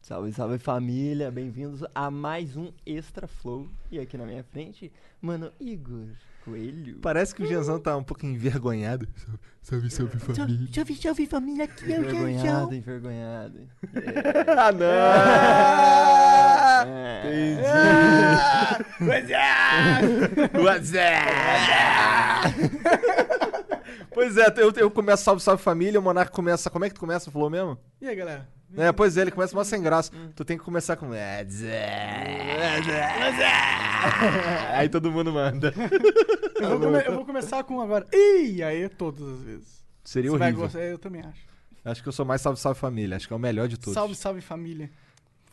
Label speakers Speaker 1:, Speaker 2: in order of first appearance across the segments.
Speaker 1: Salve, salve família, bem-vindos a mais um Extra Flow. E aqui na minha frente, mano, Igor Coelho.
Speaker 2: Parece que o Gianzão tá um pouco envergonhado. Salve, salve, família.
Speaker 3: Salve, salve família, aqui é o
Speaker 1: envergonhado,
Speaker 3: Janjão.
Speaker 1: envergonhado.
Speaker 3: Ah,
Speaker 4: É.
Speaker 3: não!
Speaker 1: É.
Speaker 3: Pois é!
Speaker 2: What's Pois é, eu, eu começo salve, salve família, o Monarca começa. Como é que tu começa? Falou mesmo?
Speaker 4: E aí, galera?
Speaker 2: É, pois é, ele começa mais sem graça.
Speaker 4: Hum.
Speaker 2: Tu tem que começar com. é". "What's
Speaker 4: é.
Speaker 3: é.
Speaker 2: up?" Aí todo mundo manda.
Speaker 4: Eu vou, come- eu vou começar com agora. E aí, todas as vezes.
Speaker 2: Seria
Speaker 4: Você vai
Speaker 2: horrível.
Speaker 4: gostar, eu também acho.
Speaker 2: Acho que eu sou mais salve, salve família. Acho que é o melhor de todos.
Speaker 4: Salve, salve família.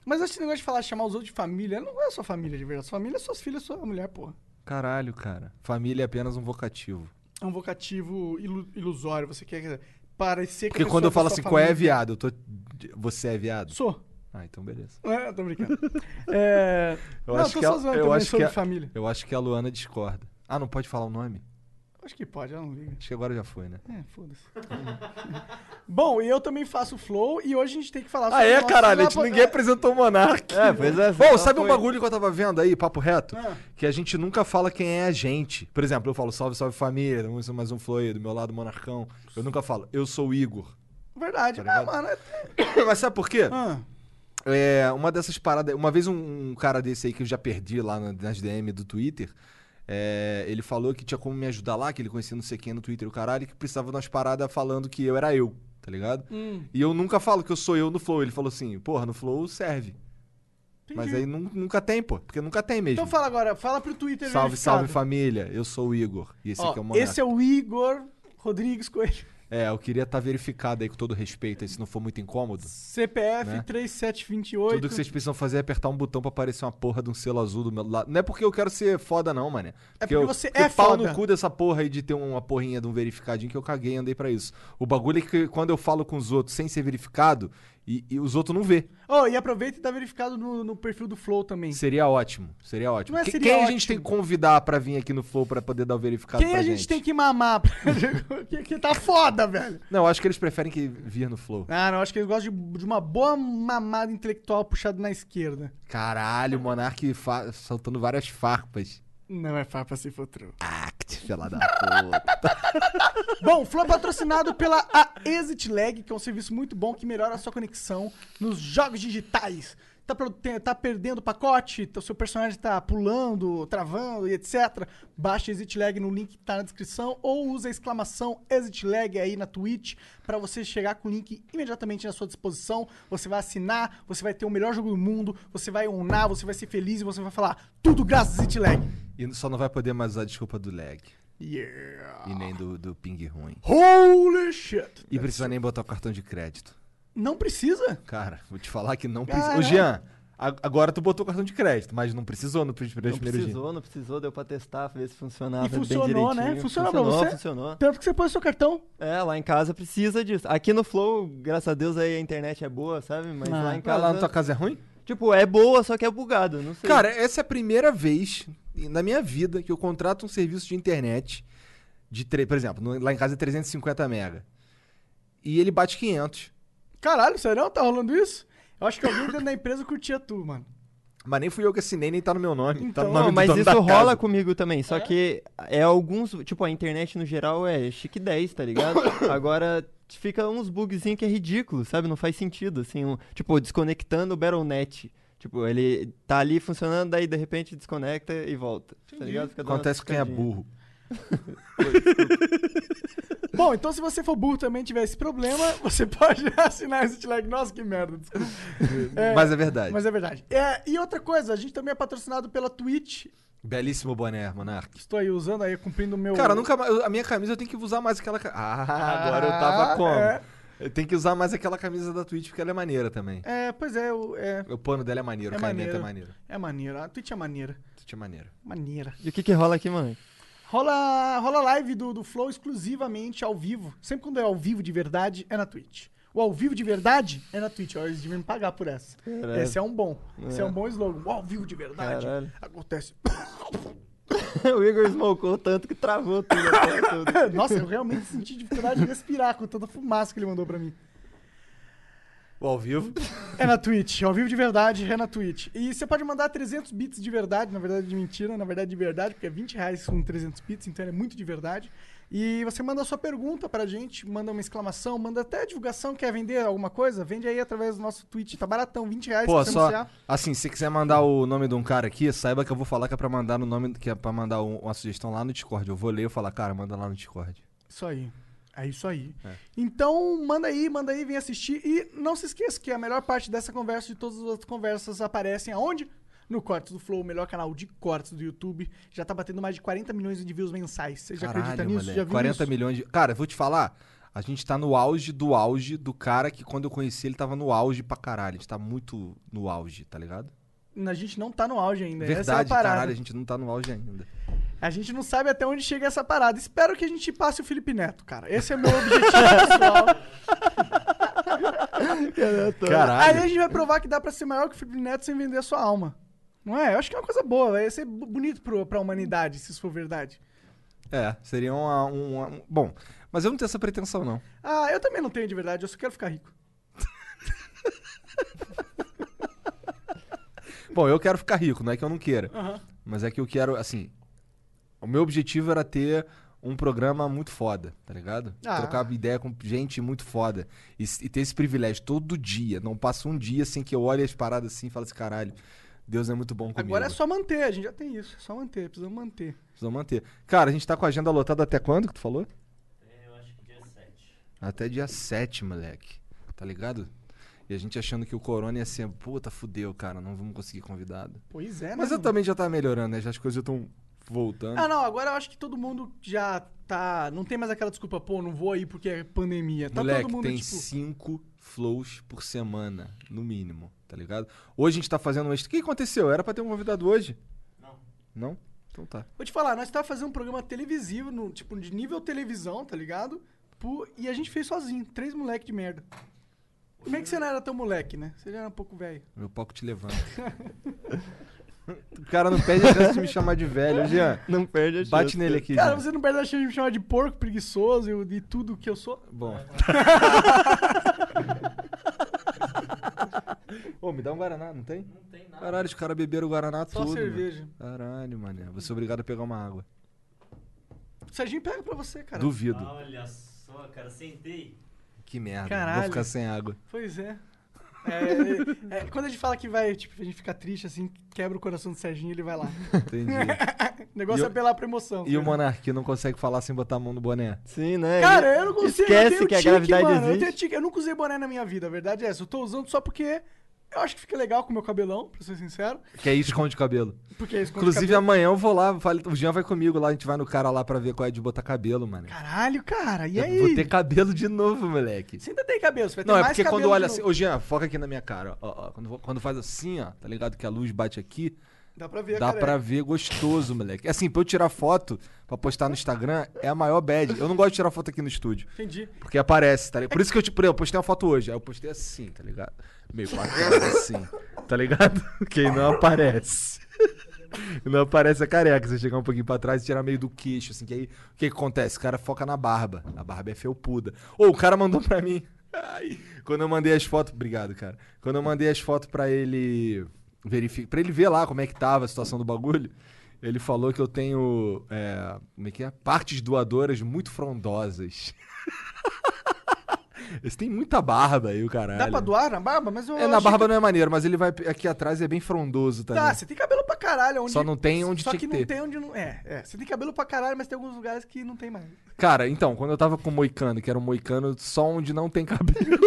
Speaker 4: Mas esse negócio de falar, chamar os outros de família, não é sua família de verdade. Sua família é suas filhas, sua mulher, porra.
Speaker 2: Caralho, cara. Família é apenas um vocativo.
Speaker 4: É um vocativo ilu- ilusório, você quer parecer que. a
Speaker 2: Porque
Speaker 4: pessoa
Speaker 2: quando eu
Speaker 4: da
Speaker 2: falo
Speaker 4: sua
Speaker 2: assim, qual é
Speaker 4: família-
Speaker 2: viado? Eu tô. Você é viado?
Speaker 4: Sou.
Speaker 2: Ah, então beleza.
Speaker 4: É, tô brincando. É...
Speaker 2: Eu
Speaker 4: não,
Speaker 2: acho
Speaker 4: tô
Speaker 2: que
Speaker 4: só
Speaker 2: a-
Speaker 4: zoando
Speaker 2: eu
Speaker 4: também
Speaker 2: acho que é-
Speaker 4: sobre
Speaker 2: a-
Speaker 4: família.
Speaker 2: Eu acho que a Luana discorda. Ah, não pode falar o nome?
Speaker 4: Acho que pode, ela não liga.
Speaker 2: Acho que agora já foi, né?
Speaker 4: É, foda-se. Bom, e eu também faço flow e hoje a gente tem que falar
Speaker 2: Ah, é,
Speaker 4: nossa
Speaker 2: caralho, a gente
Speaker 4: lapa-
Speaker 2: ninguém apresentou o Monark.
Speaker 1: É, pois é.
Speaker 2: Bom,
Speaker 1: só
Speaker 2: sabe um
Speaker 1: foi.
Speaker 2: bagulho que eu tava vendo aí, papo reto?
Speaker 4: Ah.
Speaker 2: Que a gente nunca fala quem é a gente. Por exemplo, eu falo salve, salve família, vamos mais um Flow aí, do meu lado, Monarcão. Eu nunca falo, eu sou o Igor.
Speaker 4: Verdade.
Speaker 2: Tá
Speaker 4: ah,
Speaker 2: ligado?
Speaker 4: mano, é...
Speaker 2: Mas sabe por quê?
Speaker 4: ah.
Speaker 2: É, uma dessas paradas. Uma vez um, um cara desse aí que eu já perdi lá na- nas DM do Twitter, é, ele falou que tinha como me ajudar lá, que ele conhecia não sei quem no Twitter e o caralho, e que precisava de umas paradas falando que eu era eu, tá ligado?
Speaker 4: Hum,
Speaker 2: E eu nunca falo que eu sou eu no Flow. Ele falou assim, porra, no Flow serve. Mas aí nu- nunca tem, pô, porque nunca tem mesmo.
Speaker 4: Então fala agora, fala pro Twitter.
Speaker 2: salve, salve
Speaker 4: verificado.
Speaker 2: família, eu sou o Igor. E esse
Speaker 4: Ó,
Speaker 2: aqui é o Monarca.
Speaker 4: Esse é o Igor Rodrigues Coelho.
Speaker 2: É, eu queria estar verificado aí com todo respeito, aí se não for muito incômodo.
Speaker 4: CPF
Speaker 2: Né?
Speaker 4: 3728.
Speaker 2: Tudo que vocês precisam fazer é apertar um botão pra aparecer uma porra de um selo azul do meu lado. Não é porque eu quero ser foda, não, mané.
Speaker 4: porque
Speaker 2: eu,
Speaker 4: você
Speaker 2: porque
Speaker 4: é
Speaker 2: pau
Speaker 4: foda.
Speaker 2: no cu dessa porra aí de ter uma porrinha de um verificadinho que eu caguei e andei pra isso. O bagulho é que quando eu falo com os outros sem ser verificado, e, e os outros não vê.
Speaker 4: Oh, e aproveita e dá verificado no, no perfil do Flow também.
Speaker 2: Seria ótimo. Seria ótimo.
Speaker 4: Não é
Speaker 2: Que-
Speaker 4: seria
Speaker 2: Quem a
Speaker 4: ótimo.
Speaker 2: gente tem que convidar pra vir aqui no Flow pra poder dar o verificado
Speaker 4: Quem
Speaker 2: pra
Speaker 4: a gente, tem que mamar? pra- que, que tá foda, velho.
Speaker 2: Não, eu acho que eles preferem que vir no Flow.
Speaker 4: Ah, não, acho que eles gostam de, de uma boa mamada intelectual puxada na esquerda.
Speaker 2: Caralho, o Monark fa- soltando várias farpas.
Speaker 4: Não é farpa se for true.
Speaker 2: Act, fela da puta.
Speaker 4: Bom, o Flow é patrocinado pela a Exit Lag, que é um serviço muito bom que melhora a sua conexão nos jogos digitais. Tá, pro- te- tá perdendo o pacote, o seu personagem tá pulando, travando e etc. Baixa Exit Lag no link que tá na descrição ou usa a exclamação Exit Lag aí na Twitch pra você chegar com o link imediatamente na sua disposição. Você vai assinar, você vai ter o melhor jogo do mundo, você vai onar, você vai ser feliz e você vai falar tudo graças a Exit Lag.
Speaker 2: E só não vai poder mais usar a desculpa do lag.
Speaker 4: Yeah.
Speaker 2: E nem do, do ping ruim.
Speaker 4: Holy shit.
Speaker 2: E precisa nem botar o cartão de crédito.
Speaker 4: Não precisa?
Speaker 2: Cara, vou te falar que não precisa. Ô,
Speaker 4: Caralho.
Speaker 2: Jean, a- agora tu botou o cartão de crédito, mas não precisou no pr- primeiro
Speaker 1: Não
Speaker 2: dia.
Speaker 1: precisou, não precisou, deu pra testar, ver se funcionava
Speaker 4: E funcionou,
Speaker 1: bem direitinho.
Speaker 4: né? Funcionou pra
Speaker 1: funcionou,
Speaker 4: você?
Speaker 1: funcionou.
Speaker 4: Tanto que você põe o seu cartão.
Speaker 1: É, lá em casa precisa disso. Aqui no Flow, graças a Deus, aí a internet é boa, sabe? Mas
Speaker 4: Ah,
Speaker 1: lá em
Speaker 2: Cara,
Speaker 1: casa,
Speaker 2: lá na tua casa é ruim?
Speaker 1: tipo, é boa, só que é bugado, não sei.
Speaker 2: Cara, essa é a primeira vez na minha vida que eu contrato um serviço de internet de, tre- por exemplo, no- lá em casa é 350 mega. E ele bate 500.
Speaker 4: Caralho, sério? Tá rolando isso? Eu acho que alguém dentro da empresa curtia tu, mano.
Speaker 2: Mas nem fui eu que assinei, nem tá no meu nome. tá
Speaker 4: Então,
Speaker 2: no
Speaker 1: Não,
Speaker 2: nome do
Speaker 1: mas
Speaker 2: dono
Speaker 1: isso
Speaker 2: da
Speaker 1: rola
Speaker 2: casa.
Speaker 1: comigo também, só que é alguns, tipo, a internet no geral é chique 10, tá ligado? Agora fica uns bugzinhos que é ridículo, sabe? Não faz sentido, assim, um- tipo, desconectando o Battle.net. Tipo, ele tá ali funcionando, daí de repente desconecta e volta. Tá ligado? Fica dando
Speaker 2: Acontece
Speaker 1: uma
Speaker 2: com quem é
Speaker 1: piscadinha.
Speaker 2: burro.
Speaker 4: Bom, então se você for burro também e tiver esse problema, você pode assinar esse Jetlag. Nossa, que merda, desculpa. É,
Speaker 2: Mas é verdade.
Speaker 4: Mas é verdade. É, e outra coisa, a gente também é patrocinado pela Twitch.
Speaker 2: Belíssimo boné, Monark.
Speaker 4: Estou aí usando aí, cumprindo o meu...
Speaker 2: Cara, nunca mais. eu- A minha camisa eu tenho que usar mais aquela. ca- Ah, agora eu tava
Speaker 4: Ah,
Speaker 2: como?
Speaker 4: é.
Speaker 2: Eu tenho que usar mais aquela camisa da Twitch porque ela é maneira também.
Speaker 4: É, pois é, eu- é,
Speaker 2: O pano dela é maneiro,
Speaker 4: É
Speaker 2: o caimento é
Speaker 4: maneiro.
Speaker 2: maneiro.
Speaker 4: é maneira. A Twitch é maneira.
Speaker 2: Twitch é maneiro.
Speaker 4: Maneira.
Speaker 1: E o que que rola aqui, mano?
Speaker 4: Rola, rola live do, do Flow exclusivamente ao vivo. Sempre quando é ao vivo de verdade, é na Twitch. O ao vivo de verdade é na Twitch. Ó, Eles deviam me pagar por essa.
Speaker 1: Caralho.
Speaker 4: Esse é um bom. Esse é
Speaker 1: É.
Speaker 4: um bom slogan. O ao vivo de verdade
Speaker 1: Caralho.
Speaker 4: acontece.
Speaker 1: o Igor smocou tanto que travou tudo. a porra toda.
Speaker 4: Nossa, eu realmente senti dificuldade de respirar com tanta fumaça que ele mandou pra mim.
Speaker 2: O ao vivo.
Speaker 4: É na Twitch, ao vivo de verdade, é na Twitch. E você pode mandar 300 bits de verdade, na verdade de mentira, na verdade de verdade, porque é 20 reais com 300 bits, então é muito de verdade. E você manda a sua pergunta pra gente, manda uma exclamação, manda até divulgação, quer vender alguma coisa? Vende aí através do nosso Twitch, tá baratão, 20 reais
Speaker 2: Pô,
Speaker 4: pra você
Speaker 2: só.
Speaker 4: anunciar.
Speaker 2: Assim, se você quiser mandar o nome de um cara aqui, saiba que eu vou falar que é pra mandar no nome. Que é pra mandar um- uma sugestão lá no Discord. Eu vou ler e falar, cara, manda lá no Discord.
Speaker 4: Isso aí. É isso aí. Então, manda aí, manda aí, vem assistir. E não se esqueça que a melhor parte dessa conversa e de todas as outras conversas aparecem aonde? No Cortes do Flow, o melhor canal de cortes do YouTube. Já tá batendo mais de 40 milhões de views mensais. Você já acredita nisso?
Speaker 2: moleque,
Speaker 4: Já viu
Speaker 2: 40
Speaker 4: isso?
Speaker 2: milhões de. Cara, eu vou te falar. A gente tá no auge do auge do cara que quando eu conheci ele tava no auge pra caralho. A gente tá muito no auge, tá ligado?
Speaker 4: A gente não tá no auge ainda. essa é a
Speaker 2: Verdade,
Speaker 4: parada.
Speaker 2: caralho, a gente não tá no auge ainda.
Speaker 4: A gente não sabe até onde chega essa parada. Espero que a gente passe o Felipe Neto, cara. Esse é meu objetivo pessoal. Aí a gente vai provar que dá pra ser maior que o Felipe Neto sem vender a sua alma. Não é? Eu acho que é uma coisa boa. Vai ser bu- bonito pro, pra humanidade, se isso for verdade.
Speaker 2: É, seria uma, uma- um- Bom, mas eu não tenho essa pretensão, não.
Speaker 4: Ah, eu também não tenho de verdade. Eu só quero ficar rico.
Speaker 2: Bom, eu quero ficar rico, não é que eu não queira.
Speaker 4: Aham.
Speaker 2: Mas é que eu quero, assim. O meu objetivo era ter um programa muito foda, tá ligado?
Speaker 4: Ah.
Speaker 2: Trocar ideia com gente muito foda. E, s- e ter esse privilégio todo dia. Não passa um dia sem que eu olhe as paradas assim e fale assim, caralho, Deus é muito bom comigo.
Speaker 4: Agora é só manter. A gente já tem isso. É só manter. Precisamos manter.
Speaker 2: Precisamos manter. Cara, a gente tá com a agenda lotada até quando que tu falou?
Speaker 5: É, Eu acho que dia 7.
Speaker 2: Até dia 7, moleque. Tá ligado? E a gente achando que o corona ia ser, puta, fudeu, cara, não vamos conseguir convidado.
Speaker 4: Pois é, né?
Speaker 2: Mas eu
Speaker 4: mano?
Speaker 2: também já tá melhorando, né? Já as coisas estão voltando.
Speaker 4: Ah, não. Agora eu acho que todo mundo já tá... Não tem mais aquela desculpa. Pô, não vou aí porque é pandemia. Tá
Speaker 2: Moleque,
Speaker 4: todo mundo,
Speaker 2: tem
Speaker 4: tipo...
Speaker 2: cinco flows por semana, no mínimo, tá ligado? Hoje a gente tá fazendo um extra. O que aconteceu? Era pra ter um convidado hoje?
Speaker 5: Não.
Speaker 2: Não? Então tá.
Speaker 4: Vou te falar, nós tava fazendo um programa televisivo, no, tipo, de nível televisão, tá ligado? Pu- e a gente fez sozinho, três moleque de merda. Como é que você não era tão moleque, né? Você já era um pouco velho.
Speaker 2: Meu palco te levanta. o cara não pede a chance de me chamar de velho, Jean.
Speaker 1: Não perde a chance.
Speaker 2: Bate nele aqui.
Speaker 4: Cara,
Speaker 2: Jean.
Speaker 4: você não perde a chance de me chamar de porco, preguiçoso e de tudo que eu sou.
Speaker 2: Bom. Ô, me dá um Guaraná, não tem?
Speaker 5: Não tem nada.
Speaker 2: Caralho, os caras beberam o Guaraná
Speaker 4: Só
Speaker 2: tudo.
Speaker 4: cerveja.
Speaker 2: mano. Caralho, mané. Vou ser obrigado a pegar uma água.
Speaker 4: O Serginho pega pra você, cara.
Speaker 2: Duvido.
Speaker 5: Olha só, cara, sentei.
Speaker 2: ah, Que merda.
Speaker 4: Caralho.
Speaker 2: Vou ficar sem água.
Speaker 4: Pois é. É, é, Quando a gente fala que vai, tipo, a gente fica triste, assim, quebra o coração do Serginho e ele vai lá.
Speaker 2: Entendi.
Speaker 4: O negócio
Speaker 2: E o-
Speaker 4: é apelar pra emoção.
Speaker 2: e o
Speaker 4: cara.
Speaker 2: Monark não consegue falar sem botar a mão no boné.
Speaker 1: Sim, né?
Speaker 4: Cara, eu não consigo.
Speaker 1: Esquece
Speaker 4: eu tenho
Speaker 1: que a
Speaker 4: tique,
Speaker 1: gravidade
Speaker 4: mano, Eu,
Speaker 1: existe.
Speaker 4: tenho tique, eu nunca usei boné na minha vida, a verdade é essa. Eu tô usando só porque eu acho que fica legal com o meu cabelão, pra ser sincero.
Speaker 2: Que aí esconde o cabelo.
Speaker 4: Porque é isso
Speaker 2: Inclusive, amanhã eu vou lá. falo- O Jean vai comigo lá. A gente vai no cara lá pra ver qual é de botar cabelo, mano.
Speaker 4: Caralho, cara, e
Speaker 2: Eu
Speaker 4: aí?
Speaker 2: Vou ter cabelo de novo, moleque.
Speaker 4: Você ainda tem cabelo, você vai ter
Speaker 2: Não, é
Speaker 4: mais
Speaker 2: porque
Speaker 4: cabelo
Speaker 2: quando olha
Speaker 4: de
Speaker 2: assim.
Speaker 4: novo.
Speaker 2: Ô, Jean, foca aqui na minha cara. ó, ó, ó. quando, quando faz assim, ó, tá ligado? Que a luz bate aqui.
Speaker 4: Dá pra ver,
Speaker 2: Dá
Speaker 4: cara. é.
Speaker 2: pra ver gostoso, moleque. Assim, pra eu tirar foto, pra postar no Instagram, é a maior bad. Eu não gosto de tirar foto aqui no estúdio.
Speaker 4: Entendi.
Speaker 2: Porque aparece, tá ligado? Por isso que eu, tipo, eu postei uma foto hoje. Aí eu postei assim, tá ligado? Meio pra trás, assim. Tá ligado? Quem não aparece. Não aparece a careca. Você chegar um pouquinho pra trás e tirar meio do queixo, assim. Que aí, o que, que acontece? O cara foca na barba. A barba é felpuda. Ou o cara mandou pra mim. Ai, quando eu mandei as fotos. Obrigado, cara. Quando eu mandei as fotos pra ele. Verificar. Pra ele ver lá como é que tava a situação do bagulho. Ele falou que eu tenho. é, como é que é? Partes doadoras muito frondosas. Esse tem muita barba aí, o caralho.
Speaker 4: Dá pra doar na barba? Mas eu
Speaker 2: É, na
Speaker 4: achei
Speaker 2: barba
Speaker 4: que...
Speaker 2: não é maneiro, mas ele vai aqui atrás e é bem frondoso também.
Speaker 4: Tá, você tem cabelo pra caralho. é Onde...
Speaker 2: Só não tem onde
Speaker 4: Só
Speaker 2: tinha
Speaker 4: que
Speaker 2: que
Speaker 4: não
Speaker 2: ter.
Speaker 4: tem onde não... É, é, você tem cabelo pra caralho, mas tem alguns lugares que não tem mais.
Speaker 2: Cara, então, quando eu tava com o Moicano, que era um Moicano só onde não tem cabelo.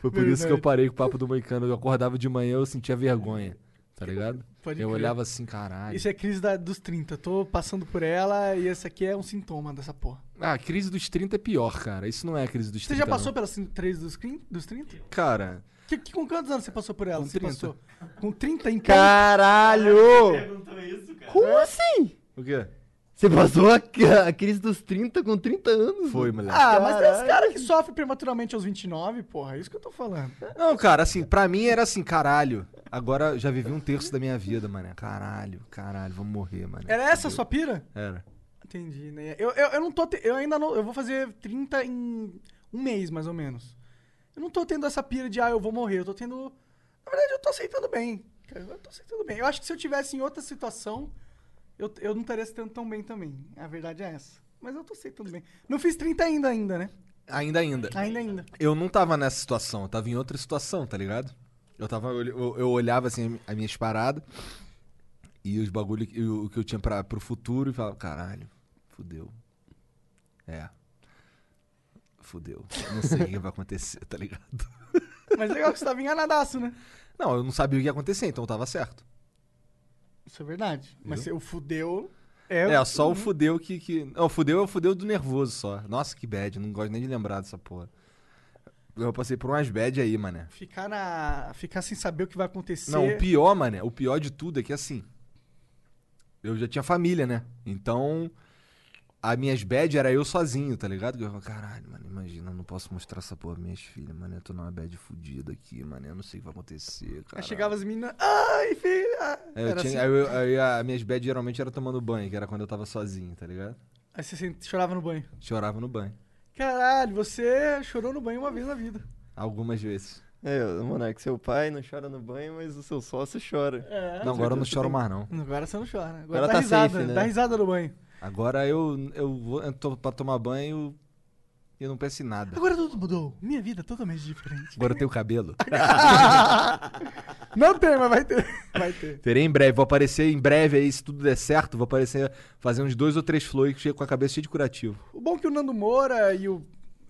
Speaker 2: Foi por isso que eu parei com o papo do Moicano. Eu acordava de manhã eu sentia vergonha, tá ligado?
Speaker 4: Pode
Speaker 2: eu
Speaker 4: crer.
Speaker 2: olhava assim, caralho.
Speaker 4: Isso é crise da- dos 30. Eu tô passando por ela e esse aqui é um sintoma dessa porra.
Speaker 2: Ah, a crise dos 30 é pior, cara. Isso não é a crise dos
Speaker 4: Você
Speaker 2: 30.
Speaker 4: já passou
Speaker 2: não.
Speaker 4: pela cin- três dos, crin- dos 30?
Speaker 2: Cara,
Speaker 4: Que, que- com quantos anos você passou por ela?
Speaker 2: Com
Speaker 4: você
Speaker 2: 30.
Speaker 4: passou? Com 30 em casa?
Speaker 1: Caralho!
Speaker 5: Perguntou isso, cara.
Speaker 1: Como assim?
Speaker 2: o quê?
Speaker 1: Você passou a, a crise dos 30 com 30 anos?
Speaker 2: Foi, moleque.
Speaker 4: Ah, mas tem uns caras que sofrem prematuramente aos 29, porra. É isso que eu tô falando.
Speaker 2: Não, cara, assim, pra mim era assim, caralho. Agora já vivi um terço da minha vida, mano. Caralho, caralho, vamos morrer, mano.
Speaker 4: Era essa a sua pira?
Speaker 2: Era.
Speaker 4: Entendi, né? Eu, eu, eu não tô. te- Eu ainda não. Eu vou fazer 30 em um mês, mais ou menos. Eu não tô tendo essa pira de, ah, eu vou morrer. Eu tô tendo. Na verdade, eu tô aceitando bem. cara, Eu tô aceitando bem. Eu acho que se eu tivesse em outra situação, eu, eu não estaria aceitando tão bem também. A verdade é essa. Mas eu tô aceitando bem. Não fiz 30 ainda, ainda, né?
Speaker 2: Ainda, ainda.
Speaker 4: Ainda, ainda.
Speaker 2: Eu não tava nessa situação, eu tava em outra situação, tá ligado? Eu tava. Eu, eu- eu olhava assim as minhas paradas e os bagulho que eu, que eu tinha pra, pro futuro e falava, caralho, fudeu. É. Fudeu. Não sei o que vai acontecer, tá ligado?
Speaker 4: Mas é legal que você tava enganadaço, né?
Speaker 2: Não, eu não sabia o que ia acontecer, então eu tava certo.
Speaker 4: Isso é verdade. Mas se
Speaker 2: Viu?
Speaker 4: eu fudeu. É,
Speaker 2: É, só o fudeu que. que... Não, fudeu é o fudeu do nervoso só. Nossa, que bad, não gosto nem de lembrar dessa porra. Eu passei por umas bad aí, mané.
Speaker 4: Ficar, na... Ficar sem saber o que vai acontecer.
Speaker 2: Não, o pior, mané, o pior de tudo é que assim. Eu já tinha família, né? Então. As minhas bad era eu sozinho, tá ligado? Que Eu falava, caralho, mano, imagina, eu não posso mostrar essa porra pra minhas filhas, mano. Eu tô numa bad fudida aqui, mano. Eu não sei o que vai acontecer, cara.
Speaker 4: Aí chegava as meninas. Ai, filha!
Speaker 2: Aí, É, eu
Speaker 4: Era
Speaker 2: tinha,
Speaker 4: assim.
Speaker 2: aí, eu- aí a- as minhas bad geralmente era tomando banho, que era quando eu tava sozinho, tá ligado?
Speaker 4: Aí você sent- chorava no banho.
Speaker 2: Chorava no banho.
Speaker 4: Caralho, você chorou no banho uma vez na vida.
Speaker 2: Algumas vezes.
Speaker 1: É, Monark, seu pai não chora no banho, mas o seu sócio chora.
Speaker 4: É.
Speaker 2: não, agora eu não choro mais, não.
Speaker 4: Agora você não chora. Agora,
Speaker 1: Agora
Speaker 4: dá
Speaker 1: tá
Speaker 4: risada,
Speaker 1: safe, né?
Speaker 4: dá risada no banho.
Speaker 2: Agora eu, eu vou eu tô pra tomar banho e eu não penso em nada.
Speaker 4: Agora tudo mudou. Minha vida é totalmente diferente.
Speaker 2: Agora eu tenho cabelo.
Speaker 4: Não tem, mas vai ter. Vai ter.
Speaker 2: Terei em breve, vou aparecer em breve aí, se tudo der certo, vou aparecer, fazer uns dois ou três flows com a cabeça cheia de curativo.
Speaker 4: O bom é que o Nando Moura e o.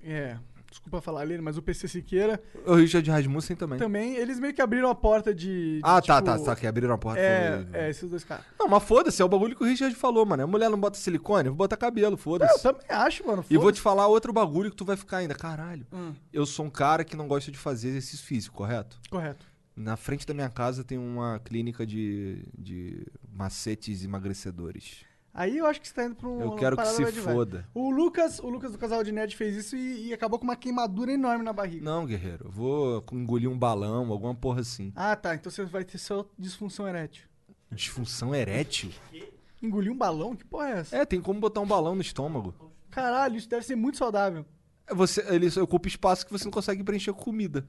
Speaker 4: É. Desculpa falar dele, mas o PC Siqueira
Speaker 2: O Richard Rasmussen também.
Speaker 4: também, eles meio que abriram a porta de. de,
Speaker 2: Ah, tá,
Speaker 4: tipo,
Speaker 2: tá, tá, que abriram a porta.
Speaker 4: É,
Speaker 2: foi-
Speaker 4: é, esses dois caras.
Speaker 2: Não, mas foda-se, é o bagulho que o Richard falou, mano. A mulher não bota silicone, eu vou botar cabelo,
Speaker 4: Eu
Speaker 2: foda-se.
Speaker 4: também acho, mano.
Speaker 2: E vou
Speaker 4: foda-se.
Speaker 2: te falar outro bagulho que tu vai ficar ainda. Caralho,
Speaker 4: Hum,
Speaker 2: eu sou um cara que não gosta de fazer exercício físico, correto?
Speaker 4: correto.
Speaker 2: Na frente da minha casa tem uma clínica de, de macetes emagrecedores.
Speaker 4: Aí eu acho que você tá indo pra um.
Speaker 2: Eu
Speaker 4: uma
Speaker 2: quero que
Speaker 4: parada
Speaker 2: se
Speaker 4: mais de velho.
Speaker 2: foda.
Speaker 4: O Lucas, o Lucas do Casal de Nerd fez isso e, e acabou com uma queimadura enorme na barriga.
Speaker 2: Não, guerreiro, eu vou engolir um balão, alguma porra assim.
Speaker 4: Ah, tá. Então você vai ter só disfunção erétil.
Speaker 2: Disfunção erétil?
Speaker 4: Engoliu um balão? Que porra é essa?
Speaker 2: É, tem como botar um balão no estômago.
Speaker 4: Caralho, isso deve ser muito saudável.
Speaker 2: É, Você, ele só ocupa espaço que você não consegue preencher com comida.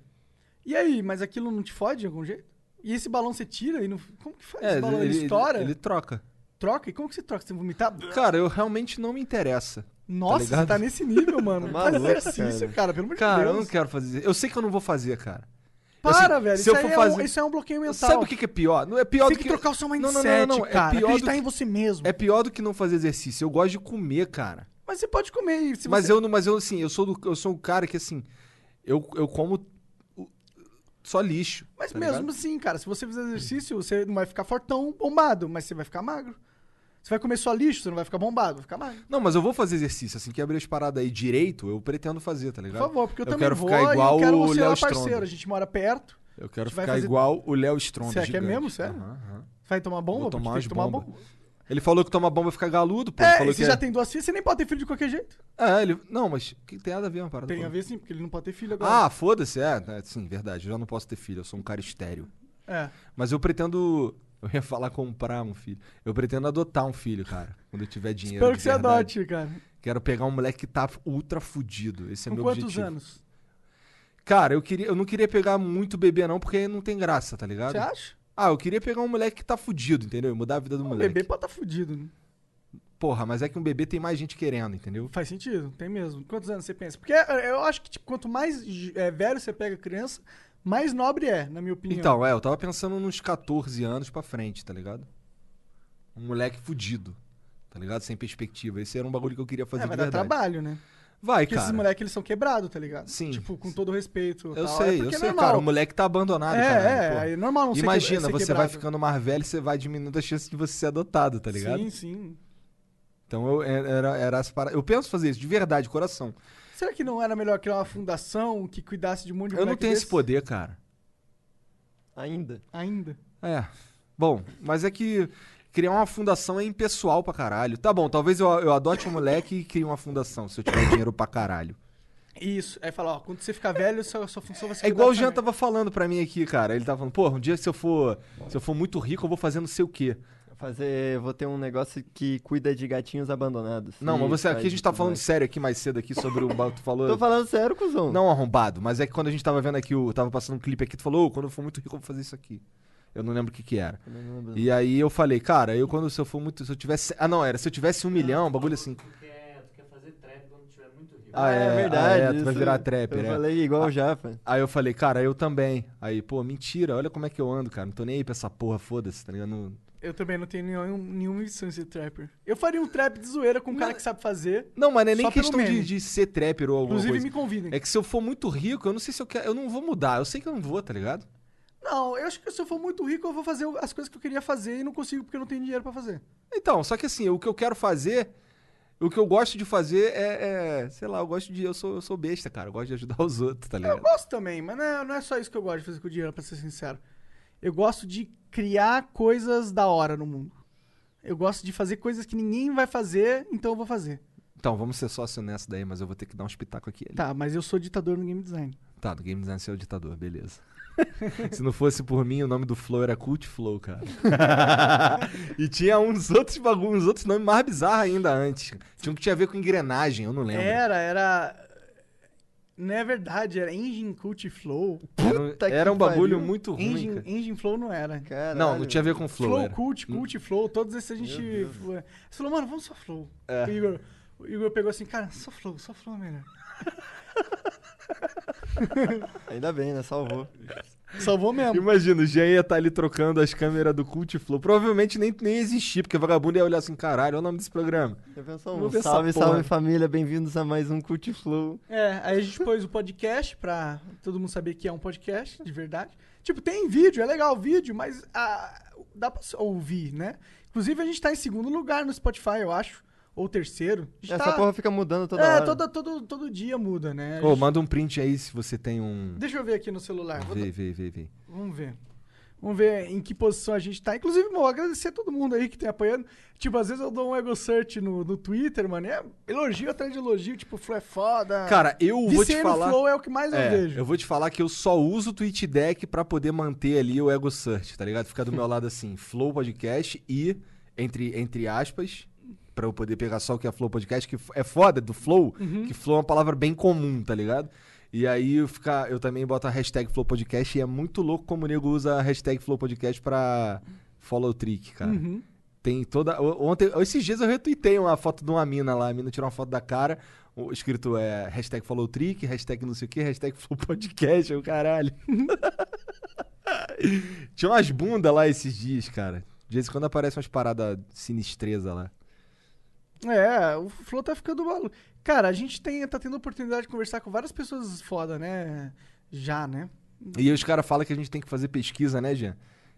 Speaker 4: E aí, mas aquilo não te fode de algum jeito? E esse balão você tira e não. Como que faz?
Speaker 2: É,
Speaker 4: esse balão ele, estoura?
Speaker 2: Ele, troca.
Speaker 4: Troca? E como que você troca? Você vomitar?
Speaker 2: Cara, eu realmente não me interessa.
Speaker 4: Nossa,
Speaker 2: ligado?
Speaker 4: você tá nesse nível, mano. Faz
Speaker 1: Maluco,
Speaker 4: exercício, cara. Pelo amor de
Speaker 2: Cara, eu não
Speaker 4: Deus.
Speaker 2: quero fazer. Eu sei que eu não vou fazer, cara.
Speaker 4: Para,
Speaker 2: assim,
Speaker 4: velho.
Speaker 2: se
Speaker 4: isso,
Speaker 2: eu
Speaker 4: aí
Speaker 2: for
Speaker 4: é
Speaker 2: fazer-
Speaker 4: um, isso é um bloqueio mental.
Speaker 2: Sabe o que, que é pior? Não é pior
Speaker 4: Tem
Speaker 2: do
Speaker 4: que,
Speaker 2: que
Speaker 4: trocar o seu
Speaker 2: não, não,
Speaker 4: mindset,
Speaker 2: não, não, é
Speaker 4: cara.
Speaker 2: pior do
Speaker 4: Acreditar
Speaker 2: que-
Speaker 4: em você mesmo.
Speaker 2: É pior do que não fazer exercício. Eu gosto de comer, cara.
Speaker 4: Mas você pode comer. e Se
Speaker 2: mas
Speaker 4: você...
Speaker 2: eu não, mas eu assim, eu sou do, eu sou um cara que assim, eu, eu como o- só lixo.
Speaker 4: Mas
Speaker 2: tá
Speaker 4: mesmo
Speaker 2: ligado?
Speaker 4: assim, cara, se você fizer exercício, você não vai ficar fortão, bombado, mas você vai ficar magro. Você vai comer só lixo, você não vai ficar bombado, vai ficar magro.
Speaker 2: Não, mas eu vou fazer exercício assim que abrir as paradas aí direito, eu pretendo fazer, tá
Speaker 4: Por
Speaker 2: ligado?
Speaker 4: favor, porque eu,
Speaker 2: Eu
Speaker 4: também
Speaker 2: quero
Speaker 4: vou
Speaker 2: ficar igual
Speaker 4: e eu quero
Speaker 2: o
Speaker 4: você
Speaker 2: Léo
Speaker 4: lá parceiro.
Speaker 2: Stronda.
Speaker 4: A gente mora perto.
Speaker 2: Eu quero
Speaker 4: A gente vai
Speaker 2: ficar
Speaker 4: fazer-
Speaker 2: igual o Léo Stronda.
Speaker 4: Será que é
Speaker 2: gigante.
Speaker 4: mesmo? Sério?
Speaker 2: Aham, aham.
Speaker 4: Você vai tomar bomba?
Speaker 2: Vou tomar
Speaker 4: porque tem
Speaker 2: umas
Speaker 4: que tomar
Speaker 2: bomba.
Speaker 4: bomba.
Speaker 2: Ele falou que toma bomba e fica galudo, pô. Ele
Speaker 4: É,
Speaker 2: falou
Speaker 4: e você
Speaker 2: que
Speaker 4: já
Speaker 2: é-
Speaker 4: tem duas filhas, você nem pode ter filho de qualquer jeito.
Speaker 2: É, ele... Não, mas que tem nada a ver uma parada.
Speaker 4: Tem
Speaker 2: pô.
Speaker 4: a ver sim, porque ele não pode ter filho agora.
Speaker 2: Ah, foda-se, é, é, Sim, verdade. Eu já não posso ter filho, eu sou um cara estéreo.
Speaker 4: É.
Speaker 2: Mas eu pretendo. Eu ia falar comprar um filho. Eu pretendo adotar um filho, cara. Quando eu tiver dinheiro.
Speaker 4: Espero
Speaker 2: de
Speaker 4: que você
Speaker 2: verdade.
Speaker 4: adote, cara.
Speaker 2: Quero pegar um moleque que tá ultra fudido. Esse é
Speaker 4: Com
Speaker 2: meu
Speaker 4: quantos
Speaker 2: objetivo.
Speaker 4: anos?
Speaker 2: Cara, eu, queria, eu não queria pegar muito bebê, não, porque não tem graça, tá ligado?
Speaker 4: Você acha?
Speaker 2: Ah, eu queria pegar um moleque que tá fudido, entendeu? E mudar a vida do
Speaker 4: O
Speaker 2: moleque.
Speaker 4: Ah, um bebê pode estar fudido. né?
Speaker 2: Porra, mas é que um bebê tem mais gente querendo, entendeu?
Speaker 4: Faz sentido, tem mesmo. Quantos anos você pensa? Porque é, eu acho que tipo, quanto mais é, velho você pega a criança, mais nobre é, na minha opinião.
Speaker 2: Então, é, eu tava pensando nos 14 anos pra frente, tá ligado? Um moleque fudido, tá ligado? Sem perspectiva. Esse era um bagulho que eu queria fazer
Speaker 4: é,
Speaker 2: de
Speaker 4: vai dar
Speaker 2: verdade.
Speaker 4: trabalho, né?
Speaker 2: Vai,
Speaker 4: Porque
Speaker 2: cara.
Speaker 4: esses moleques, eles são quebrados, tá ligado?
Speaker 2: Sim.
Speaker 4: Tipo, com todo o respeito.
Speaker 2: Eu
Speaker 4: tal.
Speaker 2: sei,
Speaker 4: é
Speaker 2: eu
Speaker 4: porque
Speaker 2: sei,
Speaker 4: é normal.
Speaker 2: cara. O moleque tá abandonado,
Speaker 4: é,
Speaker 2: caralho,
Speaker 4: é,
Speaker 2: porra.
Speaker 4: é normal não ser
Speaker 2: Imagina,
Speaker 4: quebrado- ser
Speaker 2: você vai
Speaker 4: quebrado.
Speaker 2: ficando mais velho, você vai diminuindo a chance de você ser adotado, tá ligado?
Speaker 4: Sim, sim.
Speaker 2: Então eu era, era as para... Eu penso fazer isso de verdade, de coração.
Speaker 4: Será que não era melhor criar uma fundação que cuidasse de um monte de
Speaker 2: eu não
Speaker 4: moleque
Speaker 2: tenho esse
Speaker 4: desse?
Speaker 2: poder, cara.
Speaker 1: Ainda.
Speaker 4: Ainda.
Speaker 2: É. Bom, mas é que criar uma fundação é impessoal pra caralho. Tá bom, talvez eu, eu adote um moleque e crie uma fundação, se eu tiver dinheiro pra caralho.
Speaker 4: Isso. Aí fala, ó, quando você ficar velho, sua, sua função vai ser
Speaker 2: É igual o Jean
Speaker 4: janta.
Speaker 2: tava falando pra mim aqui, cara. Ele tava falando, porra, um dia se eu for, se eu for muito rico, eu vou fazer não sei o quê.
Speaker 1: Fazer. Vou ter um negócio que cuida de gatinhos abandonados.
Speaker 2: Não,
Speaker 1: E
Speaker 2: mas você
Speaker 1: faz
Speaker 2: aqui a gente
Speaker 1: e
Speaker 2: tá
Speaker 1: tudo
Speaker 2: falando
Speaker 1: mais.
Speaker 2: sério aqui mais cedo aqui sobre o ba- tu falou.
Speaker 1: Tô falando sério, cuzão.
Speaker 2: Não arrombado, mas é que quando a gente tava vendo aqui, o, tava passando um clipe aqui, tu falou, "Ô, quando eu for muito rico, eu vou fazer isso aqui. Eu não lembro o que que era.
Speaker 1: Eu não lembro.
Speaker 2: E aí eu falei, cara, eu quando se eu for muito. Se eu tivesse. Ah, não, era. Se eu tivesse um milhão, um bagulho assim.
Speaker 5: Tu quer, tu quer fazer trap quando tiver muito rico.
Speaker 2: Ah, é,
Speaker 1: verdade.
Speaker 2: ah, é, tu vai
Speaker 1: isso
Speaker 2: virar trapper,
Speaker 1: Eu
Speaker 2: é.
Speaker 1: falei igual
Speaker 2: Ah.
Speaker 1: o Japa.
Speaker 2: Aí eu falei, cara, eu também. Aí, pô, mentira, olha como é que eu ando, cara. Não tô nem aí pra essa porra, foda-se, tá ligado? Não-
Speaker 4: Eu também não tenho nenhum, nenhuma missão de ser trapper. Eu faria um trap de zoeira com um
Speaker 2: é
Speaker 4: cara que sabe fazer.
Speaker 2: Não, mas não é nem
Speaker 4: Só pelo
Speaker 2: questão de,
Speaker 4: meme.
Speaker 2: de ser trapper ou alguma
Speaker 4: Inclusive,
Speaker 2: coisa.
Speaker 4: me convidem.
Speaker 2: É que se eu for muito rico, eu não sei se eu quero. Eu não vou mudar. Eu sei que eu não vou, tá ligado?
Speaker 4: Não, eu acho que se eu for muito rico, eu vou fazer as coisas que eu queria fazer e não consigo porque eu não tenho dinheiro pra fazer.
Speaker 2: Então, só que assim, o que eu quero fazer. O que eu gosto de fazer é. é, sei lá, eu gosto de. Eu sou, eu sou besta, cara. Eu gosto de ajudar os outros, tá
Speaker 4: Eu
Speaker 2: ligado?
Speaker 4: gosto também, mas não é, não é só isso que eu gosto de fazer com o dinheiro, pra ser sincero. Eu gosto de criar coisas da hora no mundo. Eu gosto de fazer coisas que ninguém vai fazer, então eu vou fazer.
Speaker 2: Então, vamos ser sócio nessa daí, mas eu vou ter que dar um espetáculo aqui.
Speaker 4: Tá, mas eu sou ditador no game design.
Speaker 2: Tá, do Game Design você é o ditador, beleza. Se não fosse por mim, o nome do Flow era Cult Flow, cara. e tinha uns outros bagulhos, uns outros nomes mais bizarros ainda antes. Tinha um que tinha a ver com engrenagem, eu não lembro.
Speaker 4: Era, era. Não é verdade, era Engine Cult Flow.
Speaker 2: Era, um-
Speaker 1: Puta que
Speaker 2: era um bagulho
Speaker 1: pariu.
Speaker 2: muito ruim,
Speaker 4: Engine,
Speaker 2: cara.
Speaker 4: Engine Flow não era.
Speaker 1: Caralho.
Speaker 2: Não, não tinha a ver com Flow.
Speaker 4: Flow,
Speaker 2: era.
Speaker 4: Cult,
Speaker 1: Hum.
Speaker 4: Cult, Flow, todos esses a gente. Você falou, mano, vamos só Flow.
Speaker 1: É.
Speaker 4: O, Igor, o Igor pegou assim, cara, só Flow, só Flow é melhor.
Speaker 1: Ainda bem, né? Salvou.
Speaker 4: Salvou mesmo.
Speaker 2: Imagina, o Jean ia estar ali trocando as câmeras do Cult Flow. Provavelmente nem, nem existia, porque vagabundo ia olhar assim, caralho, olha o nome desse programa.
Speaker 1: Já pensou?
Speaker 2: Vou
Speaker 1: Um
Speaker 2: ver essa
Speaker 1: salve,
Speaker 2: porra.
Speaker 1: salve família. Bem-vindos a mais um Cult Flow.
Speaker 4: É, aí a gente pôs o podcast pra todo mundo saber que é um podcast, de verdade. Tipo, tem vídeo, é legal o vídeo, mas ah, dá pra ouvir, né? Inclusive, a gente tá em segundo lugar no Spotify, eu acho. Ou terceiro. A gente
Speaker 1: Essa
Speaker 4: tá-
Speaker 1: porra fica mudando toda
Speaker 4: é,
Speaker 1: hora.
Speaker 4: todo, todo, todo dia muda, né? A
Speaker 2: Ô,
Speaker 4: gente-
Speaker 2: manda um print aí se você tem um.
Speaker 4: Deixa eu ver aqui no celular. Vou
Speaker 2: Vê, vê, vê, vê.
Speaker 4: Vamos ver. Vamos ver em que posição a gente tá. Inclusive, vou agradecer a todo mundo aí que tem apoiando. Tipo, às vezes eu dou um ego search no, no Twitter, mano. e É elogio atrás de elogio, tipo, Flow é foda.
Speaker 2: Cara, eu vou
Speaker 4: Viciei
Speaker 2: te
Speaker 4: no
Speaker 2: falar.
Speaker 4: Flow é o que mais eu
Speaker 2: É,
Speaker 4: vejo.
Speaker 2: eu vou te falar que eu só uso o Twitch Deck pra poder manter ali o Ego Search, tá ligado? Ficar do meu lado assim, Flow Podcast e, entre, entre aspas, pra eu poder pegar só o que é Flow Podcast, que f- é foda do Flow,
Speaker 4: Uhum.
Speaker 2: que Flow é uma palavra bem comum, tá ligado? E aí eu, fica, eu também boto a hashtag Flow Podcast e é muito louco como o nego usa a hashtag Flow Podcast pra follow trick, cara.
Speaker 4: Uhum.
Speaker 2: Tem toda. o- Ontem, esses dias eu retuitei uma foto de uma mina lá. A mina tirou uma foto da cara. o- Escrito é hashtag falou trick, hashtag não sei o que, hashtag falou podcast, o caralho. Tinha umas bundas lá esses dias, cara. De vez em quando aparecem umas paradas sinistreza lá.
Speaker 4: É, o Flow tá ficando maluco. Cara, a gente tem, tá tendo a oportunidade de conversar com várias pessoas foda, né? Já, né?
Speaker 2: E aí os caras falam que a gente tem que fazer pesquisa, né, Jean?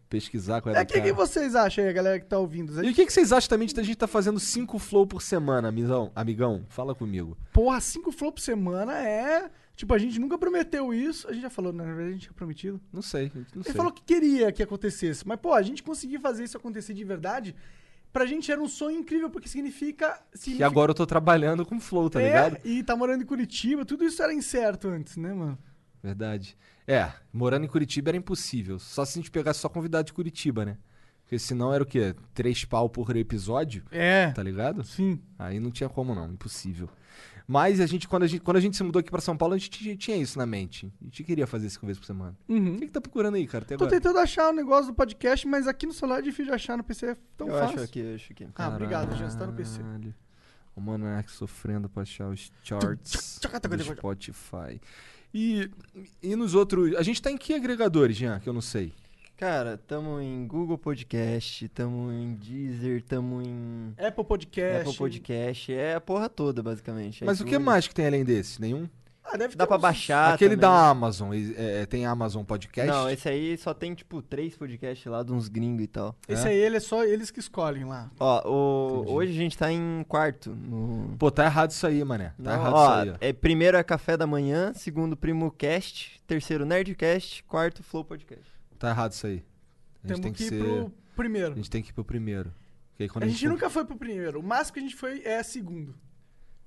Speaker 2: Pesquisar com
Speaker 4: É,
Speaker 2: a
Speaker 4: o que, que vocês acham aí, a galera que tá ouvindo? A
Speaker 2: E o
Speaker 4: gente-
Speaker 2: que, que vocês acham também de a gente tá fazendo cinco flow por semana, amigão? Amigão, fala comigo.
Speaker 4: Porra, cinco Flow por semana é... Tipo, a gente nunca prometeu isso. A gente já falou, né? Na verdade, a gente tinha prometido.
Speaker 2: Não sei, não sei.
Speaker 4: Ele falou que queria que acontecesse, mas pô, a gente conseguir fazer isso acontecer de verdade, pra gente era um sonho incrível, porque significa.
Speaker 2: que
Speaker 4: significa
Speaker 2: agora eu tô trabalhando com flow, tá
Speaker 4: É,
Speaker 2: ligado?
Speaker 4: E tá morando em Curitiba, tudo isso era incerto antes, né, mano?
Speaker 2: Verdade. É, morando em Curitiba era impossível. Só se a gente pegasse só convidado de Curitiba, né? Porque senão era o quê? Três pau por episódio,
Speaker 4: É.
Speaker 2: tá ligado?
Speaker 4: Sim.
Speaker 2: Aí não tinha como não, impossível. Mas a gente, quando a gente, quando a gente se mudou aqui pra São Paulo, a gente tinha- tinha isso na mente. A gente queria fazer cinco vezes por semana. O
Speaker 4: Uhum.
Speaker 2: que, que tá procurando aí, cara? Até
Speaker 4: Tô
Speaker 2: agora.
Speaker 4: tentando achar o negócio do podcast, mas aqui no celular é difícil de achar, no PC é tão
Speaker 1: eu
Speaker 4: fácil.
Speaker 1: acho aqui, eu acho aqui.
Speaker 4: Ah, obrigado, Jean, você tá no PC.
Speaker 2: Caralho. O Monark sofrendo pra achar os charts do Spotify. E, e nos outros. A gente tá em que agregadores, Jean? Que eu não sei.
Speaker 1: Cara, tamo em Google Podcast, tamo em Deezer, tamo em
Speaker 4: Apple Podcast.
Speaker 1: Apple Podcast. É a porra toda, basicamente.
Speaker 2: Mas o que
Speaker 1: iTunes.
Speaker 2: mais que tem além desse? Nenhum?
Speaker 4: Ah, deve
Speaker 1: Dá
Speaker 4: ter
Speaker 1: pra
Speaker 4: uns-
Speaker 1: baixar
Speaker 2: Aquele
Speaker 1: também.
Speaker 2: da Amazon, e- é, tem Amazon Podcast?
Speaker 1: Não, esse aí só tem, tipo, três podcasts lá de uns gringos e tal.
Speaker 4: Esse
Speaker 2: É?
Speaker 4: aí, ele é só eles que escolhem lá.
Speaker 1: Ó, o-
Speaker 2: Entendi.
Speaker 1: hoje a gente tá em quarto. No...
Speaker 2: Pô, tá errado isso aí, mané. Tá
Speaker 1: Não,
Speaker 2: errado
Speaker 1: ó,
Speaker 2: isso aí, ó.
Speaker 1: é, primeiro é Café da Manhã, segundo Primo Cast, terceiro Nerdcast, quarto Flow Podcast.
Speaker 2: Tá errado isso aí. A gente
Speaker 4: Temos
Speaker 2: tem
Speaker 4: que
Speaker 2: que
Speaker 4: ir
Speaker 2: ser...
Speaker 4: pro
Speaker 2: A
Speaker 4: primeiro.
Speaker 2: gente tem que ir pro primeiro. Porque aí quando
Speaker 4: A gente
Speaker 2: for-
Speaker 4: nunca foi pro primeiro. O máximo que a gente foi é segundo.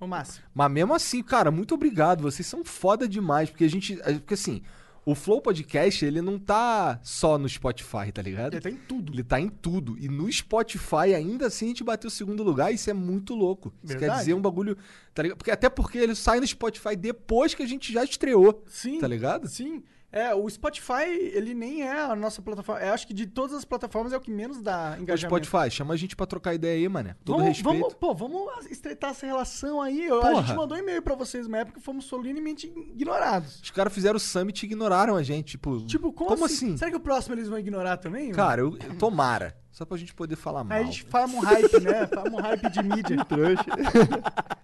Speaker 4: O máximo.
Speaker 2: Mas mesmo assim, cara, muito obrigado. Vocês são foda demais. Porque a gente... a- Porque assim... O O Flow Podcast, ele não tá só no Spotify, tá ligado?
Speaker 4: Ele tá em tudo.
Speaker 2: Ele tá em tudo. E no Spotify, ainda assim, a gente bateu o segundo lugar. Isso é muito louco. Isso quer
Speaker 4: Verdade.
Speaker 2: dizer um bagulho. Tá ligado? Porque, até porque ele sai no Spotify depois que a gente já estreou.
Speaker 4: Sim.
Speaker 2: Tá ligado?
Speaker 4: Sim. É, o Spotify, ele nem é a nossa plataforma. Eu acho que de todas as plataformas é o que menos dá
Speaker 2: O
Speaker 4: engajamento.
Speaker 2: Spotify, chama a gente pra trocar ideia aí, mané. Todo
Speaker 4: vamos,
Speaker 2: respeito.
Speaker 4: Vamos, pô, vamos estreitar essa relação aí. Eu- A
Speaker 2: Porra.
Speaker 4: gente mandou e-mail pra vocês na época e fomos solenemente ignorados.
Speaker 2: Os caras fizeram o summit e ignoraram a gente. Tipo,
Speaker 4: Tipo, como, assim? Será que o próximo eles vão ignorar também? mano?
Speaker 2: Cara, eu, eu- tomara. Só pra gente poder falar mal.
Speaker 4: Aí a gente fala um hype, né? Fala um hype de mídia.
Speaker 1: Trouxa.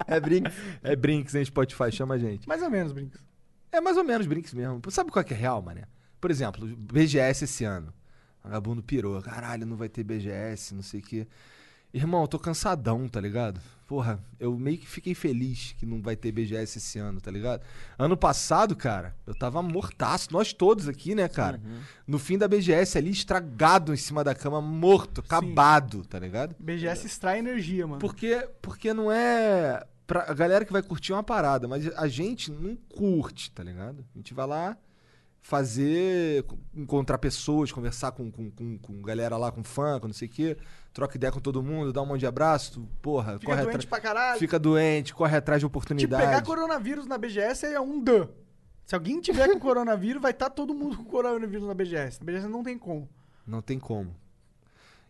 Speaker 1: é brinco.
Speaker 2: É Brinks, hein, Spotify, chama a gente.
Speaker 4: Mais ou menos, Brinks.
Speaker 2: É mais ou menos Brinks mesmo. Sabe qual que é real, mané? Por exemplo, BGS esse ano. Vagabundo pirou. Caralho, não vai ter BGS, não sei o quê. Irmão, eu tô cansadão, tá ligado? Porra, eu meio que fiquei feliz que não vai ter BGS esse ano, tá ligado? Ano passado, cara, eu tava mortaço. Nós todos aqui, né, cara? No fim da BGS ali, estragado em cima da cama, morto, acabado, tá ligado?
Speaker 4: BGS extrai energia, mano.
Speaker 2: Porque, porque não é. Pra a galera que vai curtir é uma parada, mas a gente não curte, tá ligado? A gente vai lá fazer. co- encontrar pessoas, conversar com, com, com, com galera lá, com fã, com não sei o quê, troca ideia com todo mundo, dá um monte de abraço, tu, porra,
Speaker 4: Fica
Speaker 2: corre atrás.
Speaker 4: doente pra caralho.
Speaker 2: né? Fica doente, corre atrás de
Speaker 4: Te pegar
Speaker 2: oportunidade.
Speaker 4: coronavírus na BGS é um dã. Se alguém tiver com coronavírus, vai estar todo mundo com coronavírus na BGS. Na BGS não tem como.
Speaker 2: Não tem como.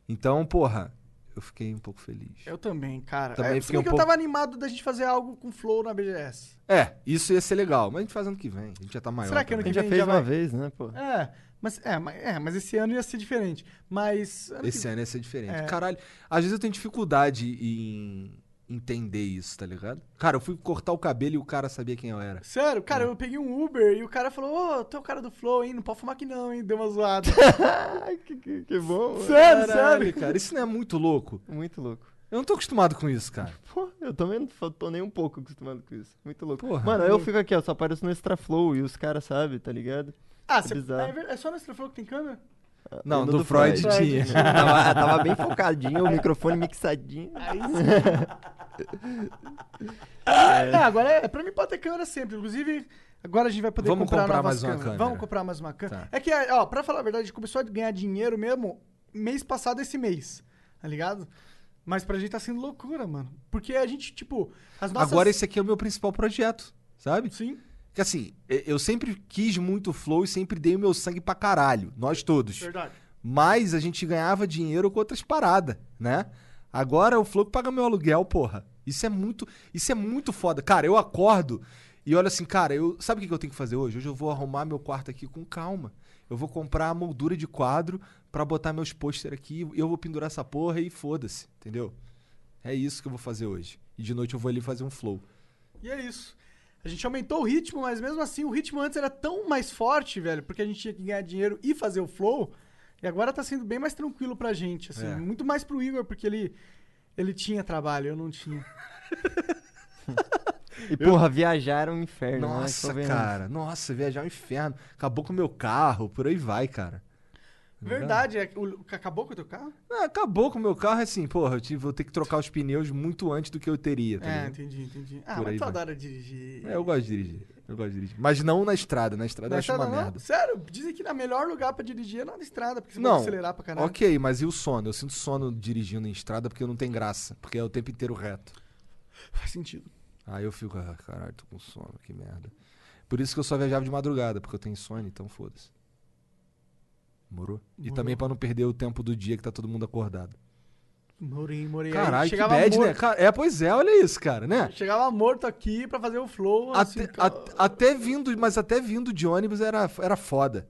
Speaker 2: Então, porra, eu fiquei um pouco feliz.
Speaker 4: Eu também, cara.
Speaker 2: Também
Speaker 4: é, se
Speaker 2: fiquei
Speaker 4: bem
Speaker 2: um
Speaker 4: que eu
Speaker 2: pouco-
Speaker 4: tava animado da gente fazer algo com flow na BGS.
Speaker 2: É, isso ia ser legal, mas a gente faz ano que vem, a gente já tá maior.
Speaker 4: Será que ano
Speaker 1: A
Speaker 2: também.
Speaker 1: gente já
Speaker 4: Quem
Speaker 1: fez
Speaker 4: já
Speaker 1: uma
Speaker 4: vai-
Speaker 1: vez, né, pô?
Speaker 2: Hum.
Speaker 4: É, mas, é, mas, é, mas esse ano ia ser diferente. Mas. ano que
Speaker 2: Esse ano ia ser diferente.
Speaker 4: É.
Speaker 2: Caralho, às vezes eu tenho dificuldade em entender isso, tá ligado? Cara, eu fui cortar o cabelo e o cara sabia quem eu era.
Speaker 4: Sério, cara,
Speaker 2: Hum.
Speaker 4: eu peguei um Uber e o cara falou, ô, tu é o cara do Flow, hein? Não pode fumar aqui não, hein? Deu uma zoada.
Speaker 1: Ai, que, que- que bom.
Speaker 4: sério,
Speaker 2: Caralho,
Speaker 4: sério.
Speaker 2: cara, isso não é muito louco?
Speaker 1: Muito louco.
Speaker 2: Eu não tô acostumado com isso, cara.
Speaker 1: Pô, eu também não fa- tô nem um pouco acostumado com isso. Muito louco.
Speaker 2: Porra.
Speaker 1: Mano, eu fico aqui, ó, só apareço no Extra Flow e os caras sabem, tá ligado?
Speaker 4: Ah, cê,
Speaker 1: bizarro.
Speaker 4: é, ver- é só no Extra Flow que tem câmera?
Speaker 2: Não,
Speaker 1: E no
Speaker 2: do, Freud,
Speaker 4: né?
Speaker 1: Freud.
Speaker 2: tinha.
Speaker 1: tava, tava bem focadinho, o microfone mixadinho.
Speaker 4: Aí sim. Não, agora é, pra mim pode ter câmera sempre. Inclusive, agora a gente vai poder
Speaker 2: Vamos
Speaker 4: comprar,
Speaker 2: comprar
Speaker 4: novas
Speaker 2: mais uma
Speaker 4: câmeras.
Speaker 2: câmera.
Speaker 4: Vamos comprar mais uma câmera.
Speaker 2: Tá.
Speaker 4: É que, ó, pra falar a verdade, a gente começou a ganhar dinheiro mesmo mês passado esse mês, tá ligado? Mas pra gente tá sendo loucura, mano. Porque a gente, tipo, as nossas...
Speaker 2: Agora esse aqui é o meu principal projeto, sabe?
Speaker 4: Sim,
Speaker 2: Porque assim, e- eu sempre quis muito flow e sempre dei o meu sangue pra caralho. Nós todos.
Speaker 4: verdade.
Speaker 2: Mas a gente ganhava dinheiro com outras paradas, né? Agora o Flow que paga meu aluguel, porra. Isso é muito, isso é muito foda. Cara, eu acordo e olho assim, cara, eu, sabe o que que eu tenho que fazer hoje? Hoje eu vou arrumar meu quarto aqui com calma. Eu vou comprar a moldura de quadro pra botar meus pôster aqui, eu vou pendurar essa porra e foda-se, entendeu? É isso que eu vou fazer hoje. E de noite eu vou ali fazer um flow.
Speaker 4: E é isso. A gente aumentou o ritmo, mas mesmo assim o ritmo antes era tão mais forte, velho, porque a gente tinha que ganhar dinheiro e fazer o flow. E agora tá sendo bem mais tranquilo pra gente, assim.
Speaker 2: É.
Speaker 4: Muito mais pro Igor, porque ele, ele tinha trabalho, eu não tinha.
Speaker 1: E, porra, viajar é um inferno, né?
Speaker 2: Nossa,
Speaker 1: Convenhamos.
Speaker 2: cara. Nossa, viajar é um inferno. Acabou com o meu carro, por aí vai, cara. Tá
Speaker 4: Verdade, é, o, acabou com o teu carro?
Speaker 2: Ah, acabou com o meu carro, assim, porra, eu tive- vou ter que trocar os pneus muito antes do que eu teria, tá
Speaker 4: é,
Speaker 2: ligado?
Speaker 4: entendi, entendi. Ah,
Speaker 2: Por
Speaker 4: mas
Speaker 2: aí
Speaker 4: que
Speaker 2: vai.
Speaker 4: saudade de dirigir.
Speaker 2: É, eu gosto de dirigir. Eu gosto de dirigir. Mas não na estrada, na estrada
Speaker 4: Não
Speaker 2: eu
Speaker 4: é
Speaker 2: acho
Speaker 4: estrada,
Speaker 2: uma
Speaker 4: não?
Speaker 2: merda.
Speaker 4: Sério, dizem que o melhor lugar pra dirigir é na estrada, porque você
Speaker 2: Não,
Speaker 4: pode acelerar pra caralho.
Speaker 2: Ok, mas e o sono? Eu sinto sono dirigindo em estrada porque não tem graça, porque é o tempo inteiro reto.
Speaker 4: Faz sentido.
Speaker 2: Aí eu fico, ah, caralho, tô com sono, que merda. Por isso que eu só viajava de madrugada, porque eu tenho sono, então foda-se. Morou? E
Speaker 4: Morou.
Speaker 2: também pra não perder o tempo do dia que tá todo mundo acordado.
Speaker 4: Morei, morei. Aí
Speaker 2: Caralho, que
Speaker 4: chegava
Speaker 2: bad, né?
Speaker 4: morto,
Speaker 2: Cara, é, pois é, olha isso, cara, né?
Speaker 4: Chegava morto aqui pra fazer o flow.
Speaker 2: Até,
Speaker 4: assim, ca-
Speaker 2: at- até vindo, mas até vindo de ônibus era, era foda.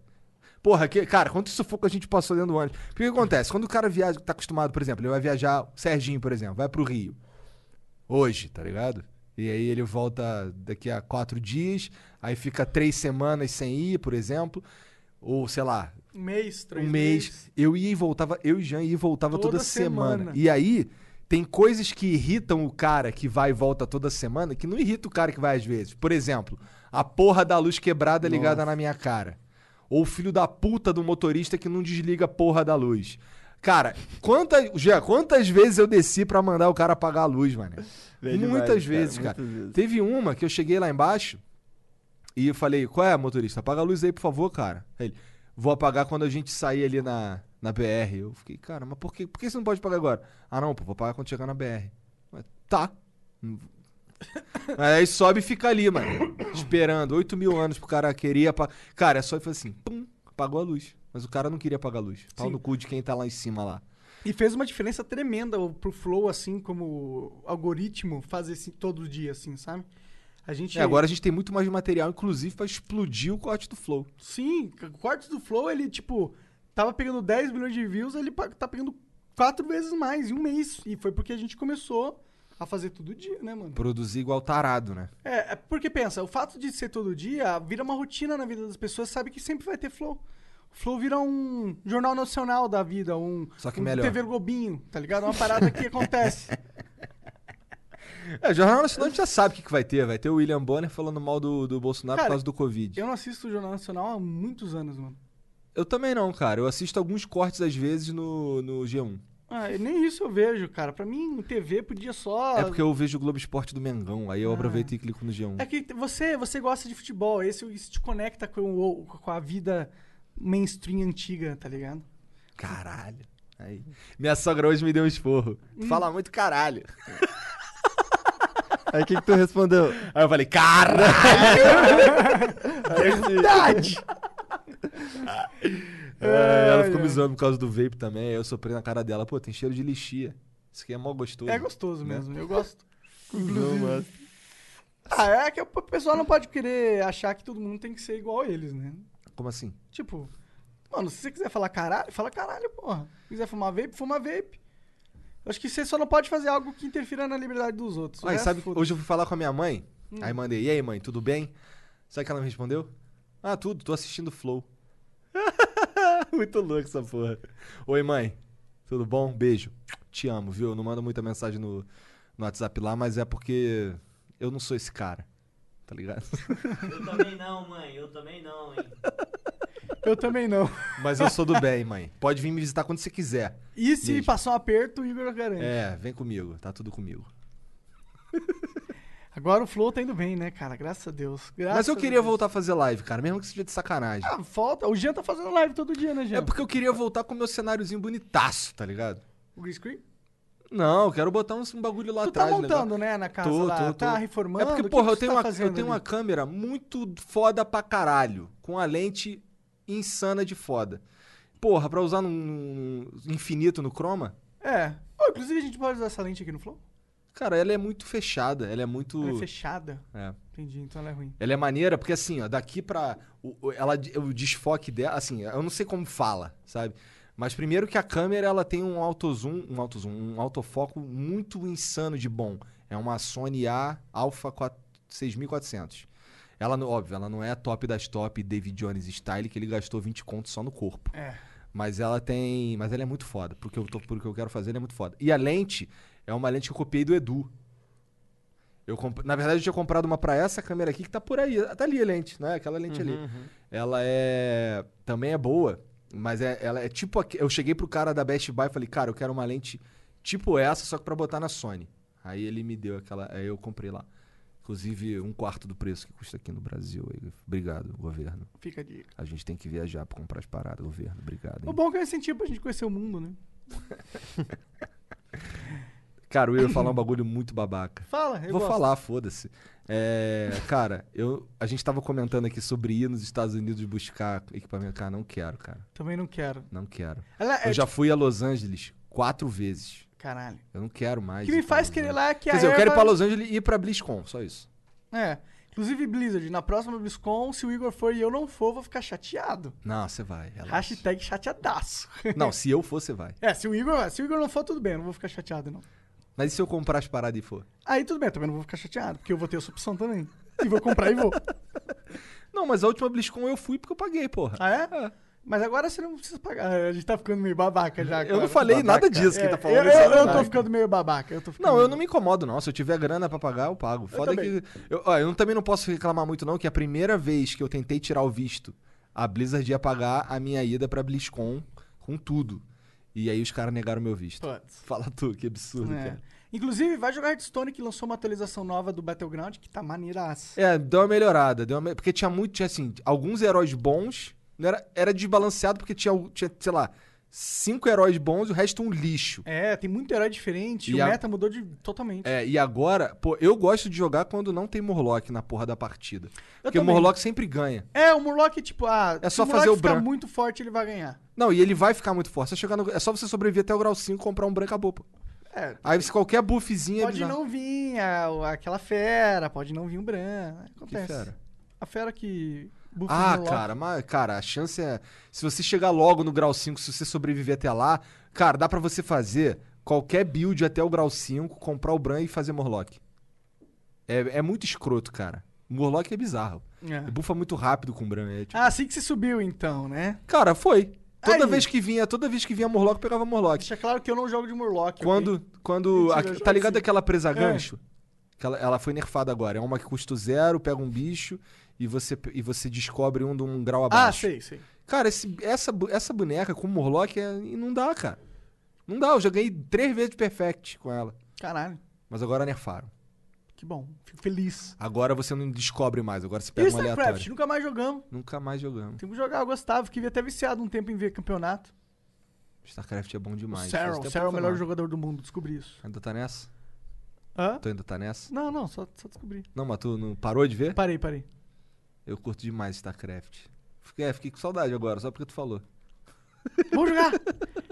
Speaker 2: Porra, que, cara, quanto sufoco a gente passou dentro do ônibus. Porque o que acontece? Quando o cara viaja, tá acostumado, por exemplo, ele vai viajar, Serginho, por exemplo, vai pro Rio. Hoje, tá ligado? E aí ele volta daqui a quatro dias, aí fica três semanas sem ir, por exemplo. Ou, sei lá,
Speaker 4: Um mês, três
Speaker 2: um mês.
Speaker 4: meses.
Speaker 2: Eu ia e voltava, eu e Jean ia e voltava toda,
Speaker 4: Toda
Speaker 2: semana.
Speaker 4: semana.
Speaker 2: E aí, tem coisas que irritam o cara que vai e volta toda semana que não irrita o cara que vai às vezes. Por exemplo, a porra da luz quebrada ligada na minha cara. Ou o filho da puta do motorista que não desliga a porra da luz. Cara, quantas, Jean, quantas vezes eu desci pra mandar o cara apagar a luz, mano?
Speaker 1: Velho
Speaker 2: muitas
Speaker 1: demais, cara,
Speaker 2: vezes, cara.
Speaker 1: muitas um vezes.
Speaker 2: Teve uma que eu cheguei lá embaixo E eu falei, qual é, motorista? Apaga a luz aí, por favor, cara. Aí ele, vou apagar quando a gente sair ali na, na BR. Eu fiquei, cara, mas por que, por que você não pode pagar agora? Ah, não, pô, vou apagar quando chegar na BR. Mas, tá. Aí sobe e fica ali, mano. Esperando. 8 mil anos pro cara queria apagar. Cara, é só e foi assim, pum, apagou a luz. Mas o cara não queria apagar a luz. Pau
Speaker 4: Sim.
Speaker 2: no cu de quem tá lá em cima lá.
Speaker 4: E fez uma diferença tremenda pro Flow, assim, como algoritmo fazer assim, todo dia, assim, sabe? A gente.
Speaker 2: E É, agora a gente tem muito mais material, inclusive, pra explodir o corte do Flow.
Speaker 4: Sim, cortes do Flow, ele, tipo, tava pegando 10 milhões de views, ele pa- tá pegando quatro vezes mais em um mês. E foi porque a gente começou a fazer todo dia, né, mano?
Speaker 2: Produzir igual tarado, né?
Speaker 4: É, é porque pensa, o fato de ser todo dia vira uma rotina na vida das pessoas, sabe que sempre vai ter flow. O flow vira um jornal nacional da vida, um,
Speaker 2: Só Ah, que
Speaker 4: um
Speaker 2: melhor.
Speaker 4: TV Globinho, tá ligado? Uma parada que acontece.
Speaker 2: É, Jornal Nacional a gente já sabe o que, que vai ter. Vai ter o William Bonner falando mal do, do Bolsonaro por
Speaker 4: Cara,
Speaker 2: causa do Covid. Eu...
Speaker 4: Eu não assisto o Jornal Nacional há muitos anos, mano.
Speaker 2: também não, cara. Eu assisto alguns cortes às vezes no, no G1.
Speaker 4: Ah, e nem isso eu vejo, cara. Pra mim, TV podia só.
Speaker 2: É porque eu vejo o Globo Esporte do Mengão. Aí eu aproveito e clico no G1.
Speaker 4: É que você, você gosta de futebol, esse, isso te conecta com, o- com a vida mainstream antiga, tá ligado?
Speaker 2: Caralho. Aí. Minha sogra hoje me deu um esporro.
Speaker 4: Hum.
Speaker 2: Tu Fala muito caralho.
Speaker 1: Aí o que, que tu respondeu?
Speaker 2: Aí eu falei, caralho!
Speaker 4: Verdade!
Speaker 2: É, ela ficou me zoando por causa do vape também. Aí eu soprei na cara dela. Pô, tem cheiro de lixia. Isso aqui é mó gostoso.
Speaker 4: É gostoso
Speaker 2: Né?
Speaker 4: mesmo, eu gosto.
Speaker 1: Não, mas...
Speaker 4: Ah, é que o pessoal não pode querer achar que todo mundo tem que ser igual a eles, né?
Speaker 2: Como assim?
Speaker 4: Tipo, mano, se você quiser falar caralho, fala caralho, porra. Se quiser fumar vape, fuma vape. Eu acho que você só não pode fazer algo que interfira na liberdade dos outros. O
Speaker 2: Aí,
Speaker 4: resto,
Speaker 2: sabe,
Speaker 4: foda-se.
Speaker 2: hoje eu fui falar com a minha mãe.
Speaker 4: Hum.
Speaker 2: Aí mandei, e aí, mãe, tudo bem? Sabe o que ela me respondeu? Ah, tudo, tô assistindo Flow. Muito louco essa porra. Oi, mãe. Tudo bom? Beijo. Te amo, viu? Eu não mando muita mensagem no, no WhatsApp lá, mas é porque eu não sou esse cara. Tá ligado?
Speaker 5: Eu também não, mãe. Eu também não, hein.
Speaker 4: Eu também não.
Speaker 2: Mas eu sou do bem, mãe. Pode vir me visitar quando você quiser.
Speaker 4: E se
Speaker 2: Beijo.
Speaker 4: passar um aperto, o Igor garante.
Speaker 2: É, vem comigo, tá tudo comigo.
Speaker 4: Agora o Flow tá indo bem, né, cara? Graças a Deus. Graças
Speaker 2: Mas eu
Speaker 4: a
Speaker 2: queria
Speaker 4: Deus.
Speaker 2: voltar a fazer live, cara, mesmo que seja de sacanagem.
Speaker 4: Ah, falta. O Jean tá fazendo live todo dia, né, Jean?
Speaker 2: É porque eu queria voltar com o meu cenáriozinho bonitaço, tá ligado?
Speaker 4: O green screen?
Speaker 2: Não, eu quero botar uns- um, bagulho lá
Speaker 4: tu tá
Speaker 2: atrás. um negócio.
Speaker 4: montando, né, na casa
Speaker 2: Tô,
Speaker 4: lá.
Speaker 2: tô, tô.
Speaker 4: Tá reformando.
Speaker 2: É porque,
Speaker 4: O que
Speaker 2: porra,
Speaker 4: que
Speaker 2: eu
Speaker 4: tu
Speaker 2: tenho,
Speaker 4: tá
Speaker 2: uma, eu
Speaker 4: fazendo
Speaker 2: tenho uma
Speaker 4: ali?
Speaker 2: câmera muito foda pra caralho. Com a lente insana de foda. Porra, pra usar num, num infinito no chroma,
Speaker 4: É. Ó, inclusive, a gente pode usar essa lente aqui no Flow?
Speaker 2: cara, ela é muito fechada. Ela é muito.
Speaker 4: Ela é fechada.
Speaker 2: É.
Speaker 4: Entendi, então ela é ruim.
Speaker 2: Ela é maneira, porque assim, ó, daqui pra. O, o- ela, o desfoque dela, assim, eu não sei como fala, sabe? Mas primeiro que a câmera ela tem um autozoom, um autozoom, um autofoco muito insano de bom. É uma Sony A Alpha 4- 6400. Ela, não- óbvio, ela não é a top das top David Jones style que ele gastou 20 contos só no corpo.
Speaker 4: É.
Speaker 2: Mas ela tem, mas ela é muito foda, porque eu tô, porque eu quero fazer, ela é muito foda. E a lente é uma lente que eu copiei do Edu, eu comp- Na verdade, eu tinha comprado uma pra essa câmera aqui que tá por aí. Tá ali a lente, né? Aquela lente ali.
Speaker 1: Uhum.
Speaker 2: Ela é. Também é boa, mas é, ela é tipo. aque- Eu cheguei pro cara da Best Buy e falei, cara, eu quero uma lente tipo essa, só que pra botar na Sony. Aí ele me deu aquela. Aí eu comprei lá. Inclusive, um quarto do preço que custa aqui no Brasil. Aí, Obrigado, governo.
Speaker 4: Fica a dica.
Speaker 2: A gente tem que viajar pra comprar as paradas, governo. Obrigado. hein?
Speaker 4: O bom é que é um incentivo pra gente conhecer o mundo, né?
Speaker 2: Cara, eu ia falar um bagulho muito babaca.
Speaker 4: Fala, eu
Speaker 2: Vou
Speaker 4: gosto.
Speaker 2: falar, foda-se. É, cara, eu, a gente tava comentando aqui sobre ir nos Estados Unidos buscar equipamento. Cara, não quero, cara.
Speaker 4: Também não quero.
Speaker 2: Não quero.
Speaker 4: Ela é
Speaker 2: Eu já fui a Los Angeles quatro vezes.
Speaker 4: tipo- Caralho.
Speaker 2: Eu não quero
Speaker 4: O
Speaker 2: mais.
Speaker 4: que
Speaker 2: ir
Speaker 4: me
Speaker 2: pra
Speaker 4: faz
Speaker 2: Los
Speaker 4: querer
Speaker 2: Angeles.
Speaker 4: lá é que
Speaker 2: né? Quer
Speaker 4: a
Speaker 2: dizer, eu quero ir
Speaker 4: erva-
Speaker 2: pra Los Angeles e ir pra BlizzCon, só isso.
Speaker 4: É. Inclusive, Blizzard, na próxima BlizzCon, se o Igor for e eu não for, eu vou ficar chateado.
Speaker 2: Não, você vai. relaxa.
Speaker 4: Hashtag chateadaço.
Speaker 2: Não, se eu for, você vai.
Speaker 4: É, se o Igor, se o Igor não for, tudo bem, eu não vou ficar chateado, não.
Speaker 2: Mas e se eu comprar as paradas e for?
Speaker 4: Aí tudo bem, eu também não vou ficar chateado, porque eu vou ter essa opção também. E vou comprar e vou.
Speaker 2: Não, mas a última BlizzCon eu fui porque eu paguei, porra.
Speaker 4: Ah, é? Mas agora você não precisa pagar. A gente tá ficando meio babaca já.
Speaker 2: eu não
Speaker 4: agora.
Speaker 2: falei nada disso que
Speaker 4: É,
Speaker 2: tá falando.
Speaker 4: eu,
Speaker 2: isso é
Speaker 4: eu, eu tô
Speaker 2: verdade.
Speaker 4: ficando meio babaca. Eu tô ficando
Speaker 2: Não, eu
Speaker 4: meio-
Speaker 2: não me incomodo, não. Se eu tiver grana pra pagar, eu pago. Foda
Speaker 4: Tipo, também.
Speaker 2: que. Eu, ó, eu também não posso reclamar muito, não, que a primeira vez que eu tentei tirar o visto, a Blizzard ia pagar a minha ida pra BlizzCon com tudo. E aí os caras negaram meu visto.
Speaker 4: Putz.
Speaker 2: Fala tu, que absurdo,
Speaker 4: É.
Speaker 2: cara.
Speaker 4: Inclusive, vai jogar Hearthstone, que lançou uma atualização nova do Battleground, que tá maneiraça.
Speaker 2: É, deu uma melhorada. Deu uma me- Porque tinha muito, tinha assim, alguns heróis bons. Não era, era desbalanceado porque tinha, o- tinha, sei lá, cinco heróis bons e o resto um lixo.
Speaker 4: É, tem muito herói diferente,
Speaker 2: E
Speaker 4: o
Speaker 2: a-
Speaker 4: meta mudou de... totalmente.
Speaker 2: É, e agora, pô, eu gosto de jogar quando não tem Morlock na porra da partida. porque o
Speaker 4: também.
Speaker 2: Morlock sempre ganha.
Speaker 4: É, o Murloc, tipo, ah,
Speaker 2: É
Speaker 4: se
Speaker 2: só
Speaker 4: o Murloc
Speaker 2: fazer o
Speaker 4: ficar
Speaker 2: branco.
Speaker 4: muito forte, ele vai ganhar.
Speaker 2: Não, e ele vai ficar muito forte. Só chegar no- É só você sobreviver até o grau 5 e comprar um branco acabou, pô.
Speaker 4: É,
Speaker 2: Aí você qualquer buffzinha.
Speaker 4: pode
Speaker 2: é bizarro.
Speaker 4: não vir a- aquela fera, pode não vir um Bran,
Speaker 2: Que
Speaker 4: acontece.
Speaker 2: fera.
Speaker 4: A fera que... bufa o
Speaker 2: Ah,
Speaker 4: Murloc.
Speaker 2: cara, mas, cara, a chance é. Se você chegar logo no grau 5, se você sobreviver até lá, cara, dá pra você fazer qualquer build até o grau 5, comprar o Bran e fazer Morlock. É, é muito escroto, cara. Morlock é bizarro.
Speaker 4: É.
Speaker 2: Ele bufa muito rápido com o Bran. é tipo-
Speaker 4: Ah, assim que você subiu, então, né?
Speaker 2: Cara, foi. Toda
Speaker 4: Aí.
Speaker 2: vez que vinha, toda vez que vinha Morlock, pegava Morlock.
Speaker 4: Deixa claro que eu não jogo de Murloc.
Speaker 2: Quando. Quando.
Speaker 4: É Mentira,
Speaker 2: a-
Speaker 4: eu jogo
Speaker 2: tá ligado
Speaker 4: sim.
Speaker 2: aquela presa
Speaker 4: É.
Speaker 2: gancho? Que ela, ela foi nerfada agora. É uma que custa zero, pega um bicho e você, e você descobre um de um grau abaixo.
Speaker 4: Ah, sei, sei.
Speaker 2: Cara, esse- essa, bu- essa boneca com o Morlock é, e não dá, cara. Não dá, eu já ganhei três vezes Perfect com ela.
Speaker 4: Caralho,
Speaker 2: Mas agora nerfaram.
Speaker 4: que bom. Fico feliz.
Speaker 2: Agora você não descobre mais, agora você
Speaker 4: E
Speaker 2: pega
Speaker 4: o
Speaker 2: uma
Speaker 4: StarCraft?
Speaker 2: aleatória.
Speaker 4: Nunca mais jogamos.
Speaker 2: Nunca mais jogamos.
Speaker 4: Tem que jogar, eu gostava. Fiquei até viciado um tempo em ver campeonato.
Speaker 2: StarCraft é bom demais. Faz
Speaker 4: o Sarah,
Speaker 2: tempo
Speaker 4: o Sarah é o
Speaker 2: que eu
Speaker 4: melhor
Speaker 2: não-
Speaker 4: jogador do mundo, descobri isso.
Speaker 2: Ainda tá nessa?
Speaker 4: Hã?
Speaker 2: Tu ainda tá nessa?
Speaker 4: Não, não, só, só descobri.
Speaker 2: Não, mas tu não parou de ver?
Speaker 4: Parei, parei.
Speaker 2: Eu curto demais StarCraft. Fiquei, é, fiquei com saudade agora, só porque tu falou.
Speaker 4: Vamos jogar!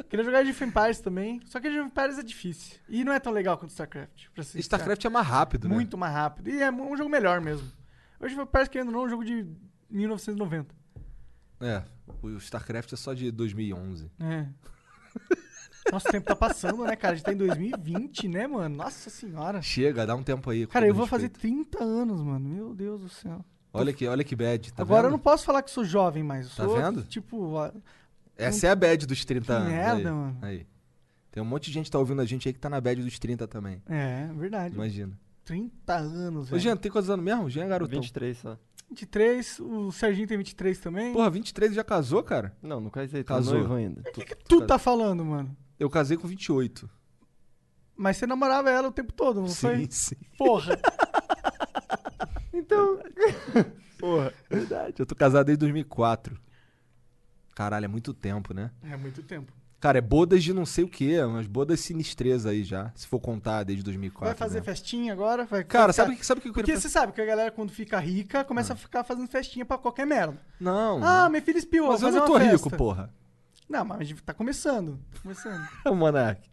Speaker 4: Queria jogar Age of Empires também, só que Age of Empires é difícil. E não é tão legal quanto StarCraft. Pra ser
Speaker 2: StarCraft é mais rápido,
Speaker 4: sincero.
Speaker 2: né?
Speaker 4: muito mais rápido. E é um jogo melhor mesmo. Hoje of Empires, querendo ou não, é um jogo de 1990.
Speaker 2: É, o StarCraft é só de 2011.
Speaker 4: É. Nossa, o tempo tá passando, né, cara? A gente tá em 2020, né, mano? Nossa senhora.
Speaker 2: Chega, dá um tempo aí. com
Speaker 4: Cara,
Speaker 2: todo
Speaker 4: eu vou fazer
Speaker 2: respeito.
Speaker 4: 30 anos, mano. Meu Deus do céu.
Speaker 2: Olha que, olha que bad, tá
Speaker 4: Agora eu
Speaker 2: vendo?
Speaker 4: não posso falar que sou jovem mais. Eu
Speaker 2: Tá
Speaker 4: sou,
Speaker 2: vendo?
Speaker 4: Tipo, a-
Speaker 2: Essa é a bad dos 30
Speaker 4: Que
Speaker 2: anos. aí.
Speaker 4: merda, mano.
Speaker 2: Aí. Tem um monte de gente que tá ouvindo a gente aí que tá na bad dos 30 também.
Speaker 4: é, verdade.
Speaker 2: Imagina.
Speaker 4: 30 anos,
Speaker 2: Ô,
Speaker 4: velho.
Speaker 2: Jean, tem quantos anos mesmo? Jean é garotão.
Speaker 1: 23 só.
Speaker 4: 23, o Serginho tem 23 também.
Speaker 2: Porra, 23 e já casou, cara?
Speaker 1: Não, não casei, tô
Speaker 2: Casou.
Speaker 1: noivo ainda.
Speaker 4: o que, que tu tá falando, mano?
Speaker 2: Eu casei com 28.
Speaker 4: Mas você namorava ela o tempo todo, não
Speaker 2: sim,
Speaker 4: foi?
Speaker 2: sim.
Speaker 4: Porra.
Speaker 1: Então,
Speaker 2: Porra, verdade. Eu tô casado desde 2004. Caralho, é muito tempo, né?
Speaker 4: É muito tempo.
Speaker 2: Cara, é bodas de não sei o quê, umas bodas sinistreza aí já, se for contar desde 2004.
Speaker 4: vai fazer
Speaker 2: né?
Speaker 4: festinha agora? Vai
Speaker 2: Cara,
Speaker 4: vai
Speaker 2: sabe o
Speaker 4: ficar-
Speaker 2: que, sabe o que eu queria Ah.
Speaker 4: Porque
Speaker 2: fazer?
Speaker 4: você sabe que a galera, quando fica rica, começa a ficar fazendo festinha pra qualquer merda.
Speaker 2: Não.
Speaker 4: Ah,
Speaker 2: não.
Speaker 4: meu filho espiou,
Speaker 2: mas
Speaker 4: vou
Speaker 2: eu
Speaker 4: fazer
Speaker 2: não tô
Speaker 4: uma
Speaker 2: rico,
Speaker 4: festa.
Speaker 2: porra.
Speaker 4: Não, mas tá começando. tá começando.
Speaker 2: Ô, Monark.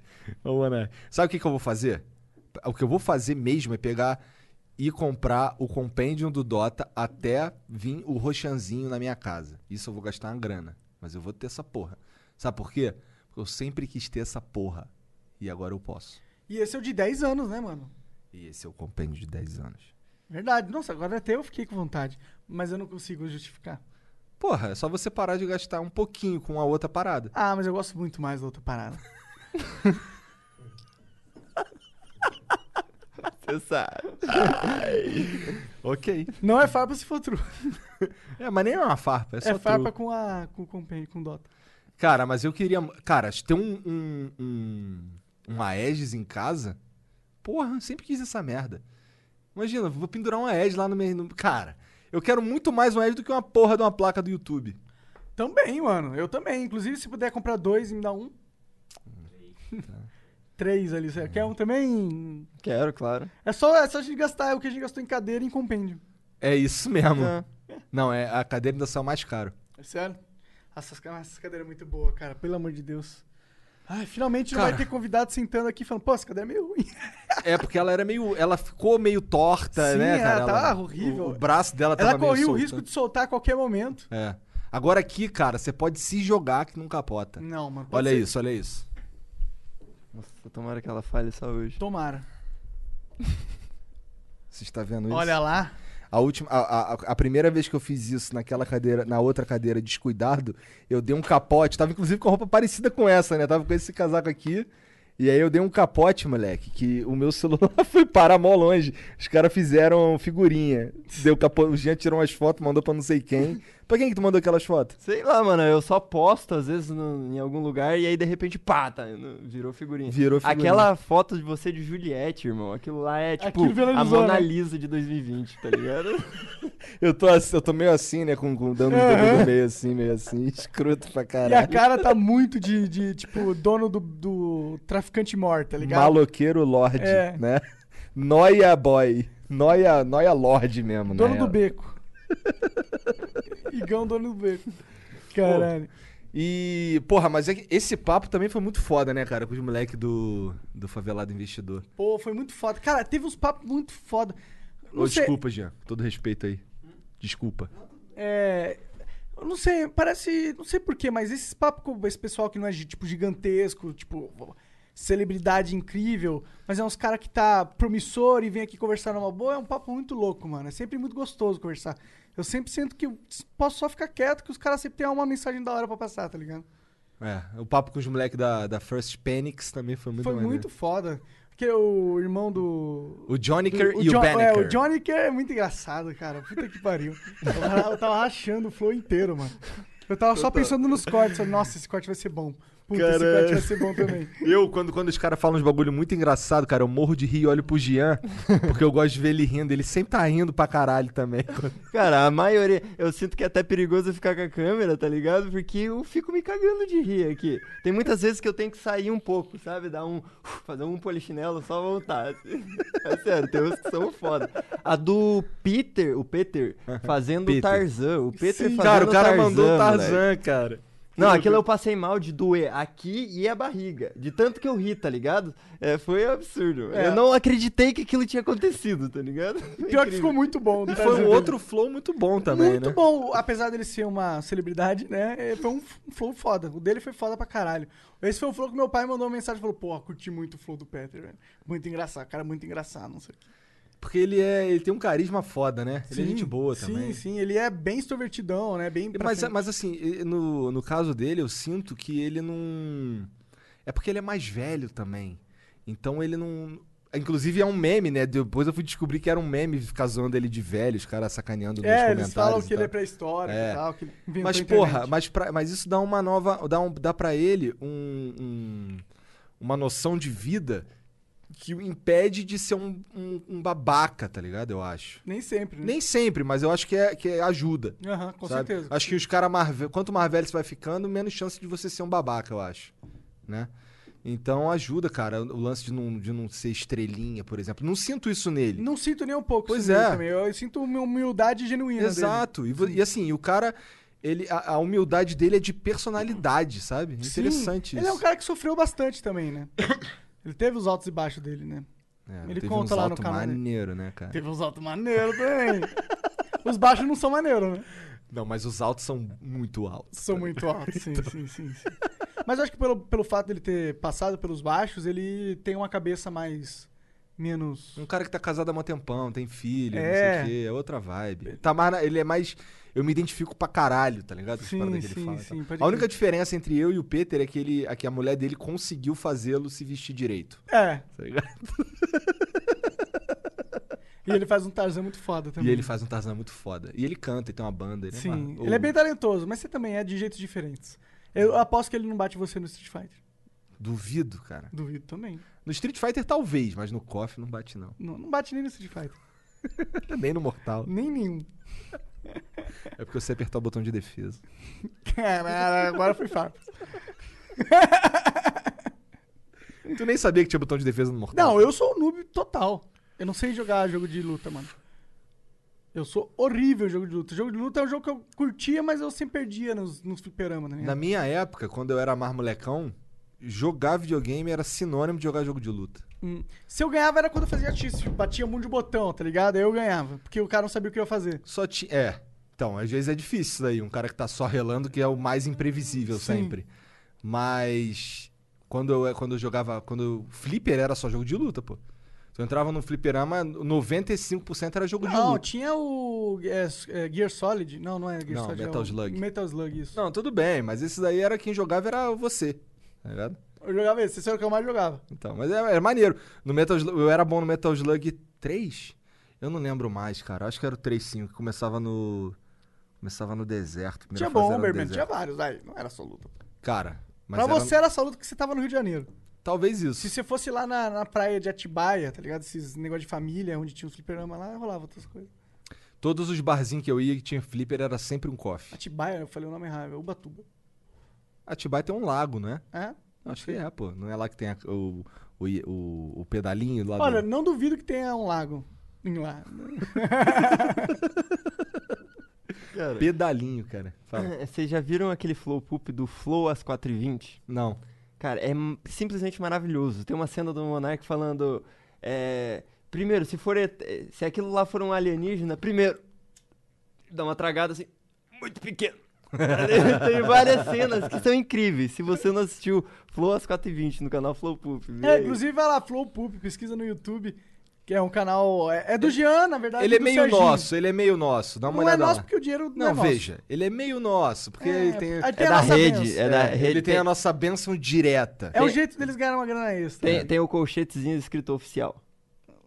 Speaker 2: Ô, Monark. Sabe o que, que eu vou fazer? O que eu vou fazer mesmo é pegar e comprar o Compendium do Dota até vir o Roxanzinho na minha casa. Isso eu vou gastar uma grana. Mas eu vou ter essa porra. Sabe por quê? Porque eu sempre quis ter essa porra. E agora eu posso.
Speaker 4: E esse é o de 10 anos, né, mano?
Speaker 2: E esse é o Compendium de 10 anos.
Speaker 4: Verdade. Nossa, agora até eu fiquei com vontade. Mas eu não consigo justificar.
Speaker 2: Porra, é só você parar de gastar um pouquinho com a outra parada.
Speaker 4: Ah, mas eu gosto muito mais da outra parada.
Speaker 1: você sabe.
Speaker 2: Ok.
Speaker 4: Não é farpa se for true.
Speaker 2: É, mas nem é uma farpa, é só
Speaker 4: É, farpa
Speaker 2: truco.
Speaker 4: com a com, com, com Dota.
Speaker 2: Cara, mas eu queria. Cara, ter um. um, um uma Aegis em casa. Porra, eu sempre quis essa merda. Imagina, vou pendurar uma Aegis lá no meu. no- Cara, eu quero muito mais uma Aegis do que uma porra de uma placa do YouTube.
Speaker 4: Também, mano. Eu também. Inclusive, se puder comprar dois e me dar um. Três ali. Você quer um também?
Speaker 1: Quero, claro.
Speaker 4: É só, é só a gente gastar o que a gente gastou em cadeira e em compêndio.
Speaker 2: É isso mesmo.
Speaker 1: É.
Speaker 2: Não, é a cadeira ainda saiu mais caro.
Speaker 4: É sério? Essas, ca- essas cadeiras é muito boa, cara. Pelo amor de Deus. Ai, finalmente não
Speaker 2: Cara.
Speaker 4: vai ter convidado sentando aqui falando, pô, essa cadeira é meio ruim.
Speaker 2: É porque ela era meio. Ela ficou meio torta,
Speaker 4: Sim,
Speaker 2: né,
Speaker 4: ela
Speaker 2: cara?
Speaker 4: tava horrível.
Speaker 2: O, o braço dela tava
Speaker 4: Ela
Speaker 2: meio
Speaker 4: corria o
Speaker 2: solto.
Speaker 4: risco de soltar a qualquer momento.
Speaker 2: É. Agora aqui, cara, você pode se jogar que não capota.
Speaker 4: Não, mano. Hum, pode
Speaker 2: Tá. olha
Speaker 4: ser.
Speaker 2: isso, olha isso.
Speaker 1: Nossa, tomara que ela falhe só hoje.
Speaker 4: Tomara.
Speaker 2: Você está vendo isso?
Speaker 4: Olha lá.
Speaker 2: A, última, a, a, a primeira vez que eu fiz isso naquela cadeira, na outra cadeira descuidado, eu dei um capote. Tava inclusive com roupa parecida com essa, né? Tava com esse casaco aqui. E aí eu dei um capote, moleque, que o meu celular foi parar mó longe. Os caras fizeram figurinha. Deu capo... O Jean tirou umas fotos, mandou pra não sei quem. Pra quem que tu mandou aquelas fotos?
Speaker 1: Sei lá, mano, eu só posto às vezes no- em algum lugar e aí de repente, pá, tá, no- virou figurinha.
Speaker 2: Virou figurinha.
Speaker 1: Aquela foto de você de Juliette, irmão, aquilo lá é tipo
Speaker 4: Aquilo viralizou,
Speaker 1: a Mona
Speaker 4: né?
Speaker 1: Lisa de 2020, tá ligado?
Speaker 2: Eu tô, assim- eu tô meio assim, né? Com, com dando um dedo meio assim, meio assim, escroto pra
Speaker 4: E a
Speaker 2: caralho.
Speaker 4: cara tá muito de, de, tipo, dono do, do traficante morto, tá ligado?
Speaker 2: Maloqueiro Lorde,
Speaker 4: É.
Speaker 2: né? Noia Boy. Noia, noia Lorde mesmo,
Speaker 4: Dono
Speaker 2: né?
Speaker 4: do beco. Igão, dono do beco. Caralho.
Speaker 2: E, porra, mas é que esse papo também foi muito foda, né, cara? Com os moleques do, do Favelado Investidor.
Speaker 4: Pô, foi muito foda. Cara, teve uns papos muito foda. Não
Speaker 2: Ô,
Speaker 4: sei-
Speaker 2: desculpa, Jean. Todo respeito aí. Desculpa.
Speaker 4: É. Eu não sei, parece. Não sei porquê, mas esses papos com esse pessoal que não é gi- tipo gigantesco, tipo. Celebridade incrível, mas é uns cara que tá promissor e vem aqui conversar numa boa, é um papo muito louco, mano. É sempre muito gostoso conversar. Eu sempre sinto que eu posso só ficar quieto, que os caras sempre têm uma mensagem da hora pra passar, tá ligado?
Speaker 2: É, o papo com os moleques da, da First Panics também foi muito
Speaker 4: Foi
Speaker 2: maneiro.
Speaker 4: muito foda. Porque o irmão do.
Speaker 2: O Johnniker
Speaker 4: do-
Speaker 2: e o,
Speaker 4: Jo-
Speaker 2: Banneker.
Speaker 4: É, o Johnny Kerr é muito engraçado, cara. Puta que pariu. Eu tava, eu tava rachando o flow inteiro, mano. Eu tava só pensando nos cortes. falei, Nossa, esse corte vai ser bom. Puta, esse
Speaker 2: Caralho.
Speaker 4: corte vai ser bom também.
Speaker 2: Eu, quando, quando os caras falam uns bagulho muito engraçado, cara, eu morro de rir e olho pro Jean, porque eu gosto de ver ele rindo. Ele sempre tá rindo pra caralho também.
Speaker 1: Cara, a maioria. Eu sinto que é até perigoso eu ficar com a câmera, tá ligado? Porque eu fico me cagando de rir aqui. Tem muitas vezes que eu tenho que sair um pouco, sabe? Dar um. Fazer um polichinelo só voltar. assim. É sério, tem uns que são foda. A do Peter, o Peter, fazendo
Speaker 2: Peter.
Speaker 1: o Tarzan. O Peter fazendo
Speaker 2: Cara, o cara mandou o
Speaker 1: moleque.
Speaker 2: Tarzan, cara.
Speaker 1: Não, aquilo eu passei mal de doer aqui e a barriga. De tanto que eu ri, tá ligado? É, foi absurdo.
Speaker 4: É.
Speaker 1: Eu não acreditei que aquilo tinha acontecido, tá ligado?
Speaker 4: Pior que ficou muito bom.
Speaker 2: E foi um outro flow muito bom também,
Speaker 4: muito
Speaker 2: né?
Speaker 4: bom, apesar dele ser uma celebridade, né? é, Foi um f- um flow foda. O dele foi foda pra caralho. Esse foi o flow que meu pai mandou uma mensagem e falou: Pô, curti muito o flow do Peter, velho. Muito engraçado, cara, muito engraçado, não sei o quê.
Speaker 2: Porque ele é. Ele tem um carisma foda, né? ele é
Speaker 4: Sim,
Speaker 2: gente boa também.
Speaker 4: Sim, sim, ele é bem extrovertidão, né? Bem pra
Speaker 2: Mas,
Speaker 4: frente.
Speaker 2: mas assim, e- no, no caso dele, eu sinto que ele não. É porque ele é mais velho também. Então ele não. Inclusive é um meme, né? Depois eu fui descobrir que era um meme ficar zoando ele de velho, os caras sacaneando nos
Speaker 4: É,
Speaker 2: comentários.
Speaker 4: eles falam
Speaker 2: e
Speaker 4: que ele é
Speaker 2: tal.
Speaker 4: pré-histórico
Speaker 2: É.
Speaker 4: e tal. Que ele inventou
Speaker 2: Mas,
Speaker 4: a internet.
Speaker 2: porra, mas, pra- mas isso dá uma nova. Dá, um, dá pra ele um, um- uma noção de vida que o impede de ser um, um- um babaca, tá ligado? Eu acho.
Speaker 4: Nem sempre, né?
Speaker 2: Nem sempre, mas eu acho que, é, que é- ajuda.
Speaker 4: Aham, com
Speaker 2: sabe?
Speaker 4: certeza.
Speaker 2: Acho que os caras mais ve- quanto mais velho você vai ficando, menos chance de você ser um babaca, eu acho, né? Então ajuda, cara, o lance de não, de não ser estrelinha, por exemplo. Não sinto isso nele.
Speaker 4: Não sinto nem um pouco
Speaker 2: Pois
Speaker 4: isso nele
Speaker 2: é.
Speaker 4: também. Eu sinto uma humildade genuína dele.
Speaker 2: Exato. E, vo- e assim, o cara, ele, a, a humildade dele é de personalidade, sabe?
Speaker 4: Sim,
Speaker 2: Interessante
Speaker 4: Ele
Speaker 2: isso.
Speaker 4: é um cara que sofreu bastante também, né? ele teve os altos e baixos dele, né?
Speaker 2: É,
Speaker 4: ele
Speaker 2: teve
Speaker 4: conta
Speaker 2: uns
Speaker 4: lá no
Speaker 2: alto
Speaker 4: canal dele.
Speaker 2: maneiro, né, cara?
Speaker 4: Teve os altos maneiros também. os baixos não são maneiros, né?
Speaker 2: Não, mas os altos são muito altos.
Speaker 4: São muito altos,
Speaker 2: Então.
Speaker 4: sim, sim, sim, sim. Mas eu acho que pelo, pelo fato dele ter passado pelos baixos, ele tem uma cabeça mais... Menos...
Speaker 2: Um cara que tá casado há um tempão, tem filho,
Speaker 4: É.
Speaker 2: não sei o quê, é outra vibe. Tá mais na- ele é mais. Eu me identifico pra caralho, tá ligado? Com as
Speaker 4: Sim,
Speaker 2: paradas que ele
Speaker 4: sim,
Speaker 2: fala e
Speaker 4: sim,
Speaker 2: tal.
Speaker 4: pode
Speaker 2: A
Speaker 4: crer.
Speaker 2: única diferença entre eu e o Peter é que, ele, é que a mulher dele conseguiu fazê-lo se vestir direito.
Speaker 4: É,
Speaker 2: Tá ligado?
Speaker 4: e ele faz um Tarzan muito foda também.
Speaker 2: E ele faz um Tarzan muito foda. E ele canta, ele tem uma banda. Ele é,
Speaker 4: Sim,
Speaker 2: uma-
Speaker 4: ele é
Speaker 2: o-
Speaker 4: bem talentoso, mas você também é de jeitos diferentes. Eu aposto que ele não bate você no Street Fighter.
Speaker 2: Duvido, cara.
Speaker 4: Duvido também.
Speaker 2: No Street Fighter talvez, mas no KOF não bate, não.
Speaker 4: Não, não bate nem no Street Fighter.
Speaker 2: Nem no Mortal.
Speaker 4: Nem nenhum.
Speaker 2: É porque você apertar o botão de defesa.
Speaker 4: Caralho, agora foi fácil.
Speaker 2: Tu nem sabia que tinha botão de defesa no Mortal.
Speaker 4: Não, eu sou um noob total. Eu não sei jogar jogo de luta, mano. Eu sou horrível em jogo de luta. Jogo de luta é um jogo que eu curtia, mas eu sempre perdia nos, nos fliperamas, né?
Speaker 2: Na minha época, quando eu era mais molecão, jogar videogame era sinônimo de jogar jogo de luta.
Speaker 4: Hum. Se eu ganhava era quando eu fazia X, batia um monte de botão, tá ligado? Aí eu ganhava, porque o cara não sabia o que eu ia fazer.
Speaker 2: Só tinha. É. Então, às vezes é difícil isso daí. Um cara que tá só relando, que é o mais imprevisível
Speaker 4: Sim.
Speaker 2: sempre. Mas. Quando eu, quando eu jogava. Quando eu, Flipper era só jogo de luta, pô. Tu entrava no fliperama, 95% era jogo de
Speaker 4: Não,
Speaker 2: luta.
Speaker 4: tinha o é, é, Gear Solid. Não, não é Gear
Speaker 2: Não,
Speaker 4: Solid. é
Speaker 2: Metal
Speaker 4: o
Speaker 2: Slug.
Speaker 4: Metal Slug, isso.
Speaker 2: Não, tudo bem, mas esse daí era quem jogava era você. Tá ligado?
Speaker 4: Eu jogava esse, esse era o que eu mais jogava.
Speaker 2: Então, mas era, era maneiro. No Metal Slug, eu era bom no Metal Slug 3? Eu não lembro mais, cara. Acho que era o 3.5, que começava no. Começava no deserto. primeira
Speaker 4: Tinha
Speaker 2: fase era no
Speaker 4: Bomberman, tinha
Speaker 2: deserto.
Speaker 4: vários. Aí, não era só luta.
Speaker 2: Cara, mas
Speaker 4: pra
Speaker 2: era-
Speaker 4: você era só luta que você tava no Rio de Janeiro.
Speaker 2: Talvez isso.
Speaker 4: Se você fosse lá na, na praia de Atibaia, tá ligado? Esses negócio de família, onde tinha um fliperama lá, rolava outras coisas.
Speaker 2: Todos os barzinhos que eu ia que tinha flipper era sempre um coffee.
Speaker 4: Atibaia, eu falei o nome errado, é Ubatuba.
Speaker 2: Atibaia tem um lago, né?
Speaker 4: É?
Speaker 2: Acho que é, pô. Não é lá que tem a- o, o, o, o pedalinho lá
Speaker 4: Olha,
Speaker 2: do...
Speaker 4: não duvido que tenha um lago em lá.
Speaker 1: Cara,
Speaker 2: Pedalinho, cara. Fala.
Speaker 1: vocês já viram aquele flow poop do Flow às 4h20?
Speaker 2: Não.
Speaker 1: Cara, é m- simplesmente maravilhoso. Tem uma cena do Monark falando. é, primeiro, se for. et- eh, Se aquilo lá for um alienígena, primeiro. Dá uma tragada assim. Muito pequeno. Tem várias cenas que são incríveis. Se você não assistiu Flow às 4h20 no canal Flow Puff. vê
Speaker 4: É,
Speaker 1: aí.
Speaker 4: inclusive vai lá, Flow Poop, pesquisa no YouTube, que é um canal. É, é do Jean, na verdade.
Speaker 2: Ele é
Speaker 4: do
Speaker 2: meio
Speaker 4: Serginho.
Speaker 2: nosso, ele é meio nosso. Dá uma
Speaker 4: Não é
Speaker 2: olhada
Speaker 4: nosso
Speaker 2: lá.
Speaker 4: porque o dinheiro não, é
Speaker 2: Não,
Speaker 4: nosso.
Speaker 2: veja. Ele é meio nosso, porque
Speaker 4: É,
Speaker 2: ele tem...
Speaker 4: aí
Speaker 1: É
Speaker 4: a
Speaker 1: da
Speaker 4: nossa
Speaker 1: rede.
Speaker 4: benção.
Speaker 1: É da
Speaker 2: É,
Speaker 1: rede.
Speaker 2: ele tem
Speaker 1: tem-
Speaker 2: a nossa bênção direta.
Speaker 4: É o
Speaker 1: Tem-
Speaker 4: jeito deles ganharem uma grana é extra.
Speaker 2: é.
Speaker 1: Tem, tem o colchetezinho escrito oficial.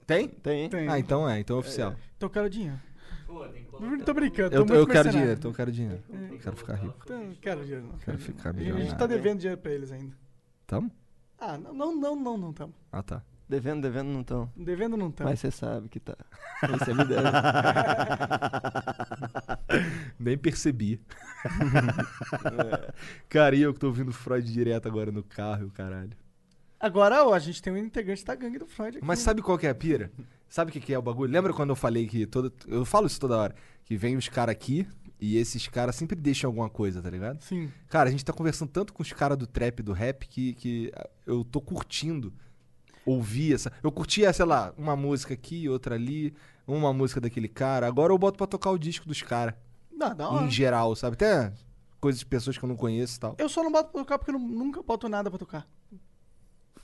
Speaker 2: Tem?
Speaker 1: Tem?
Speaker 4: Tem.
Speaker 2: Ah, então é, então é oficial.
Speaker 4: Então eu quero dinheiro.
Speaker 5: Pô, tem que colocar.
Speaker 4: Não tô brincando, tô
Speaker 2: Eu,
Speaker 4: muito É.
Speaker 2: eu quero
Speaker 4: mercenário.
Speaker 2: dinheiro, então eu quero dinheiro. Eu quero ficar rico,
Speaker 4: Não quero dinheiro, não.
Speaker 2: quero ficar
Speaker 4: A
Speaker 2: milionário.
Speaker 4: gente tá devendo dinheiro pra eles ainda.
Speaker 2: Tamo?
Speaker 4: Ah, não, não, não, não, não tamo.
Speaker 2: Ah, tá.
Speaker 1: Devendo, devendo, não estão.
Speaker 4: Devendo não tamo.
Speaker 1: Mas você sabe que tá. Você me deve.
Speaker 2: Nem percebi. É. Cara, e eu que tô ouvindo Freud direto agora no carro, e o caralho.
Speaker 4: Agora, ó, a gente tem um integrante da gangue do Freud aqui.
Speaker 2: Mas sabe qual que é a pira? Sabe o que, que é o bagulho? Lembra quando eu falei que toda. Eu falo isso toda hora. Que vem os caras aqui e esses caras sempre deixam alguma coisa, tá ligado?
Speaker 4: Sim.
Speaker 2: Cara, a gente tá conversando tanto com os caras do trap e do rap que, que ah, eu tô curtindo ouvir essa. Eu curtia, sei lá, uma música aqui, outra ali, uma música daquele cara. Agora eu boto pra tocar o disco dos caras,
Speaker 4: Não, da hora.
Speaker 2: em geral, sabe? Até coisas de pessoas que eu não conheço e tal.
Speaker 4: Eu só não boto pra tocar porque eu nu- nunca boto nada pra tocar.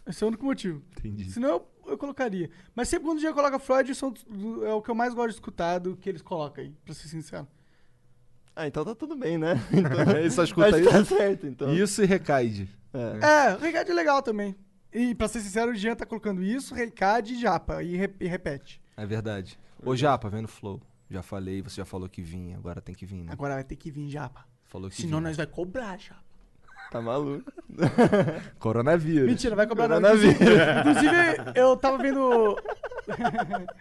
Speaker 4: Esse é o único motivo.
Speaker 2: Entendi.
Speaker 4: Senão eu, eu colocaria. Mas sempre quando o dia coloca Freud, são, do- é o que eu mais gosto de escutar do que eles colocam aí, pra ser sincero.
Speaker 1: Ah, então tá tudo bem, né? Então,
Speaker 2: Ele só escuta
Speaker 1: acho
Speaker 2: isso.
Speaker 1: que tá certo, então.
Speaker 2: Isso e recaide.
Speaker 1: É.
Speaker 4: É, o Reicad é legal também. E pra ser sincero, o Jean tá colocando isso, Reicad e Japa. E, re- e repete.
Speaker 2: É verdade. Ô, Japa, vendo Flow. Já falei, você já falou que vinha, agora tem que vir, né?
Speaker 4: Agora vai ter que vir Japa.
Speaker 2: Falou que
Speaker 4: Senão
Speaker 2: vinha.
Speaker 4: nós vai cobrar Japa.
Speaker 1: Tá maluco.
Speaker 2: Coronavírus.
Speaker 4: Mentira, vai cobrar nada.
Speaker 1: Coronavírus.
Speaker 4: Inclusive, eu tava vendo.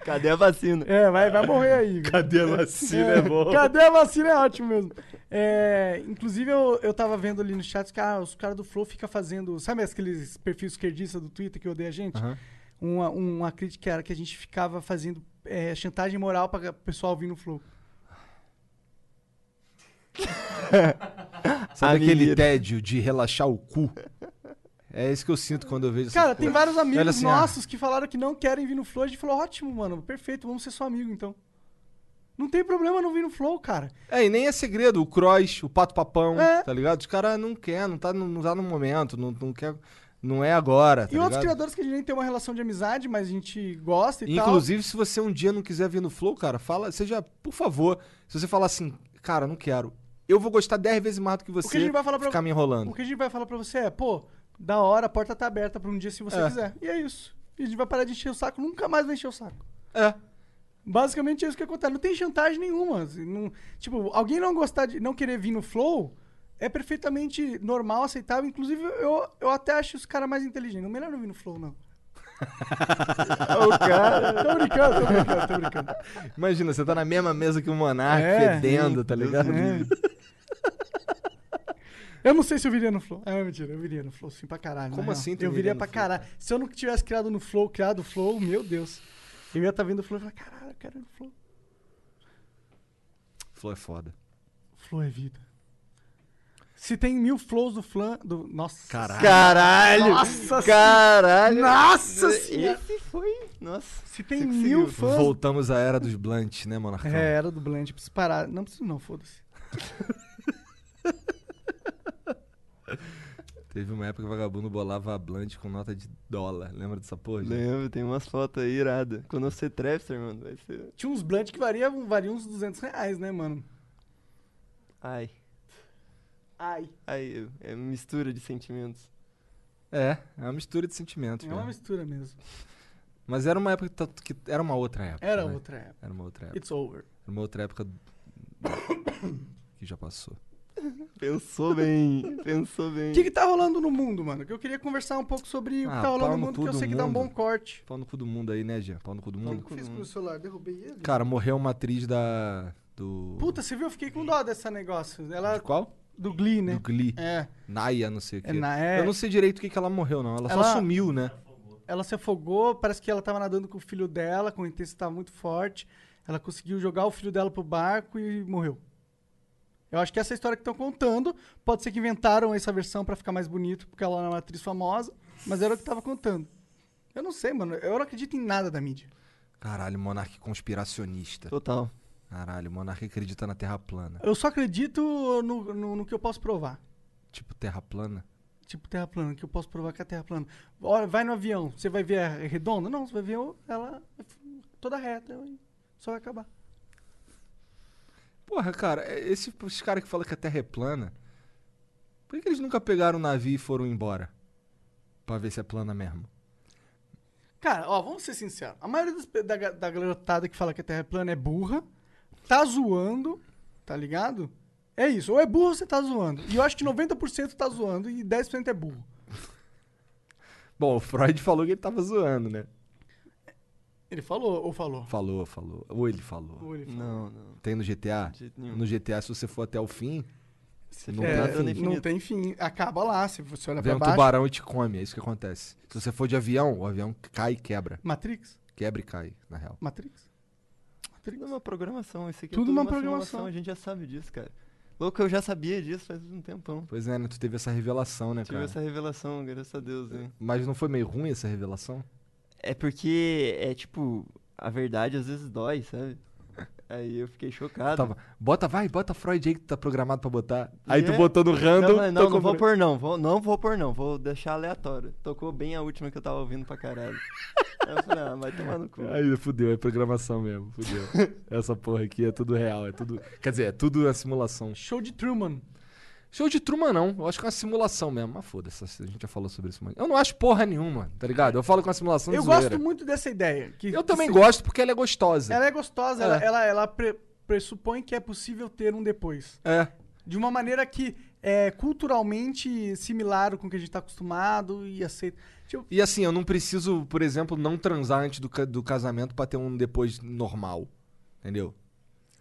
Speaker 1: Cadê a vacina?
Speaker 4: É, vai, vai morrer aí. velho.
Speaker 2: Cadê a vacina, é bom?
Speaker 4: Cadê a vacina? É ótimo mesmo. É, inclusive, eu, eu tava vendo ali no chat que ah, os caras do Flow ficam fazendo. Sabe aqueles perfis esquerdistas do Twitter que odeia a gente?
Speaker 2: Aham.
Speaker 4: Uma, uma crítica era que a gente ficava fazendo é, chantagem moral pra o pessoal vir no Flow.
Speaker 2: Sabe aquele
Speaker 1: Amigo.
Speaker 2: tédio de relaxar o cu? É isso que eu sinto quando eu vejo
Speaker 4: Cara,
Speaker 2: essa
Speaker 4: tem
Speaker 2: porra.
Speaker 4: vários amigos
Speaker 2: Olha assim, ah.
Speaker 4: nossos que falaram que não querem vir no Flow. A gente falou, ótimo, mano, perfeito, vamos ser seu amigo então. Não tem problema não vir no Flow, cara.
Speaker 2: É, e nem é segredo. O Cross, o Pato Papão,
Speaker 4: É.
Speaker 2: tá ligado? Os caras não quer, não tá, no- não tá no momento, não, não quer... Não é agora, tá
Speaker 4: e outros
Speaker 2: ligado?
Speaker 4: criadores que a gente nem tem uma relação de amizade, mas a gente gosta e tal.
Speaker 2: Inclusive, se você um dia não quiser vir no Flow, cara, fala, seja, por favor, se você falar assim, cara, não quero, eu vou gostar 10 vezes mais do que você
Speaker 4: a gente vai falar pra-
Speaker 2: ficar me enrolando.
Speaker 4: O que a gente vai falar pra você é, pô, da hora, a porta tá aberta pra um dia se você
Speaker 2: É.
Speaker 4: quiser. E é isso. E a gente vai parar de encher o saco, nunca mais vai encher o saco.
Speaker 2: É.
Speaker 4: Basicamente é isso que acontece. Não tem chantagem nenhuma. assim, não- tipo, alguém não gostar de. não querer vir no flow é perfeitamente normal, aceitável. Inclusive, eu, eu até acho os caras mais inteligentes. Não melhor não vir no flow, não.
Speaker 1: O cara.
Speaker 4: Tô brincando, tô brincando, tô brincando.
Speaker 2: Imagina, você tá na mesma mesa que o Monark,
Speaker 4: É. né?
Speaker 2: fedendo, tá ligado?
Speaker 4: Eu não sei se eu viria no Flow. É mentira, eu viria no Flow, sim, pra caralho. na
Speaker 2: Como
Speaker 4: real.
Speaker 2: assim tu
Speaker 4: Eu
Speaker 2: viria
Speaker 4: viria
Speaker 2: no
Speaker 4: pra
Speaker 2: Flow,
Speaker 4: caralho. Se eu não tivesse criado no Flow, criado o Flow, meu Deus. Eu ia estar vendo o Flow e falar, caralho, eu quero ir no Flow.
Speaker 2: Flow é foda.
Speaker 4: Flow é vida. Se tem mil flows do Flan. Do... Nossa.
Speaker 2: Caralho.
Speaker 1: Caralho!
Speaker 4: Nossa
Speaker 1: caralho!
Speaker 4: Nossa senhora!
Speaker 1: Esse foi. Nossa.
Speaker 4: Se tem
Speaker 1: Você
Speaker 4: mil
Speaker 1: conseguiu.
Speaker 4: fãs.
Speaker 2: Voltamos à era dos blunts, né, Monarcão?
Speaker 4: É, era do Blanche, preciso parar. Não preciso, não, foda-se.
Speaker 2: Teve uma época que o vagabundo bolava blunt com nota de dólar. Lembra dessa porra? gente?
Speaker 1: Lembro, tem umas fotos aí irada. Quando eu ser Trapster, mano, vai ser.
Speaker 4: Tinha uns Blanche que variam, variam uns 200 reais, né, mano?
Speaker 1: Ai.
Speaker 4: Ai.
Speaker 1: Ai, é uma mistura de sentimentos.
Speaker 2: É, é uma mistura de sentimentos.
Speaker 4: É uma
Speaker 2: mesmo.
Speaker 4: mistura mesmo.
Speaker 2: Mas era uma época que, tá- que era uma outra época.
Speaker 4: Era
Speaker 2: né?
Speaker 4: outra época.
Speaker 2: Era uma outra época.
Speaker 4: It's over.
Speaker 2: Era uma outra época que já passou.
Speaker 1: Pensou bem, pensou bem.
Speaker 4: O que, que tá rolando no mundo, mano? Que eu queria conversar um pouco sobre o que
Speaker 2: Ah,
Speaker 4: tá rolando
Speaker 2: pau
Speaker 4: no
Speaker 2: no cu
Speaker 4: mundo, porque eu
Speaker 2: do
Speaker 4: sei que dá um bom
Speaker 2: mundo.
Speaker 4: corte.
Speaker 2: Pau no cu do mundo aí, né, Jean? Pau no cu do
Speaker 4: O
Speaker 2: mundo.
Speaker 4: que eu fiz com o meu celular? Derrubei ele?
Speaker 2: Cara, morreu uma atriz da. Do.
Speaker 4: Puta, você viu? Eu fiquei com dó dessa negócio.
Speaker 2: de
Speaker 4: Ela.
Speaker 2: qual?
Speaker 4: Do Glee, né?
Speaker 2: Do Glee.
Speaker 4: É.
Speaker 2: Naya, não sei o quê.
Speaker 4: É na- é.
Speaker 2: Eu não sei direito o que, que ela morreu, não. Ela,
Speaker 4: Ela-
Speaker 2: só sumiu, né?
Speaker 4: Ela se afogou, parece que ela tava nadando com o filho dela, com intensidade muito forte. Ela conseguiu jogar o filho dela pro barco e morreu. Eu acho que essa é a história que estão contando. Pode ser que inventaram essa versão pra ficar mais bonito, porque ela era uma atriz famosa, mas era o que tava contando. Eu não sei, mano. Eu não acredito em nada da mídia.
Speaker 2: Caralho, monarca conspiracionista.
Speaker 1: Total.
Speaker 2: Caralho, monarca acredita na terra plana.
Speaker 4: Eu só acredito no, no, no que eu posso provar.
Speaker 2: Tipo, terra plana?
Speaker 4: Tipo terra plana, que eu posso provar que é terra plana. Olha, vai no avião, você vai ver a redonda? Não, você vai ver ela é toda reta, só vai acabar.
Speaker 2: Porra, cara, é- esse, os caras que falam que a terra é plana. Por que, que eles nunca pegaram o navio e foram embora? Pra ver se é plana mesmo.
Speaker 4: Cara, ó, vamos ser sinceros. A maioria das pe- da, ga- da garotada que fala que a Terra é plana é burra, tá zoando, tá ligado? É isso. Ou é burro ou você tá zoando. E eu acho que 90% tá zoando e 10% é burro.
Speaker 2: Bom, o Freud falou que ele tava zoando, né?
Speaker 4: Ele falou ou falou?
Speaker 2: Falou, falou. Ou ele falou.
Speaker 4: Ou ele falou.
Speaker 1: Não, não.
Speaker 2: Tem no GTA?
Speaker 1: De jeito nenhum.
Speaker 2: No GTA, se você for até o fim,
Speaker 1: Você
Speaker 2: Não
Speaker 1: fica
Speaker 2: tem
Speaker 4: É,
Speaker 1: nadando
Speaker 2: fim.
Speaker 4: não
Speaker 1: infinito.
Speaker 4: tem fim. Acaba lá, se você olhar
Speaker 2: vem
Speaker 4: pra
Speaker 2: um
Speaker 4: baixo.
Speaker 2: tubarão e te come. É isso que acontece. Se você for de avião, o avião cai e quebra.
Speaker 4: Matrix?
Speaker 2: Quebra e cai, na real.
Speaker 4: Matrix? Matrix?
Speaker 1: Tudo é uma programação, isso aqui
Speaker 4: Tudo
Speaker 1: é tudo
Speaker 4: uma
Speaker 1: uma
Speaker 4: programação.
Speaker 1: programação. A gente já sabe disso, cara. Louco, eu já sabia disso faz um tempão.
Speaker 2: Pois é, né? Tu teve essa revelação, né,
Speaker 1: Tive
Speaker 2: cara?
Speaker 1: essa revelação, graças a Deus, né? hein.
Speaker 2: Mas não foi meio ruim essa revelação?
Speaker 1: É porque é tipo, a verdade às vezes dói, sabe? Aí eu fiquei chocado.
Speaker 2: Tava, bota, vai, bota Freud aí que tu tá programado pra botar. Aí tu
Speaker 1: É.
Speaker 2: botou no
Speaker 1: Não,
Speaker 2: random.
Speaker 1: mas não, não
Speaker 2: tocou
Speaker 1: vou
Speaker 2: pra-
Speaker 1: pôr não, vou, não vou pôr não, vou deixar aleatório. Tocou bem a última que eu tava ouvindo pra caralho. Aí eu falei, ah, vai tomar no cu.
Speaker 2: Aí fudeu, é programação mesmo, fudeu. essa porra aqui é tudo real, é tudo. Quer dizer, é tudo a simulação.
Speaker 4: Show de Truman.
Speaker 2: Show de Truman não, eu acho que é uma simulação mesmo. Mas foda-se, a gente já falou sobre isso. Mas... Eu não acho porra nenhuma, tá ligado? Eu falo com a simulação de
Speaker 4: Eu
Speaker 2: zoeira.
Speaker 4: gosto muito dessa ideia. Que,
Speaker 2: Eu
Speaker 4: que
Speaker 2: também
Speaker 4: se-
Speaker 2: gosto porque ela é gostosa.
Speaker 4: Ela é gostosa,
Speaker 2: É.
Speaker 4: ela, ela, ela pre- pressupõe que é possível ter um depois.
Speaker 2: É.
Speaker 4: De uma maneira que é culturalmente similar com o que a gente tá acostumado e aceita. Tipo,
Speaker 2: E assim, eu não preciso, por exemplo, não transar antes do, ca- do casamento pra ter um depois normal. Entendeu?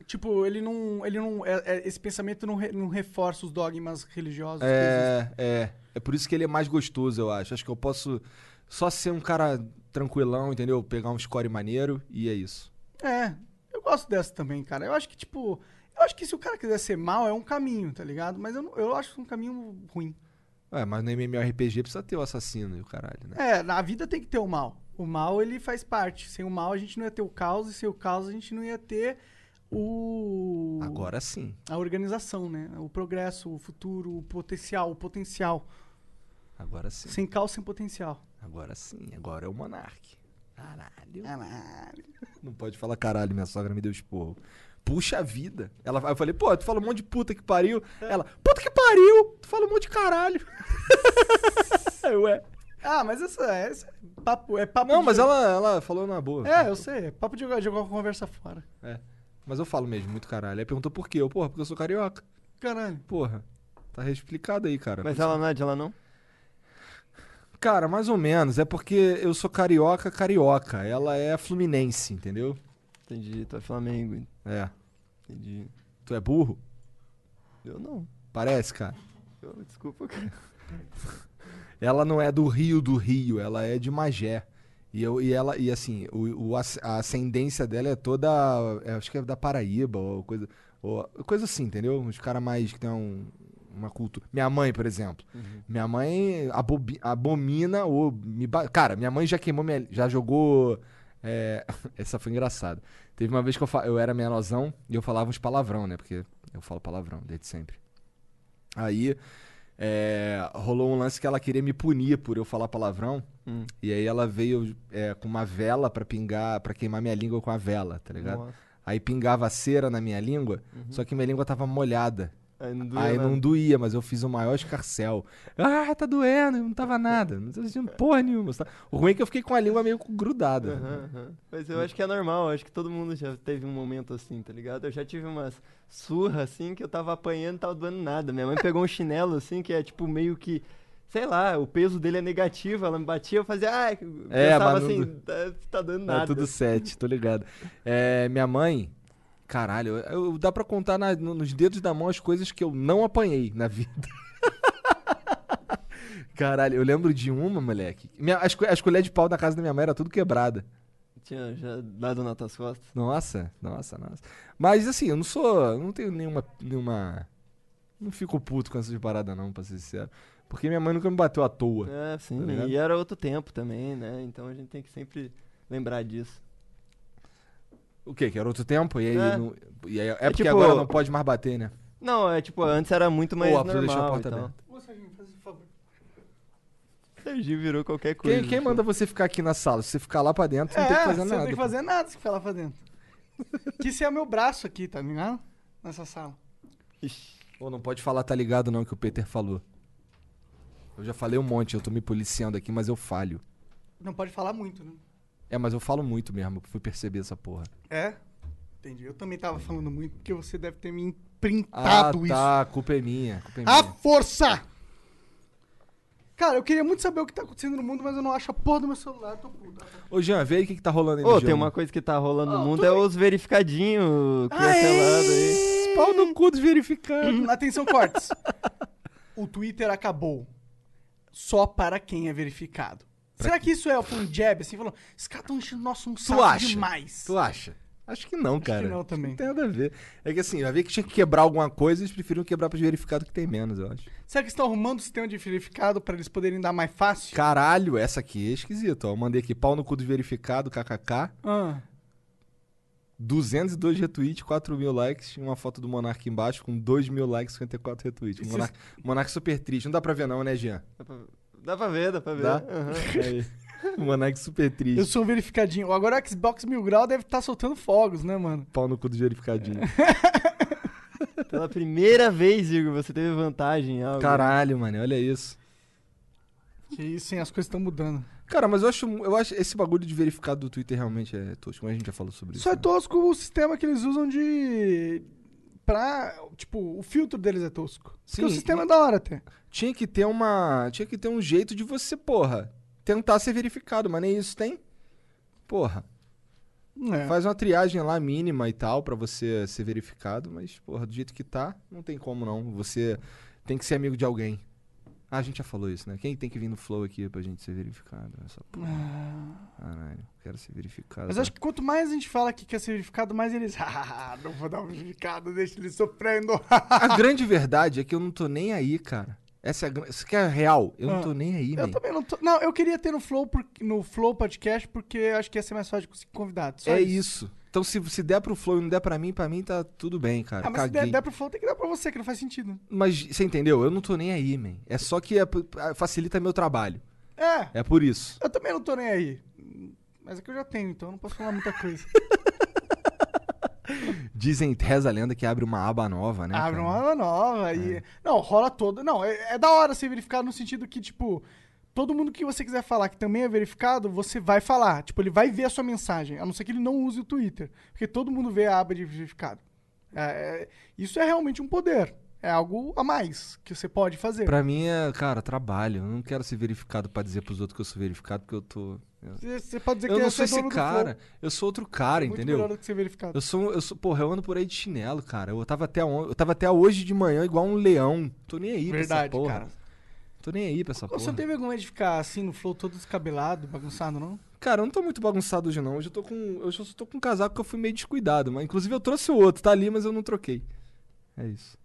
Speaker 4: tipo, ele não. Ele não é- é- esse pensamento não, re- não reforça os dogmas religiosos. que existem.
Speaker 2: É, é. É por isso que ele é mais gostoso, eu acho. Acho que eu posso só ser um cara tranquilão, entendeu? Pegar um score maneiro e é isso.
Speaker 4: É, eu gosto dessa também, cara. Eu acho que, tipo. Eu acho que se o cara quiser ser mal, é um caminho, tá ligado? Mas eu, não- eu acho um caminho ruim.
Speaker 2: Ué, É, mas no MMORPG precisa ter o assassino e o caralho, né?
Speaker 4: É, na vida tem que ter o mal. O mal, ele faz parte. Sem o mal, a gente não ia ter o caos, e sem o caos, a gente não ia ter o.
Speaker 2: Agora sim.
Speaker 4: a organização, né? O progresso, o futuro, o potencial, o potencial.
Speaker 2: Agora sim.
Speaker 4: Sem caos, sem potencial.
Speaker 2: Agora sim. Agora é o monarque. Caralho. Não pode falar caralho, minha sogra me deu esporro. Puxa vida. Ela, eu falei, pô, tu fala um monte de puta que pariu. Ela, puta que pariu. Tu fala um monte de caralho. É, Ué.
Speaker 4: Ah, mas essa, essa é papo, é papo
Speaker 2: Não,
Speaker 4: de-
Speaker 2: mas ela, ela falou na boa.
Speaker 4: É, eu sei, é papo de jogar, jogar uma conversa fora.
Speaker 2: É. Mas eu falo mesmo, muito caralho. Aí perguntou por quê? Eu, porra, porque eu sou carioca.
Speaker 4: Caralho.
Speaker 2: Porra. Tá reexplicado aí, cara.
Speaker 1: Mas ela não é de lá não?
Speaker 2: Cara, mais ou menos. É porque eu sou carioca, carioca. Ela é fluminense, entendeu?
Speaker 1: Entendi, tu é Flamengo,
Speaker 2: É.
Speaker 1: entendi.
Speaker 2: Tu é burro?
Speaker 1: Eu não.
Speaker 2: Parece, cara.
Speaker 1: Eu, desculpa, cara.
Speaker 2: Tá Ela não é do Rio do Rio, ela é de Magé. E, eu, e ela, e assim, o, o as- a ascendência dela é toda. é, acho que é da Paraíba, ou coisa. Ou, coisa assim, entendeu? Uns caras mais que tem um- uma cultura. Minha mãe, por exemplo. Minha mãe abobi- abomina ou. Me ba- Cara, minha mãe já queimou minha. Já jogou. é, Essa foi engraçada. Teve uma vez que eu, fa- eu era menorzão e eu falava uns palavrão, né? Porque eu falo palavrão desde sempre. Aí é, rolou um lance que ela queria me punir por eu falar palavrão.
Speaker 1: Hum.
Speaker 2: E aí ela veio é, com uma vela pra pingar, pra queimar minha língua com a vela, tá ligado?
Speaker 1: Nossa.
Speaker 2: Aí pingava a cera na minha língua, só que minha língua tava molhada.
Speaker 1: Aí não Uhum. doía
Speaker 2: Aí
Speaker 1: nada.
Speaker 2: não doía, mas eu fiz o maior escarcel. Ah, tá doendo, não tava nada. Não tava sentindo porra nenhuma. Tá... O ruim é que eu fiquei com a língua meio grudada.
Speaker 1: Aham, aham. Mas eu acho que é normal, eu acho que todo mundo já teve um momento assim, tá ligado? Eu já tive umas surra assim que eu tava apanhando e tava doendo nada. Minha mãe pegou um chinelo assim que é tipo meio que, sei lá, o peso dele é negativo, ela me batia, eu fazia, ah, eu
Speaker 2: É,
Speaker 1: pensava
Speaker 2: mas não-
Speaker 1: assim, tá, tá dando
Speaker 2: Tá
Speaker 1: nada.
Speaker 2: tudo sete, tô ligado. É, minha mãe, caralho, eu, eu- dá pra contar na- no- nos dedos da mão as coisas que eu não apanhei na vida. Caralho, eu lembro de uma, moleque. Minha- as, co- as colheres de pau da casa da minha mãe era tudo quebrada.
Speaker 1: Tinha já dado nas tuas costas.
Speaker 2: Nossa, nossa, nossa. Mas assim, eu não sou. eu Não tenho nenhuma. nenhuma... Não fico puto com essas paradas, não, pra ser sincero. Porque minha mãe nunca me bateu à toa.
Speaker 1: É, sim,
Speaker 2: tá ligado?
Speaker 1: e era outro tempo também, né? Então a gente tem que sempre lembrar disso.
Speaker 2: O quê? Que era outro tempo? E aí.
Speaker 1: É.
Speaker 2: não- e aí- é, porque
Speaker 1: tipo-
Speaker 2: agora não pode mais bater, né?
Speaker 1: Não, é tipo, antes era muito mais
Speaker 2: Ou a um pra
Speaker 1: normal
Speaker 2: deixar a porta
Speaker 1: e tal.
Speaker 2: aberta.
Speaker 4: Ô, Serginho, faz esse favor.
Speaker 1: Serginho virou qualquer coisa.
Speaker 2: Quem, quem
Speaker 1: assim.
Speaker 2: manda você ficar aqui na sala? Se você ficar lá pra dentro, você não tem que fazer
Speaker 4: É, você
Speaker 2: nada.
Speaker 4: não tem que fazer nada, você fica lá fazendo. Que isso é o meu braço aqui, tá ligado? Nessa sala.
Speaker 1: Ixi,
Speaker 2: Pô, não pode falar, tá ligado, não, que o Peter falou. Eu já falei um monte, eu tô me policiando aqui, mas eu falho.
Speaker 4: Não pode falar muito, né?
Speaker 2: É, mas eu falo muito mesmo, eu fui perceber essa porra.
Speaker 4: É? Entendi. Eu também tava falando muito, porque você deve ter me imprintado isso.
Speaker 2: Ah,
Speaker 4: Ah!
Speaker 2: tá, a culpa é minha, a culpa é
Speaker 4: A
Speaker 2: minha.
Speaker 4: força! Cara, eu queria muito saber o que tá acontecendo no mundo, mas eu não acho a porra do meu celular, eu tô puto.
Speaker 2: Ô, Jean, vê aí o que, que tá rolando aí
Speaker 1: Ô,
Speaker 2: no
Speaker 1: tem
Speaker 2: jogo.
Speaker 1: uma coisa que tá rolando no mundo, é os verificadinhos cancelado aí.
Speaker 2: Esse Pau no cu dos verificando.
Speaker 4: Atenção, cortes. O Twitter acabou. Só para quem é verificado. Será que isso é foi um jab, assim, falou? Esses caras tão enchendo nosso um saco
Speaker 2: acha?
Speaker 4: demais.
Speaker 2: Tu acha? Acho que não, cara.
Speaker 4: não também.
Speaker 2: Não tem nada a ver. É que assim, vai ver que tinha que quebrar alguma coisa, eles preferiram quebrar pros verificados que tem menos, eu acho.
Speaker 4: Será que eles estão arrumando o sistema de verificado para eles poderem dar mais fácil?
Speaker 2: Caralho, essa aqui é esquisita, ó. Eu mandei aqui pau no cu dos verificado, kkk.
Speaker 4: Ah,
Speaker 2: 202 retweets, 4 mil likes. e Uma foto do Monark embaixo com 2 mil likes, 54 retweets. O
Speaker 4: Esses-
Speaker 2: Monark, Monark super triste. Não dá pra ver não, né, Jean?
Speaker 1: Dá pra- Dá pra ver, dá pra ver.
Speaker 2: Dá?
Speaker 1: Aham.
Speaker 2: O Monark super triste.
Speaker 4: eu sou um verificadinho. Agora o Xbox Mil Grau deve estar soltando fogos, né, mano?
Speaker 2: Pau no cu dos verificadinho.
Speaker 1: Pela primeira vez, Igor, você teve vantagem. em Algo.
Speaker 2: Caralho, mano, olha isso.
Speaker 4: Que isso, hein? As coisas estão mudando.
Speaker 2: Cara, mas eu acho, eu acho esse bagulho de verificado do Twitter realmente é tosco. Mas a gente já falou sobre isso.
Speaker 4: Só é
Speaker 2: né?
Speaker 4: tosco o sistema que eles usam de. pra. Tipo, o filtro deles é tosco.
Speaker 2: Sim,
Speaker 4: Porque o sistema é da hora até.
Speaker 2: Tinha que ter uma. Tinha que ter um jeito de você, porra, tentar ser verificado, mas nem isso tem. Porra.
Speaker 4: É.
Speaker 2: Faz uma triagem lá mínima e tal pra você ser verificado, mas, porra, do jeito que tá, não tem como não. Você tem que ser amigo de alguém. Ah, a gente já falou isso, né? Quem tem que vir no flow aqui pra gente ser verificado? Essa porra. Caralho, quero ser verificado.
Speaker 4: É. Mas acho que quanto mais a gente fala que quer ser verificado, mais eles. Ah, não vou dar um verificado, deixa eles sofrendo.
Speaker 2: A grande verdade é que eu não tô nem aí, cara. Essa é a... gran- Isso que é real. Eu não
Speaker 4: Ah,
Speaker 2: tô nem aí,
Speaker 4: eu
Speaker 2: man.
Speaker 4: também não tô. Não, eu queria ter no Flow, por- no Flow Podcast, porque eu acho que ia ser mais fácil de conseguir convidados.
Speaker 2: É isso. Então, se, se der pro flow e não der pra mim, pra mim tá tudo bem, cara.
Speaker 4: Ah, mas se
Speaker 2: Caguei.
Speaker 4: der, der pro Flow, tem que dar pra você, que não faz sentido.
Speaker 2: Mas você entendeu? Eu não tô nem aí, man. É só que é p- facilita meu trabalho.
Speaker 4: É,
Speaker 2: É por isso.
Speaker 4: eu também não tô nem aí. Mas é que eu já tenho, então eu não posso falar muita coisa.
Speaker 2: Dizem, reza a lenda que abre uma aba nova, né? cara?
Speaker 4: Abre
Speaker 2: É.
Speaker 4: uma aba nova e. Não, rola todo. Não, é, é da hora ser verificado no sentido que, tipo, todo mundo que você quiser falar que também é verificado, você vai falar. Tipo, ele vai ver a sua mensagem, a não ser que ele não use o Twitter. Porque todo mundo vê a aba de verificado. É, é- isso é realmente um poder. É algo a mais que você pode fazer.
Speaker 2: Pra mim é, cara, trabalho. Eu não quero ser verificado pra dizer pros outros que eu sou verificado, porque eu tô. Eu,
Speaker 4: Você você pode dizer
Speaker 2: eu
Speaker 4: que
Speaker 2: não
Speaker 4: você
Speaker 2: sou
Speaker 4: é
Speaker 2: esse
Speaker 4: dono do Flow.
Speaker 2: cara. Eu sou outro cara,
Speaker 4: Muito melhor
Speaker 2: entendeu?
Speaker 4: do que ser verificado.
Speaker 2: Eu sou, eu sou. Porra, eu ando por aí de chinelo, cara. Eu tava até, on- eu tava até hoje de manhã igual um leão. Tô nem aí
Speaker 4: Verdade,
Speaker 2: pra essa porra.
Speaker 4: cara.
Speaker 2: Tô nem aí pra essa
Speaker 4: Você
Speaker 2: porra.
Speaker 4: não tem vergonha de ficar assim no flow todo descabelado, bagunçado, não?
Speaker 2: Cara, eu não tô muito bagunçado hoje, não. Hoje eu tô com. Eu só tô com um casaco que eu fui meio descuidado. Mas, inclusive, eu trouxe o outro, tá ali, mas eu não troquei. É isso.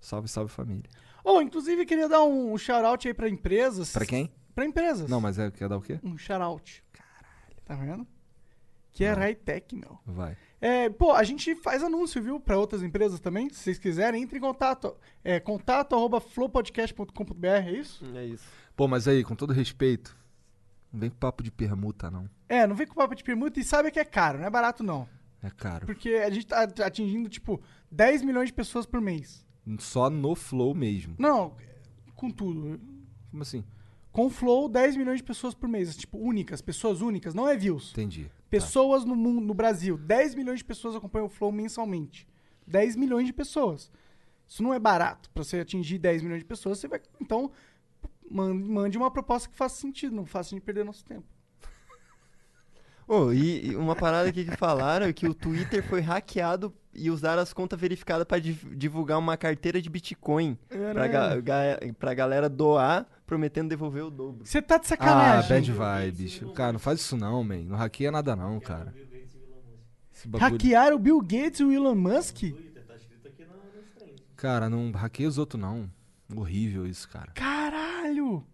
Speaker 2: Salve, salve família.
Speaker 4: Ou, inclusive, queria dar um shout-out aí pra empresas.
Speaker 2: Pra quem?
Speaker 4: Pra empresas.
Speaker 2: Não, mas é quer dar o quê?
Speaker 4: Um shout-out. Caralho. Tá vendo? Que é high-tech, meu.
Speaker 2: Vai.
Speaker 4: É, pô, a gente faz anúncio, viu? Pra outras empresas também. Se vocês quiserem, entre em contato. É contato arroba flowpodcast.com.br, é isso?
Speaker 1: É isso.
Speaker 2: Pô, mas aí, com todo respeito, não vem com papo de permuta, não.
Speaker 4: É, não vem com papo de permuta e sabe que é caro, não é barato não.
Speaker 2: É caro.
Speaker 4: Porque a gente tá atingindo, tipo, 10 milhões de pessoas por mês.
Speaker 2: Só no Flow mesmo.
Speaker 4: Não, com tudo.
Speaker 2: Como assim?
Speaker 4: Com o Flow, 10 milhões de pessoas por mês. Tipo, únicas, pessoas únicas, não é views.
Speaker 2: Entendi. Tá.
Speaker 4: Pessoas no mundo, no Brasil, 10 milhões de pessoas acompanham o Flow mensalmente. 10 milhões de pessoas. Isso não é barato. Pra você atingir 10 milhões de pessoas, você vai. Então, man- mande uma proposta que faça sentido, não faça a gente perder nosso tempo.
Speaker 1: Ô, e e uma parada aqui que falaram é que o Twitter foi hackeado e usaram as contas verificadas pra div- divulgar uma carteira de Bitcoin pra, ga ga- pra galera doar, prometendo devolver o dobro.
Speaker 4: Você tá de
Speaker 2: Ah,
Speaker 4: sacanagem.
Speaker 2: bad vibes. Cara, não faz isso não, man. Não hackeia nada não, cara. Esse bagulho-
Speaker 4: Hackear o Bill Gates e o Elon Musk?
Speaker 5: tá,
Speaker 2: Cara, não hackeia os outros não. Horrível isso, cara.
Speaker 4: Caralho!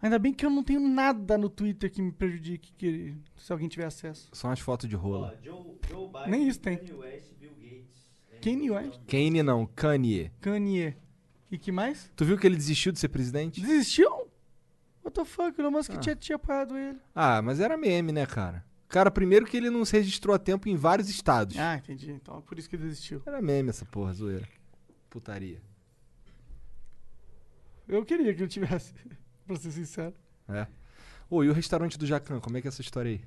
Speaker 4: Ainda bem que eu não tenho nada no Twitter que me prejudique, que- se alguém tiver acesso.
Speaker 2: São as fotos de rola.
Speaker 5: Joe, Joe Biden,
Speaker 4: Nem isso tem.
Speaker 5: Kanye West, Bill Gates. É,
Speaker 4: Kanye West,
Speaker 2: Kanye não, Kanye.
Speaker 4: Kanye. E que mais?
Speaker 2: Tu viu que ele desistiu de ser presidente?
Speaker 4: Desistiu? What the fuck? O Elon Musk tinha, tinha apoiado ele.
Speaker 2: Ah, mas era meme, né, cara? Cara, primeiro que ele não se registrou a tempo em vários estados.
Speaker 4: Ah, entendi. Então, por isso que desistiu.
Speaker 2: Era meme essa porra, zoeira. Putaria.
Speaker 4: Eu queria que ele tivesse, pra ser sincero.
Speaker 2: É. Ô, e o restaurante do Jacan, como é que é essa história aí?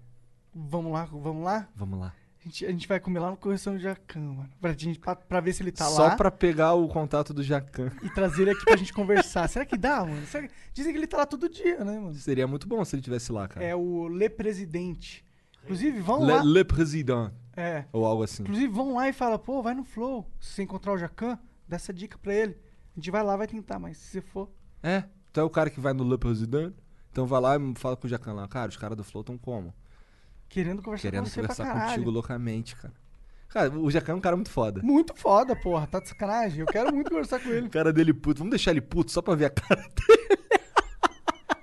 Speaker 4: Vamos lá, vamos lá?
Speaker 2: Vamos lá.
Speaker 4: A gente, a gente vai comer lá no Correção de Jacan, mano. Pra, gente, pra, pra ver se ele tá
Speaker 2: Só
Speaker 4: lá
Speaker 2: pra pegar o contato do Jacan.
Speaker 4: e trazer ele aqui pra gente conversar. Será que dá, mano? Será que- Dizem que ele tá lá todo dia, né, mano?
Speaker 2: Seria muito bom se ele tivesse lá, cara.
Speaker 4: É o Le Presidente. Inclusive, vão lá.
Speaker 2: Le, le Président,
Speaker 4: É.
Speaker 2: ou algo assim.
Speaker 4: Inclusive, vão lá e fala, pô, vai no Flow. Se você encontrar o Jacan, dá essa dica pra ele. A gente vai lá, vai tentar, mas se você for.
Speaker 2: É, tu é o cara que vai no Le Président, então vai lá e fala com o Jacan lá. Cara, os caras do Flow estão como?
Speaker 4: Querendo conversar com
Speaker 2: Querendo
Speaker 4: você pra
Speaker 2: conversar
Speaker 4: caralho.
Speaker 2: contigo loucamente, cara. Cara, o Jacan é um cara muito foda.
Speaker 4: Muito foda, porra. Tá de sacanagem. Eu quero muito conversar com
Speaker 2: O
Speaker 4: ele.
Speaker 2: cara dele puto. Vamos deixar ele puto só pra ver a cara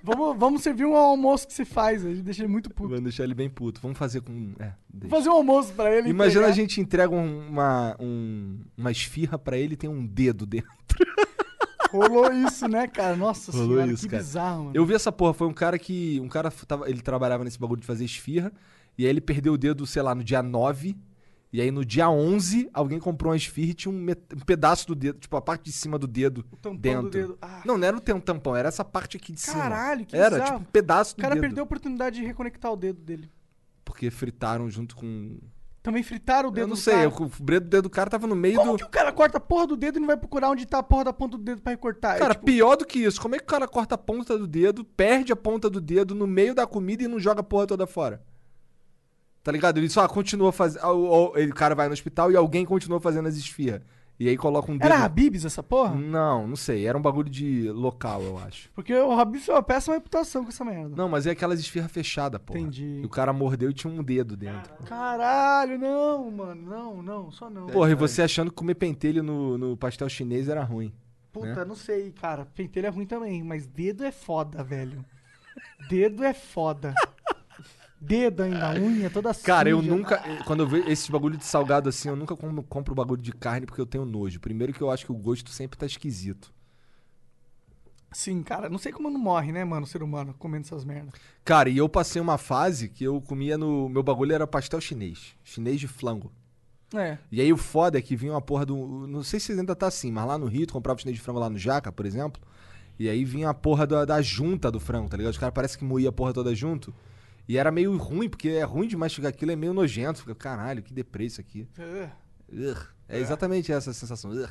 Speaker 4: Vamos, vamos servir um almoço que se faz. A gente deixa ele muito puto.
Speaker 2: Vamos deixar ele bem puto. Vamos fazer com. É,
Speaker 4: Vou
Speaker 2: deixa.
Speaker 4: fazer um almoço pra ele.
Speaker 2: Imagina
Speaker 4: entregar.
Speaker 2: a gente entrega um- uma, um- uma esfirra pra ele e tem um dedo dentro.
Speaker 4: Rolou isso, né, cara? Nossa
Speaker 2: Rolou
Speaker 4: senhora,
Speaker 2: isso,
Speaker 4: que
Speaker 2: cara.
Speaker 4: bizarro, mano.
Speaker 2: Eu vi essa porra, foi um cara que. Um cara tava, ele trabalhava nesse bagulho de fazer esfirra. E aí ele perdeu o dedo, sei lá, no dia 9. E aí no dia 11, alguém comprou uma esfirra e tinha um, met- um pedaço do dedo, tipo a parte de cima do dedo.
Speaker 4: O tampão
Speaker 2: dentro.
Speaker 4: do dedo. Ah,
Speaker 2: Não, não era o tem- um tampão, era essa parte aqui de cima.
Speaker 4: Caralho, que
Speaker 2: Era,
Speaker 4: bizarro.
Speaker 2: tipo, um pedaço
Speaker 4: o
Speaker 2: do
Speaker 4: cara
Speaker 2: dedo.
Speaker 4: perdeu a oportunidade de reconectar o dedo dele.
Speaker 2: Porque fritaram junto com.
Speaker 4: Também fritaram o dedo
Speaker 2: eu não
Speaker 4: do
Speaker 2: sei,
Speaker 4: cara.
Speaker 2: eu- o dedo do cara tava no meio
Speaker 4: Como
Speaker 2: do.
Speaker 4: que o cara corta a porra do dedo e não vai procurar onde tá a porra da ponta do dedo pra recortar? É,
Speaker 2: Cara,
Speaker 4: tipo,
Speaker 2: pior do que isso, como é que o cara corta a ponta do dedo, perde a ponta do dedo no meio da comida e não joga a porra toda fora? Tá ligado? Ele só continua fazendo. O cara vai no hospital e alguém continua fazendo as esfirras. E aí coloca um dedo. Hum.
Speaker 4: era Habibs essa porra?
Speaker 2: Não, não sei. Era um bagulho de local, eu acho.
Speaker 4: Porque o Habibs tem uma péssima reputação com essa merda.
Speaker 2: Não, mas é aquelas esfirras fechadas, porra.
Speaker 4: Entendi.
Speaker 2: E o cara mordeu e tinha um dedo dentro.
Speaker 4: Caralho, não, mano. Não, não, só não.
Speaker 2: Porra, e você achando que comer pentelho no, no pastel chinês era ruim. Né?
Speaker 4: Puta, não sei, cara. Pentelho é ruim também, mas dedo é foda, velho. Dedo é foda. Dedo ainda, unha é toda
Speaker 2: Cara, eu
Speaker 4: suja.
Speaker 2: nunca. eh, Quando eu vejo esses bagulho de salgado assim, eu nunca como- compro bagulho de carne porque eu tenho nojo. Primeiro que eu acho que o gosto sempre tá esquisito.
Speaker 4: Sim, cara, não sei como não morre, né, mano, o ser humano, comendo essas merdas.
Speaker 2: Cara, e eu passei uma fase que eu comia no. Meu bagulho era pastel chinês. Chinês de flango.
Speaker 4: É.
Speaker 2: E aí o foda é que vinha uma porra do. Não sei se ainda tá assim, mas lá no Rio, tu comprava o chinês de frango lá no Jaca, por exemplo. E aí vinha a porra da, da junta do frango, tá ligado? Os caras parecem que moía a porra toda junto. E era meio ruim, porque é ruim de mastigar aquilo, é meio nojento. Fica, caralho, que deprê isso aqui. Ugh. É exatamente essa a sensação. Ugh.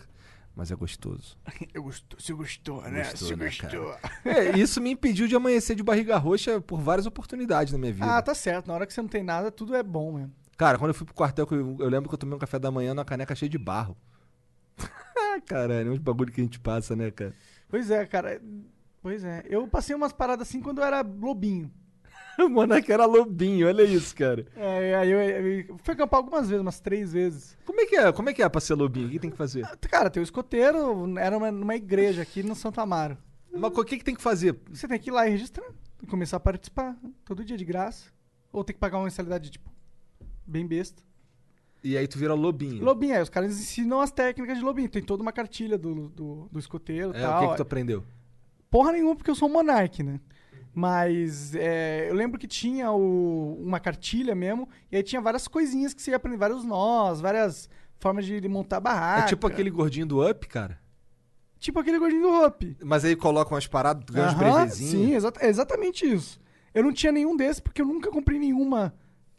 Speaker 2: Mas é gostoso.
Speaker 4: Eu gostou, se gostou,
Speaker 2: né? Gostou, Se né, gostou. É, isso me impediu de amanhecer de barriga roxa por várias oportunidades na minha vida.
Speaker 4: Ah, tá certo. Na hora que você não tem nada, tudo é bom mesmo.
Speaker 2: Cara, quando eu fui pro quartel, que eu, eu lembro que eu tomei um café da manhã numa caneca cheia de barro. Caralho, é uns bagulho que a gente passa, né, cara?
Speaker 4: Pois é, cara. Pois é. Eu passei umas paradas assim quando eu era lobinho.
Speaker 2: O Monark era lobinho, olha isso, cara.
Speaker 4: É, aí eu, eu fui acampar algumas vezes, umas três vezes.
Speaker 2: Como é que é? Como é que é pra ser lobinho? O que tem que fazer?
Speaker 4: Cara, tem o escoteiro, era uma- numa igreja aqui no Santo Amaro.
Speaker 2: Mas co- o que, que tem que fazer?
Speaker 4: Você tem que ir lá e registrar. E começar a participar. Todo dia de graça. Ou tem que pagar uma mensalidade, tipo, bem besta.
Speaker 2: E aí tu vira lobinho.
Speaker 4: Lobinho, é, os caras ensinam as técnicas de lobinho. Tem toda uma cartilha do, do, do escoteiro e
Speaker 2: É, o
Speaker 4: tal.
Speaker 2: que, que tu aprendeu?
Speaker 4: Porra nenhuma, porque eu sou um monarque, né? Mas é, eu lembro que tinha o- uma cartilha mesmo, e aí tinha várias coisinhas que você ia aprender, vários nós, várias formas de montar
Speaker 2: É
Speaker 4: barraca.
Speaker 2: tipo aquele gordinho do Up, cara.
Speaker 4: Tipo aquele gordinho do Up.
Speaker 2: Mas aí colocam as paradas, tu ganha uns
Speaker 4: Aham,
Speaker 2: brevezinhos.
Speaker 4: Sim, exata- é exatamente isso. Eu não tinha nenhum desses porque eu nunca comprei nenhuma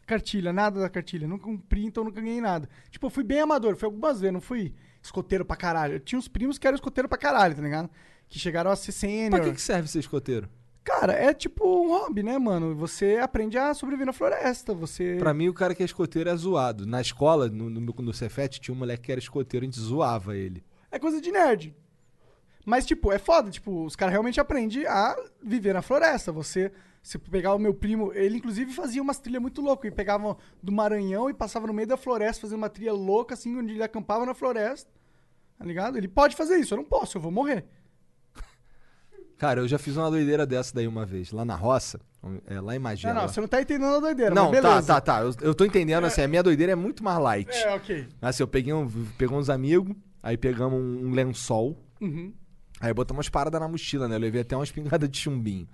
Speaker 4: cartilha, nada da cartilha. Nunca comprei, então nunca ganhei nada. Tipo, eu fui bem amador, fui algumas vezes, não fui escoteiro pra caralho. Eu tinha uns primos que eram escoteiro pra caralho, tá ligado? Que chegaram a ser sênior.
Speaker 2: Pra que, que serve ser escoteiro?
Speaker 4: Cara, é tipo um hobby, né, mano? Você aprende a sobreviver na floresta, você...
Speaker 2: Pra mim, o cara que é escoteiro é zoado. Na escola, no, no, no Cefet, tinha um moleque que era escoteiro, a gente zoava ele.
Speaker 4: É coisa de nerd. Mas, tipo, é foda. Tipo, os caras realmente aprendem a viver na floresta. Você, se pegar o meu primo, ele inclusive fazia umas trilhas muito loucas. E pegava do Maranhão e passava no meio da floresta, fazendo uma trilha louca, assim, onde ele acampava na floresta. Tá ligado? Ele pode fazer isso, eu não posso, eu vou morrer.
Speaker 2: Cara, eu já fiz uma doideira dessa daí uma vez, lá na roça, é, lá em Magia.
Speaker 4: Não, não, você não tá entendendo a doideira,
Speaker 2: Não,
Speaker 4: mas
Speaker 2: tá,
Speaker 4: beleza.
Speaker 2: tá, tá. Eu, eu tô entendendo, assim, a minha doideira é muito mais light.
Speaker 4: É, ok.
Speaker 2: Assim, eu peguei um, pegou uns amigos, aí pegamos um, um lençol,
Speaker 4: Uhum.
Speaker 2: aí botamos umas paradas na mochila, né? Eu levei até uma espingarda de chumbinho.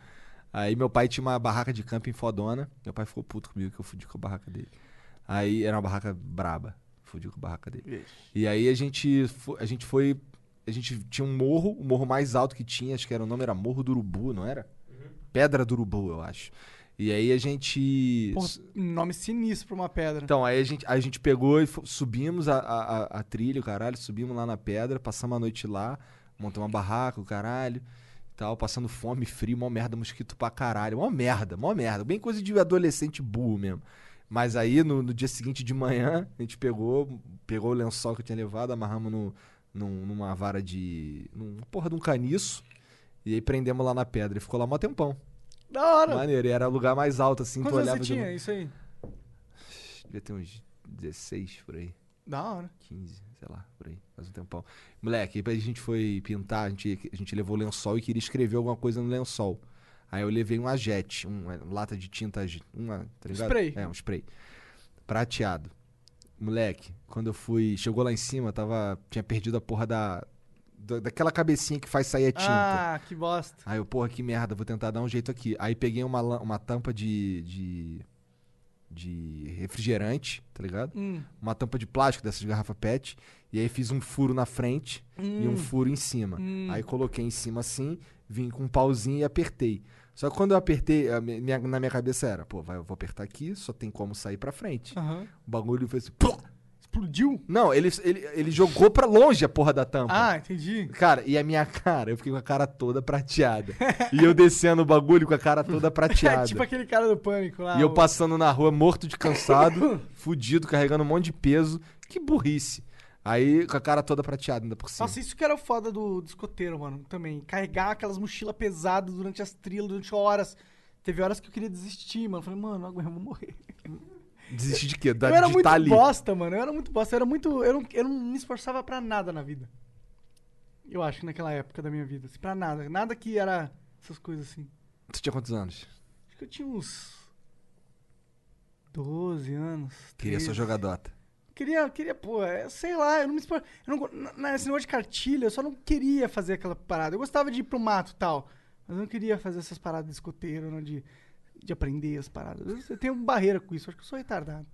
Speaker 2: Aí meu pai tinha uma barraca de camping fodona, meu pai ficou puto comigo que eu fudi com a barraca dele. Aí era uma barraca braba, fudi com a barraca dele. E aí a gente, fo- a gente foi, a gente tinha um morro, o morro mais alto que tinha, acho que era o nome era Morro do Urubu, não era? Pedra do Urubu, eu acho. E aí a gente...
Speaker 4: Porra, nome sinistro pra uma pedra.
Speaker 2: Então, aí a gente, a gente pegou e fo- subimos a, a, a- a trilha, o caralho, subimos lá na pedra, passamos a noite lá, montamos uma barraca, o caralho, e tal, passando fome, frio, mó merda, mosquito pra caralho, mó merda, mó merda, bem coisa de adolescente burro mesmo. Mas aí, no, no dia seguinte de manhã, a gente pegou, pegou o lençol que eu tinha levado, amarramos no, num- numa vara de... numa porra de um caniço, e aí prendemos lá na pedra, e ficou lá mó tempão.
Speaker 4: Da hora.
Speaker 2: Maneiro, e era o lugar mais alto, assim, tu
Speaker 4: Quantos anos
Speaker 2: olhava...
Speaker 4: você
Speaker 2: de
Speaker 4: tinha?
Speaker 2: longe.
Speaker 4: Isso aí.
Speaker 2: Devia ter uns 16 por aí.
Speaker 4: Da hora.
Speaker 2: 15, sei lá, por aí, faz um tempão. Moleque, aí a gente foi pintar, a gente, a gente levou o lençol e queria escrever alguma coisa no lençol. Aí eu levei um ajete, uma lata de tinta, aje- uma, tá ligado?
Speaker 4: Spray.
Speaker 2: É, um spray. Prateado. Moleque, quando eu fui, chegou lá em cima, tava, tinha perdido a porra da, da- daquela cabecinha que faz sair a tinta.
Speaker 4: Ah, que bosta.
Speaker 2: Aí eu, porra, que merda, vou tentar dar um jeito aqui. Aí peguei uma, lã- uma tampa de, de. de refrigerante, tá ligado?
Speaker 4: Hum.
Speaker 2: Uma tampa de plástico dessas garrafa PET. E aí fiz um furo na frente e
Speaker 4: hum,
Speaker 2: um furo em cima. Aí coloquei em cima assim, vim com um pauzinho e apertei. Só que quando eu apertei, a mi- minha- na minha cabeça era, pô, vai, eu vou apertar aqui, só tem como sair pra frente.
Speaker 4: Aham.
Speaker 2: O bagulho foi assim. plá!
Speaker 4: Explodiu?
Speaker 2: Não, ele, ele, ele jogou pra longe a porra da tampa.
Speaker 4: Ah, entendi.
Speaker 2: Cara, e a minha cara, eu fiquei com a cara toda prateada. e eu descendo o bagulho com a cara toda prateada.
Speaker 4: É tipo aquele cara do pânico lá.
Speaker 2: E eu
Speaker 4: Ah, o-
Speaker 2: passando na rua morto de cansado, fudido, carregando um monte de peso. Que burrice. Aí com a cara toda prateada ainda por cima.
Speaker 4: Nossa, isso que era o foda do, do escoteiro, mano, também. Carregar aquelas mochilas pesadas durante as trilhas, durante horas. Teve horas que eu queria desistir, mano. Falei, mano, agora eu vou morrer.
Speaker 2: Desistir de quê? Da,
Speaker 4: eu era
Speaker 2: de
Speaker 4: muito
Speaker 2: tá ali.
Speaker 4: bosta, mano. Eu era muito bosta. Eu era muito. Eu não, eu não me esforçava pra nada na vida. Eu acho que naquela época da minha vida. Assim, pra nada. Nada que era essas coisas assim.
Speaker 2: Tu tinha quantos anos?
Speaker 4: Acho que eu tinha uns. 12 anos.
Speaker 2: Queria
Speaker 4: 13.
Speaker 2: só jogar Dota.
Speaker 4: Queria, queria, pô, é, sei lá, eu não me expor. Eu não, go- na- na- esse negócio de cartilha, eu só não queria fazer aquela parada. Eu gostava de ir pro mato e tal, mas eu não queria fazer essas paradas de escoteiro, não, de, de aprender as paradas. Eu, eu tenho barreira com isso, eu acho que eu sou retardado.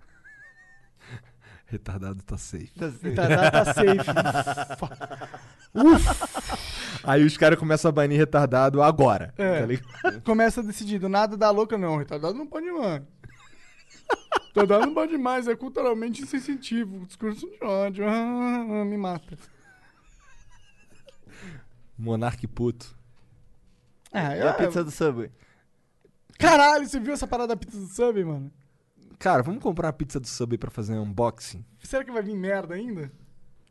Speaker 2: Retardado tá safe.
Speaker 4: Retardado tá safe. Ufa.
Speaker 2: Aí os caras começam a banir retardado agora.
Speaker 4: É.
Speaker 2: Tá ligado?
Speaker 4: Começa decidido, nada dá louca não, retardado não pode mais. Retardado não pode mais, é culturalmente insensitivo, discurso de ódio, ah, me mata.
Speaker 2: Monarque puto.
Speaker 4: Ah,
Speaker 1: É, E a
Speaker 4: eu-
Speaker 1: pizza do Subway?
Speaker 4: Caralho, você viu essa parada da pizza do sub, mano?
Speaker 2: Cara, vamos comprar uma pizza do Subway pra fazer um unboxing?
Speaker 4: Será que vai vir merda ainda?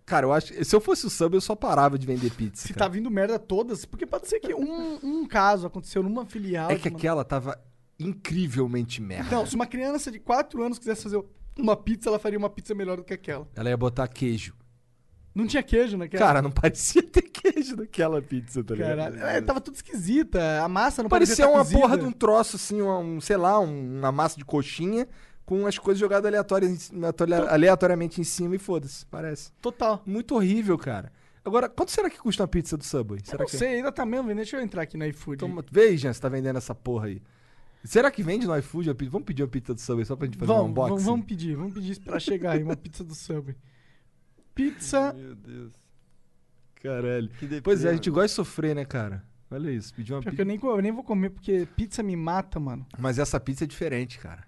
Speaker 2: Cara, eu acho. Se eu fosse o Subway, eu só parava de vender pizza.
Speaker 4: Se
Speaker 2: cara.
Speaker 4: tá vindo merda todas, porque pode ser que um, um caso aconteceu numa filial.
Speaker 2: É que
Speaker 4: de uma-
Speaker 2: aquela é tava incrivelmente merda.
Speaker 4: Não, se uma criança de 4 anos quisesse fazer uma pizza, ela faria uma pizza melhor do que aquela.
Speaker 2: Ela ia botar queijo.
Speaker 4: Não tinha queijo né? naquela.
Speaker 2: Cara, não parecia ter queijo naquela pizza, tá ligado?
Speaker 4: Caralho. É, tava tudo esquisita. A massa não
Speaker 2: Parecia
Speaker 4: parecia
Speaker 2: uma
Speaker 4: estar
Speaker 2: porra de um
Speaker 4: cozida.
Speaker 2: troço, assim, um, um, sei lá, um- uma massa de coxinha com as coisas jogadas
Speaker 4: Então
Speaker 2: aleatórias, em cima- aleatoriamente em cima e foda-se, parece.
Speaker 4: Total.
Speaker 2: Muito horrível, cara. Agora, quanto será que custa uma pizza do Subway? Será
Speaker 4: Eu não
Speaker 2: que... é?
Speaker 4: sei, ainda tá mesmo. Deixa eu entrar aqui no iFood.
Speaker 2: Toma... Veja se tá vendendo essa porra aí. Será que vende no iFood? a pizza? Vamos pedir uma pizza do Subway só pra gente fazer um
Speaker 4: Vamos,
Speaker 2: unboxing?
Speaker 4: vamos, vamos pedir, vamos pedir pra chegar aí uma pizza do Subway. Pizza.
Speaker 1: Meu Deus.
Speaker 2: Caralho.
Speaker 1: Que deprê,
Speaker 2: Pois é, a
Speaker 1: mano.
Speaker 2: gente gosta de sofrer, né, cara? Olha isso, pedir uma
Speaker 4: Pior
Speaker 2: pizza.
Speaker 4: que eu nem, co- eu nem vou comer porque pizza me mata, mano.
Speaker 2: Mas essa pizza é diferente, cara.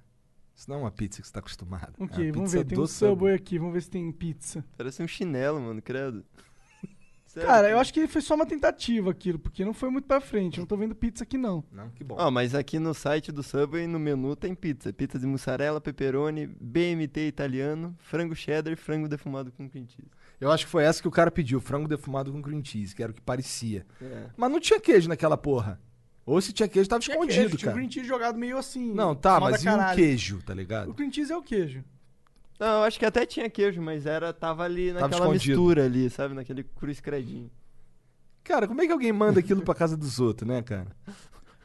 Speaker 2: Isso não é uma pizza que você tá acostumado. É
Speaker 4: Ok,
Speaker 2: uma
Speaker 4: vamos
Speaker 2: pizza
Speaker 4: ver. Tem
Speaker 2: do
Speaker 4: um Subway aqui, vamos ver se tem pizza.
Speaker 1: Parece um chinelo, mano, credo. é Sério,
Speaker 4: Cara, eu acho que foi só uma tentativa aquilo, porque não foi muito pra frente. Eu Não tô vendo pizza aqui, não.
Speaker 2: Não, que bom.
Speaker 1: Ó, mas aqui no site do Subway, no menu, tem pizza. Pizza de mussarela, pepperoni, BMT italiano, frango cheddar e frango defumado com cream cheese.
Speaker 2: Eu acho que foi essa que o cara pediu, frango defumado com cream cheese, que era o que parecia.
Speaker 1: É.
Speaker 2: Mas não tinha queijo naquela porra. Ou se tinha queijo, tava
Speaker 4: Tinha
Speaker 2: escondido,
Speaker 4: queijo, é, Tinha o
Speaker 2: cara.
Speaker 4: cream cheese jogado meio assim.
Speaker 2: Não, tá,
Speaker 4: mal da
Speaker 2: mas e um
Speaker 4: caralho.
Speaker 2: queijo, tá
Speaker 4: O
Speaker 2: ligado?
Speaker 4: cream cheese é o queijo.
Speaker 1: Não, eu acho que até tinha queijo, mas era tava ali
Speaker 2: Tava
Speaker 1: naquela
Speaker 2: escondido.
Speaker 1: mistura ali, sabe? Naquele cruz credinho.
Speaker 2: Cara, como é que alguém manda aquilo pra casa dos outros, né, cara?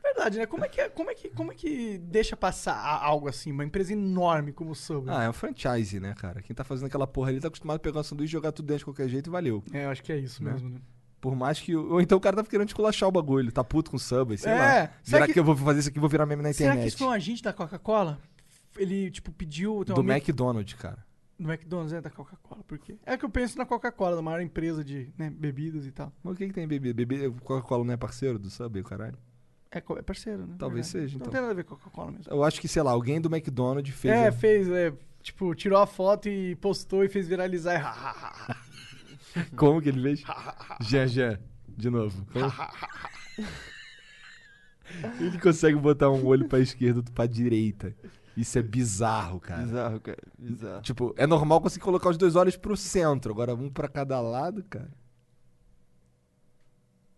Speaker 4: Verdade, né? Como é que, como é que, como é que deixa passar a- algo assim? Uma empresa enorme como o Subway.
Speaker 2: Ah, é um franchise, né, cara? Quem tá fazendo aquela porra ali tá acostumado a pegar um sanduíche, jogar tudo dentro de qualquer jeito e valeu.
Speaker 4: É, eu acho que é isso
Speaker 2: Né?
Speaker 4: mesmo, né?
Speaker 2: Por mais que. o- Ou então o cara tava querendo esculachar o bagulho, tá puto com o Subway, sei
Speaker 4: É,
Speaker 2: lá.
Speaker 4: será
Speaker 2: Será que...
Speaker 4: que-
Speaker 2: eu vou fazer isso aqui e vou virar meme na internet?
Speaker 4: Será que isso foi um agente da Coca-Cola? Ele, tipo, pediu. tem um
Speaker 2: Do
Speaker 4: amigo-
Speaker 2: McDonald's, cara.
Speaker 4: Do McDonald's, né? Da Coca-Cola. Por quê? É que eu penso na Coca-Cola, da maior empresa de né, bebidas e tal.
Speaker 2: Mas o que, que tem bebida? Bebida Coca-Cola não é parceiro do Subway, caralho?
Speaker 4: É, co- é parceiro, né?
Speaker 2: Talvez seja,
Speaker 4: Não
Speaker 2: então.
Speaker 4: tem nada a ver com a Coca-Cola mesmo.
Speaker 2: Eu acho que, sei lá, alguém do McDonald's fez. um.
Speaker 4: é,
Speaker 2: a-
Speaker 4: fez, é, tipo, tirou a foto e postou e fez viralizar. e ha, ha, ha, ha.
Speaker 2: Como que ele fez? Jean Jean, de novo. Como? ele consegue botar um olho pra esquerda, outro pra direita. Isso é bizarro, cara.
Speaker 1: Bizarro, cara. Bizarro.
Speaker 2: Tipo, é normal conseguir colocar os dois olhos pro centro, agora um pra cada lado, cara.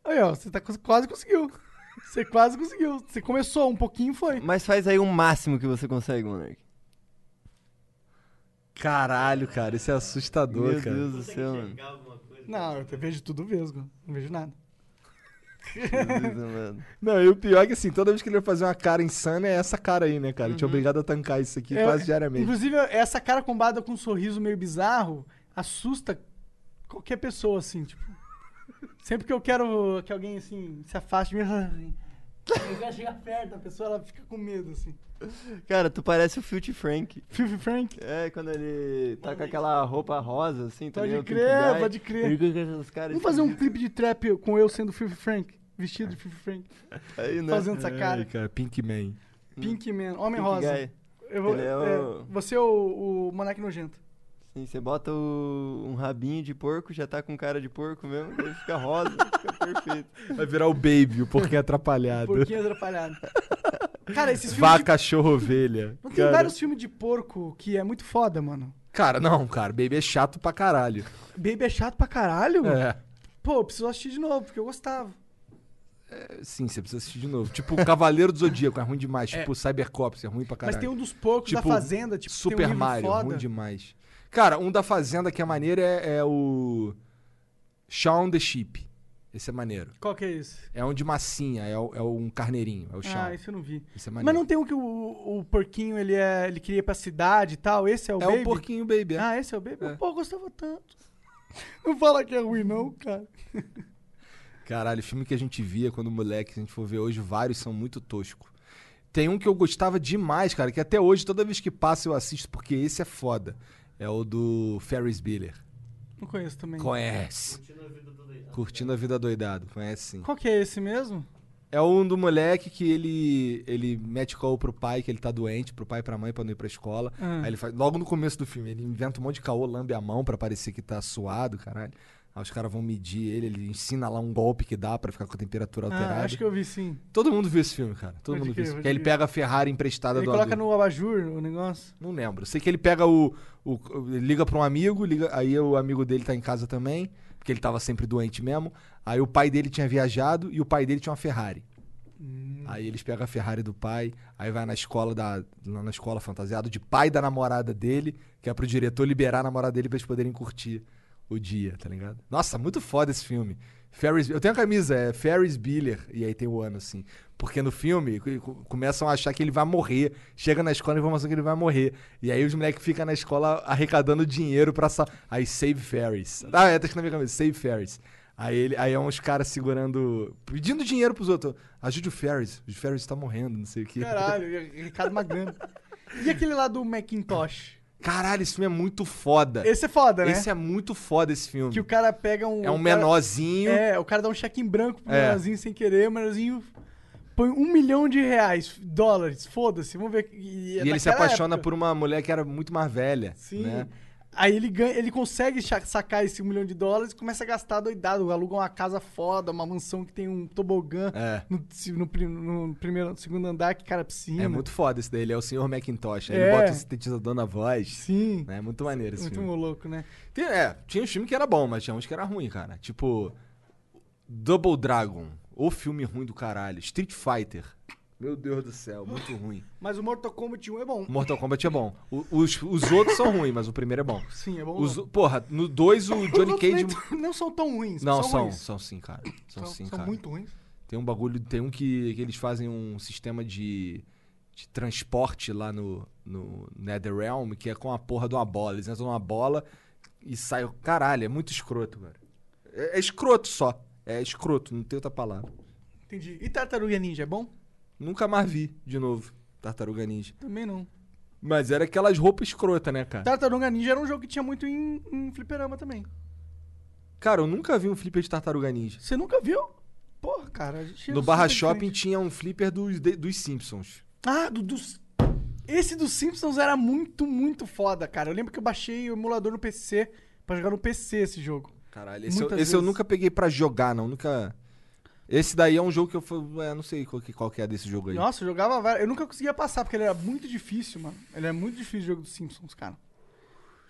Speaker 4: Aí, ó, você tá, cons- quase conseguiu. Você quase conseguiu. Você começou um pouquinho foi.
Speaker 1: Mas faz aí o máximo que você consegue, Monark.
Speaker 2: Caralho, cara, isso é assustador,
Speaker 1: Meu
Speaker 2: cara.
Speaker 1: Deus do
Speaker 5: Consegue
Speaker 1: céu, mano.
Speaker 5: enxergar alguma coisa?
Speaker 4: Não, eu te- vejo tudo vesgo. Não vejo nada.
Speaker 1: Jesus amado.
Speaker 2: Não, e o pior é que assim, toda vez que ele vai fazer uma cara insana, é essa cara aí, né, cara? A gente é obrigado a tancar isso aqui
Speaker 4: Uhum. É,
Speaker 2: quase diariamente.
Speaker 4: Inclusive, essa cara combada com um sorriso meio bizarro assusta qualquer pessoa, assim, tipo. Sempre que eu quero que alguém, assim, se afaste de mim, eu falo assim, eu quero chegar perto, a pessoa ela fica com medo, assim.
Speaker 1: Cara, tu parece o Filthy Frank.
Speaker 4: Fifi Frank?
Speaker 1: É, quando ele tá com aquela roupa rosa, assim, tá
Speaker 2: é
Speaker 4: Pode
Speaker 1: ligado?
Speaker 4: crer,
Speaker 1: Pink Guy.
Speaker 4: pode crer.
Speaker 1: Ele fica com os caras
Speaker 4: Vamos fazer um
Speaker 1: esquisitos.
Speaker 4: clipe de trap com eu sendo Fifi Frank, vestido de Fifi Frank,
Speaker 1: Aí, né?
Speaker 4: fazendo essa
Speaker 2: Ai,
Speaker 4: cara.
Speaker 2: cara, Pink Man.
Speaker 4: Pink Man, um Homem
Speaker 1: Pink
Speaker 4: Rosa.
Speaker 1: Guy.
Speaker 4: Eu vou,
Speaker 1: Ele é
Speaker 4: é,
Speaker 1: o-
Speaker 4: você é o, o Monark Nojento.
Speaker 1: Sim, você bota o- um rabinho de porco, já tá com cara de porco mesmo, ele fica rosa, fica perfeito.
Speaker 2: Vai virar o Baby, o porquinho atrapalhado.
Speaker 4: Porquinho atrapalhado. Cara, esses filmes
Speaker 2: Vaca,
Speaker 4: de...
Speaker 2: cachorro, ovelha.
Speaker 4: Não tem
Speaker 2: cara.
Speaker 4: vários filmes de porco que é muito foda, mano.
Speaker 2: Cara, não, cara, Baby é chato pra caralho.
Speaker 4: Baby é chato pra caralho?
Speaker 2: É.
Speaker 4: Pô, eu preciso assistir de novo, porque eu gostava.
Speaker 2: Sim, você precisa assistir de novo. Tipo, Cavaleiro do Zodíaco é ruim demais. Tipo, Cybercops é ruim pra caralho.
Speaker 4: Mas tem um dos porcos
Speaker 2: Tipo,
Speaker 4: da Fazenda, tipo, tem um
Speaker 2: Super
Speaker 4: livro
Speaker 2: Mario, é
Speaker 4: foda.
Speaker 2: ruim demais. Cara, um da Fazenda que é maneiro é, é o. Shaun the Sheep. Esse é maneiro.
Speaker 4: Qual que é esse?
Speaker 2: É um de massinha, é, o- é um carneirinho, é o Shaun.
Speaker 4: Ah, esse eu não vi.
Speaker 2: Esse é
Speaker 4: Mas
Speaker 2: maneiro.
Speaker 4: não tem um que o, o porquinho, ele, é, ele queria ir pra cidade e tal? Esse é o
Speaker 2: é
Speaker 4: Baby?
Speaker 2: o porquinho baby. é.
Speaker 4: Ah, esse é o Baby?
Speaker 2: É.
Speaker 4: Pô, eu gostava tanto. Não fala que é ruim não, cara.
Speaker 2: Caralho, filme que a gente via quando moleque, se a gente for ver hoje, vários são muito tosco. Tem um que eu gostava demais, cara, que até hoje, toda vez que passa, eu assisto, porque esse é foda. É o do Ferris Bueller.
Speaker 4: Não conheço também.
Speaker 2: Conhece.
Speaker 5: Continua a vida do leitão.
Speaker 2: Curtindo a vida doidado, conhece sim.
Speaker 4: Qual que é esse mesmo?
Speaker 2: É um do moleque que ele ele mete call pro pai que ele tá doente, pro pai e pra mãe pra não ir pra escola.
Speaker 4: Ah.
Speaker 2: Aí ele faz, logo no começo do filme, ele inventa um monte de caô, lambe a mão pra parecer que tá suado, caralho. Aí os caras vão medir ele, ele ensina lá um golpe que dá pra ficar com a temperatura alterada.
Speaker 4: Ah, acho que eu vi sim.
Speaker 2: Todo mundo viu esse filme, cara. Todo
Speaker 4: Pode
Speaker 2: mundo viu
Speaker 4: crer,
Speaker 2: esse filme.
Speaker 4: pode
Speaker 2: Que ele
Speaker 4: crer.
Speaker 2: pega a Ferrari emprestada
Speaker 4: Ele
Speaker 2: do
Speaker 4: coloca
Speaker 2: amigo.
Speaker 4: no abajur o negócio.
Speaker 2: Não lembro. Sei que ele pega o. o- ele liga pra um amigo, liga, aí o amigo dele tá em casa também, porque ele tava sempre doente mesmo. Aí o pai dele tinha viajado e o pai dele tinha uma Ferrari. Aí eles pegam a Ferrari do pai, aí vai na escola da. lá na escola fantasiado de pai da namorada dele, que é pro diretor liberar a namorada dele pra eles poderem curtir o dia, tá ligado? Nossa, muito foda esse filme. Ferris, eu tenho a camisa, é Ferris Bueller, e aí tem o ano, assim. Porque no filme co- co- começam a achar que ele vai morrer. Chega na escola a informação é que ele vai morrer. E aí os moleques ficam na escola arrecadando dinheiro pra. Sa... Aí Save Ferris. Ah, é, tá escrito na minha camisa, Save Ferris. Aí, ele, aí é uns caras segurando. pedindo dinheiro pros outros. Ajude o Ferris, o Ferris tá morrendo, não sei o quê.
Speaker 4: Caralho, e- e Ricardo Magano. E aquele lá do Macintosh?
Speaker 2: Caralho, esse filme é muito foda.
Speaker 4: Esse é foda, né?
Speaker 2: Esse é muito foda esse filme.
Speaker 4: Que o cara pega um.
Speaker 2: É um
Speaker 4: o cara-
Speaker 2: menorzinho.
Speaker 4: É, o cara dá um cheque em branco pro
Speaker 2: É.
Speaker 4: menorzinho sem querer, o menorzinho põe um milhão de reais, dólares, foda-se, vamos ver. é
Speaker 2: E ele se apaixona por uma mulher que era muito mais velha.
Speaker 4: Sim.
Speaker 2: né?
Speaker 4: Aí ele, ganha, ele consegue cha- sacar esse um milhão de dólares e começa a gastar doidado. Aluga uma casa foda, uma mansão que tem um tobogã
Speaker 2: É.
Speaker 4: no, se- no pri- no primeiro, no segundo andar que cara piscina.
Speaker 2: É muito foda esse daí. Ele é o Sr. Macintosh. Aí
Speaker 4: É.
Speaker 2: Ele bota o sintetizador na voz.
Speaker 4: Sim.
Speaker 2: É muito maneiro esse
Speaker 4: muito
Speaker 2: filme.
Speaker 4: louco, né?
Speaker 2: Tem- é, tinha uns filmes que era bom, mas tinha uns que era ruim, cara. Tipo, Double Dragon. O filme ruim do caralho. Street Fighter. Meu Deus do céu, muito ruim.
Speaker 4: Mas o Mortal Kombat 1 é bom.
Speaker 2: Mortal Kombat é bom. O- os, os outros são ruins, mas o primeiro é bom.
Speaker 4: Sim, é bom.
Speaker 2: Os, porra, no 2 o
Speaker 4: Os
Speaker 2: Johnny
Speaker 4: outros
Speaker 2: Cage.
Speaker 4: nem t- Não são tão ruins.
Speaker 2: Não,
Speaker 4: são
Speaker 2: são,
Speaker 4: ruins.
Speaker 2: são sim, cara. São, sim,
Speaker 4: são
Speaker 2: cara.
Speaker 4: muito ruins.
Speaker 2: Tem um bagulho, tem um que, que eles fazem um sistema de, de transporte lá no, no Netherrealm, que é com a porra de uma bola. Eles entram numa bola e saem. Caralho, é muito escroto, cara. É, é escroto só. É escroto, não tem outra palavra.
Speaker 4: Entendi. E Tartaruga Ninja é bom?
Speaker 2: Nunca mais vi de novo Tartaruga Ninja.
Speaker 4: Também não.
Speaker 2: Mas era aquelas roupas escrotas, né, cara?
Speaker 4: Tartaruga Ninja era um jogo que tinha muito em, em fliperama também.
Speaker 2: Cara, eu nunca vi um flipper de Tartaruga Ninja.
Speaker 4: Você nunca viu? Porra, cara, a gente.
Speaker 2: No Barra Shopping tinha um flipper dos, de- dos Simpsons.
Speaker 4: Ah, do, dos. Esse dos Simpsons era muito, muito foda, cara. Eu lembro que eu baixei o emulador no PC pra jogar no PC esse jogo.
Speaker 2: Caralho, esse, eu,
Speaker 4: Muitas
Speaker 2: esse eu
Speaker 4: vezes.
Speaker 2: nunca peguei pra jogar, não. Nunca. Esse daí é um jogo que eu fui- é, não sei qual que, qual que é desse jogo aí.
Speaker 4: Nossa, eu jogava várias. Eu nunca conseguia passar, porque ele era muito difícil, mano. Ele era muito difícil o jogo dos Simpsons, cara.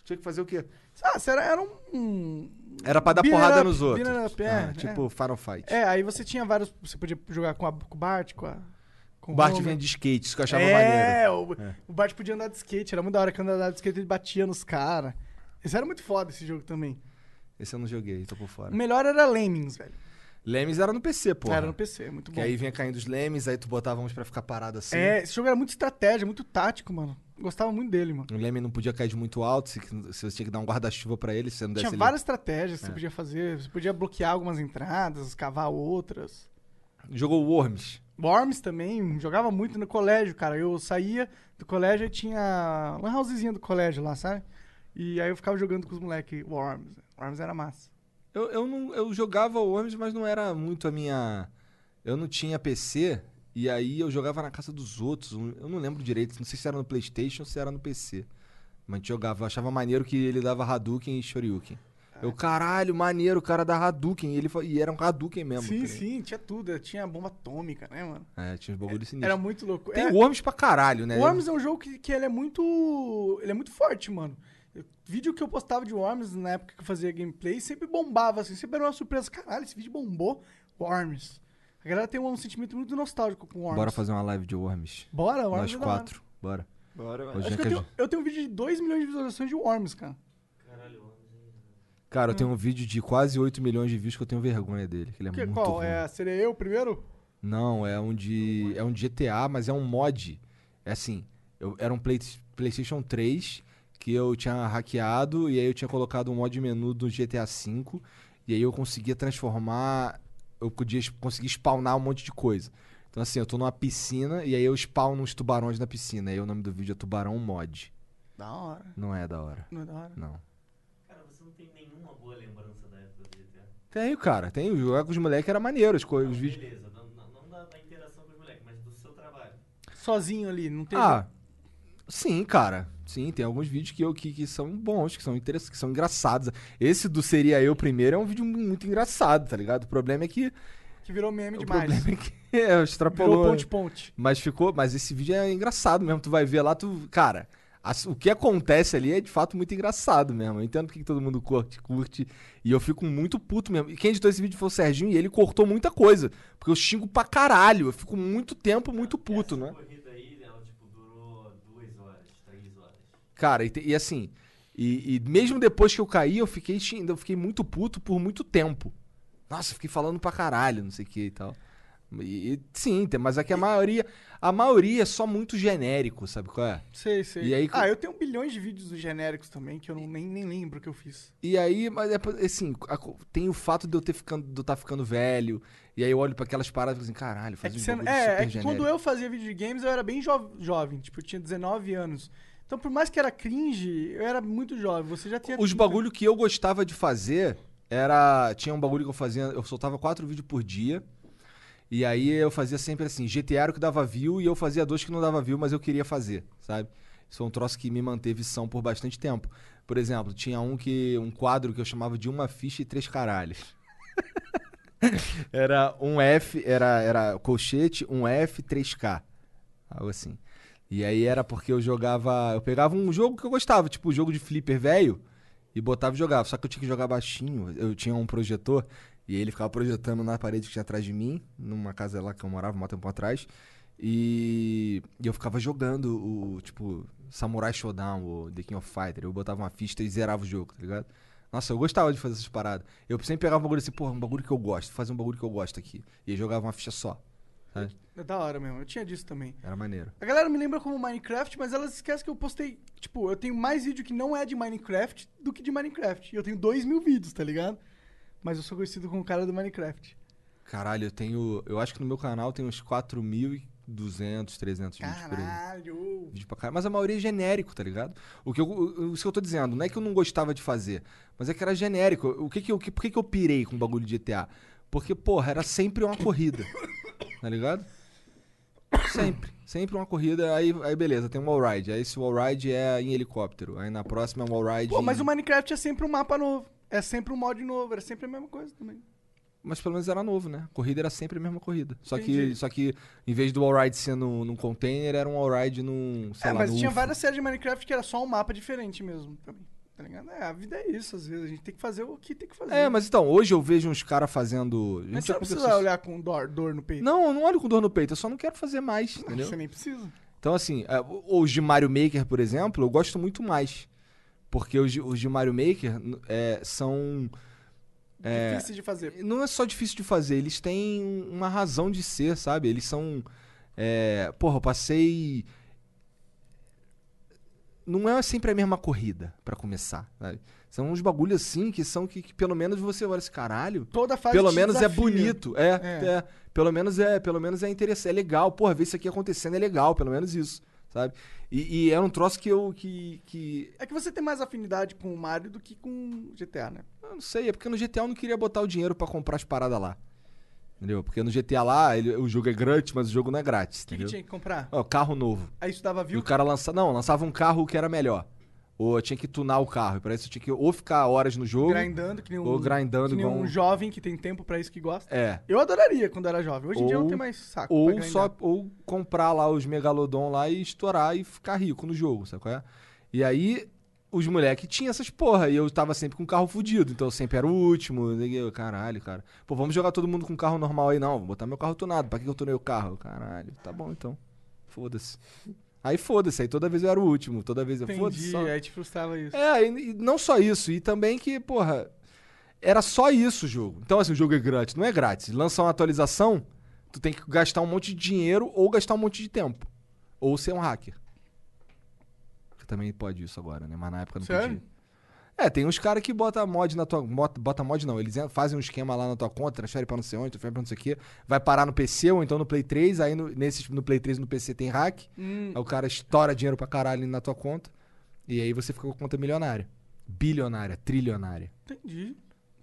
Speaker 2: Tinha que fazer o quê?
Speaker 4: Ah, será? Era um.
Speaker 2: Era pra dar
Speaker 4: Beat
Speaker 2: porrada
Speaker 4: it up,
Speaker 2: nos
Speaker 4: beat
Speaker 2: outros.
Speaker 4: it up, é,
Speaker 2: Ah,
Speaker 4: é.
Speaker 2: tipo Final Fight.
Speaker 4: É, aí você tinha vários. Você podia jogar com, a, com o Bart, com a. Com
Speaker 2: o Bart
Speaker 4: Homer.
Speaker 2: vinha de skate, isso que eu achava maneiro.
Speaker 4: é, o, o Bart podia andar de skate, era muito da hora que andava de skate, ele batia nos caras. Esse era muito foda esse jogo também.
Speaker 2: Esse eu não joguei, tô por fora.
Speaker 4: O melhor era Lemmings, velho.
Speaker 2: Lemmings era no PC, pô.
Speaker 4: Era no PC, muito
Speaker 2: Que
Speaker 4: bom.
Speaker 2: aí vinha caindo os Lemmings, aí tu botava uns pra ficar parado assim.
Speaker 4: É, esse jogo era muito estratégia, muito tático, mano. Gostava muito dele, mano.
Speaker 2: O Lemming não podia cair de muito alto, se, se você tinha que dar um guarda-chuva pra ele, se você não desse
Speaker 4: Tinha
Speaker 2: ele-
Speaker 4: várias estratégias que
Speaker 2: É.
Speaker 4: você podia fazer. Você podia bloquear algumas entradas, cavar outras.
Speaker 2: Jogou Worms.
Speaker 4: Worms também, jogava muito no colégio, cara. Eu saía do colégio e tinha uma housezinha do colégio lá, sabe? E aí eu ficava jogando com os moleques Worms. Worms era massa.
Speaker 2: Eu, eu, não, eu jogava Worms, mas não era muito a minha. Eu não tinha PC, e aí eu jogava na casa dos outros. um- Eu não lembro direito, não sei se era no PlayStation ou se era no PC. Mas a gente jogava, eu achava maneiro que ele dava Hadouken e Shoryuken.
Speaker 4: Ah,
Speaker 2: Eu, caralho, maneiro, o cara da Hadouken. E, ele, fa- e era um Hadouken mesmo. tá
Speaker 4: Sim,
Speaker 2: ligado?
Speaker 4: sim, tinha tudo. Tinha bomba atômica, né, mano?
Speaker 2: É, tinha uns bagulho sinistro.
Speaker 4: Era muito louco.
Speaker 2: Tem
Speaker 4: é,
Speaker 2: Worms pra caralho, né?
Speaker 4: o Worms é um jogo que, que ele é muito. Ele é muito forte, mano. Eu- Vídeo que eu postava de Worms na época que eu fazia gameplay sempre bombava, assim, sempre era uma surpresa. Caralho, esse vídeo bombou. Worms. A galera tem um sentimento muito nostálgico com é Worms.
Speaker 2: Bora fazer uma live de Worms.
Speaker 4: Bora, Worms.
Speaker 2: Nós
Speaker 4: é da hora.
Speaker 2: quatro. Bora.
Speaker 1: Bora, mano.
Speaker 2: Hoje
Speaker 4: Acho
Speaker 2: é que
Speaker 4: que eu
Speaker 2: a
Speaker 4: tenho,
Speaker 2: gente-
Speaker 4: eu tenho um vídeo de 2 milhões de visualizações de Worms, cara.
Speaker 2: Cara, eu
Speaker 4: Hum.
Speaker 2: tenho um vídeo de quase 8 milhões de views que eu tenho vergonha dele. Que ele é
Speaker 4: Que,
Speaker 2: muito
Speaker 4: qual?
Speaker 2: ruim.
Speaker 4: É, seria eu primeiro?
Speaker 2: Não, é um de. É um de GTA, mas é um mod. É assim, eu, era um Play- PlayStation 3 que eu tinha hackeado e aí eu tinha colocado um mod menu do GTA V e aí eu conseguia transformar. Eu podia es- conseguir spawnar um monte de coisa. Então assim, eu tô numa piscina e aí eu spawno uns tubarões na piscina. Aí o nome do vídeo é Tubarão Mod.
Speaker 4: Da hora.
Speaker 2: Não é da hora.
Speaker 4: Não é da hora.
Speaker 2: Não.
Speaker 5: Cara, você não tem nenhuma boa lembrança da época do GTA.
Speaker 2: Tem, cara. Tem. O jogo com os moleques era maneiro, as coisas, os vídeos.
Speaker 5: Beleza, não, não- não da, da interação com os moleques, mas do seu trabalho.
Speaker 4: Sozinho ali, não tem.
Speaker 2: Ah, sim, cara. Sim, tem alguns vídeos que, eu, que, que são bons, que são interessantes, que são engraçados. Esse do Seria Eu Primeiro é um vídeo mu- muito engraçado, tá ligado? O problema é que.
Speaker 4: Que virou meme
Speaker 2: O
Speaker 4: demais.
Speaker 2: problema é que é,
Speaker 4: Virou
Speaker 2: extrapolou. né?
Speaker 4: ponte-ponte.
Speaker 2: Mas ficou. Mas esse vídeo é engraçado mesmo. Tu vai ver lá, tu. Cara, as- o que acontece ali é de fato muito engraçado mesmo. Eu entendo porque que todo mundo curte, curte. E eu fico muito puto mesmo. E quem editou esse vídeo foi o Serginho e ele cortou muita coisa. Porque eu xingo pra caralho. Eu fico muito tempo muito puto, né?
Speaker 5: A corrida aí, ela tipo, durou duas horas, três horas.
Speaker 2: Cara, e, te- e assim, e, e mesmo depois que eu caí, eu fiquei, xing- eu fiquei muito puto por muito tempo. Nossa, fiquei falando pra caralho, não sei o que e tal. E, e- sim, tem, mas aqui a maioria. A maioria é só muito genérico, sabe qual é?
Speaker 4: Sei, sei.
Speaker 2: E aí-
Speaker 4: ah, eu tenho bilhões de vídeos genéricos também que eu não, nem, nem lembro que eu fiz.
Speaker 2: E aí, mas é, por- assim, a co- tem o fato de eu ter ficando, de eu estar ficando velho. E aí eu olho pra aquelas paradas e fico assim, caralho,
Speaker 4: É
Speaker 2: faz
Speaker 4: que,
Speaker 2: um
Speaker 4: você-
Speaker 2: bagulho
Speaker 4: é,
Speaker 2: super
Speaker 4: é que
Speaker 2: genérico.
Speaker 4: quando eu fazia vídeo de games eu era bem jo- jovem, tipo, eu tinha 19 anos. Então, por mais que era cringe, eu era muito jovem. Você já tinha. né?
Speaker 2: Os bagulho que eu gostava de fazer era. Tinha um bagulho que eu fazia. Eu soltava quatro vídeos por dia. E aí eu fazia sempre assim, GTA era o que dava view e eu fazia dois que não dava view, mas eu queria fazer, sabe? Isso é um troço que me manteve são por bastante tempo. Por exemplo, tinha um que. um quadro que eu chamava de uma ficha e três caralhos. era um F, era, era colchete, um F, 3K. Algo assim. E aí era porque eu jogava. Eu pegava um jogo que eu gostava, tipo o jogo de flipper velho, e botava e jogava. Só que eu tinha que jogar baixinho. Eu tinha um projetor, e ele ficava projetando na parede que tinha atrás de mim, numa casa lá que eu morava um tempo atrás. E e eu ficava jogando o, tipo, Samurai Shodown, o The King of Fighter. Eu botava uma ficha e zerava o jogo, tá ligado? Nossa, eu gostava de fazer essas paradas. Eu sempre pegava um bagulho assim, porra, um bagulho que eu gosto, fazer um bagulho que eu gosto aqui. E aí jogava uma ficha só. Sabe?
Speaker 4: É da hora mesmo, eu tinha disso também.
Speaker 2: Era maneiro.
Speaker 4: A galera me lembra como Minecraft, mas elas esquecem que eu postei. Tipo, eu tenho mais vídeo que não é de Minecraft do que de Minecraft. E eu tenho dois mil vídeos, tá ligado? Mas eu sou conhecido como o cara do Minecraft.
Speaker 2: Caralho, eu tenho. Eu acho que no meu canal tem uns 4.200, 300 vídeos por aí.
Speaker 4: Caralho!
Speaker 2: Vídeo pra caralho. Mas a maioria é genérico, tá ligado? O que eu, o- isso que eu tô dizendo, não é que eu não gostava de fazer, mas é que era genérico. O que que eu, que- por que, que eu pirei com o bagulho de GTA? Porque, porra, era sempre uma corrida. tá ligado? Sempre. Sempre uma corrida. Aí, aí beleza, tem um wallride. Aí esse wallride é em helicóptero. Aí na próxima é um wallride.
Speaker 4: Pô, mas
Speaker 2: em-
Speaker 4: o Minecraft é sempre um mapa novo. É sempre um mod novo, era sempre a mesma coisa também.
Speaker 2: Mas pelo menos era novo, né? A corrida era sempre a mesma corrida. Só que,
Speaker 4: Entendi.
Speaker 2: só que em vez do wallride ser num, num container, era um wallride num. Sei
Speaker 4: é,
Speaker 2: lá,
Speaker 4: mas
Speaker 2: no
Speaker 4: tinha
Speaker 2: UFO.
Speaker 4: várias séries de Minecraft que era só um mapa diferente mesmo também. Tá ligado? É, a vida é isso, às vezes. A gente tem que fazer o que tem que fazer.
Speaker 2: É, mas então, hoje eu vejo uns caras fazendo. A
Speaker 4: Uhum.
Speaker 2: gente
Speaker 4: Mas você
Speaker 2: já
Speaker 4: não
Speaker 2: conversou
Speaker 4: precisa
Speaker 2: isso.
Speaker 4: olhar com dor, dor no peito.
Speaker 2: Não, eu não olho com dor no peito, eu só não quero fazer mais, entendeu?
Speaker 4: você nem precisa.
Speaker 2: Então, assim, é, o- os de Mario Maker, por exemplo, eu gosto muito mais. Porque os, de- os de Mario Maker n- é, são.
Speaker 4: Difícil de fazer.
Speaker 2: Não é só difícil de fazer, eles têm uma razão de ser, sabe? Eles são. é, porra, eu passei. Não é sempre a mesma corrida, pra começar. sabe? São uns bagulhos assim que são que, que pelo menos você olha esse caralho.
Speaker 4: Toda fase
Speaker 2: Pelo
Speaker 4: te
Speaker 2: menos é
Speaker 4: desafia.
Speaker 2: bonito. É,
Speaker 4: É.
Speaker 2: é. Pelo menos é, pelo menos é interessante, é legal. Porra, ver isso aqui acontecendo é legal, pelo menos isso, sabe? E, e era um troço que eu que, que
Speaker 4: É que você tem mais afinidade com o Mario do que com o GTA, né?
Speaker 2: eu não sei, é porque no GTA eu não queria botar o dinheiro pra comprar as paradas lá. Entendeu? Porque no GTA lá, ele- o jogo é grátis, mas o jogo não é grátis,
Speaker 4: O que, que
Speaker 2: entendeu?
Speaker 4: tinha que comprar?
Speaker 2: Ó, carro novo.
Speaker 4: Aí isso dava
Speaker 2: E
Speaker 4: view?
Speaker 2: o cara lança, não, lançava um carro que era melhor. Ou eu tinha que tunar o carro, e parece que eu tinha que ou ficar horas no jogo,
Speaker 4: grindando, que nem um,
Speaker 2: ou grindando
Speaker 4: que nem
Speaker 2: igual
Speaker 4: um
Speaker 2: um...
Speaker 4: jovem que tem tempo pra isso que gosta.
Speaker 2: É.
Speaker 4: Eu adoraria quando era jovem. Hoje em dia eu não
Speaker 2: Ou-
Speaker 4: tenho mais saco. pra
Speaker 2: Ou
Speaker 4: grindar.
Speaker 2: só ou comprar lá os megalodon lá e estourar e ficar rico no jogo, sabe qual é? E aí os moleques tinham essas porra e eu tava sempre com o carro fudido, então eu sempre era o último. né, e eu, Caralho, cara. Pô, vamos jogar todo mundo com um carro normal aí não, vou botar meu carro tunado. Pra que que eu tunei o carro? Caralho, tá bom então. Foda-se. Aí foda-se, aí toda vez eu era o último, toda vez eu foda-se.
Speaker 4: Entendi,
Speaker 2: só-
Speaker 4: aí te frustrava isso.
Speaker 2: é, e, e não só isso, e também que, porra, era só isso o jogo. Então, assim, o jogo é grátis. Não é grátis. Lançar uma atualização, tu tem que gastar um monte de dinheiro ou gastar um monte de tempo. Ou ser um hacker. Que também pode isso agora, né? Mas na época não
Speaker 4: Sério?
Speaker 2: podia. É, tem uns caras que bota mod na tua. Bota, bota mod não, eles en- fazem um esquema lá na tua conta, transfere pra não sei onde, transfere pra não sei o quê. Vai parar no PC ou então no Play 3, aí no, nesses, no Play 3 e no PC tem hack.
Speaker 4: Hum,
Speaker 2: Aí o cara estoura dinheiro pra caralho na tua conta. E aí você fica com a conta milionária. Bilionária, trilionária.
Speaker 4: entendi.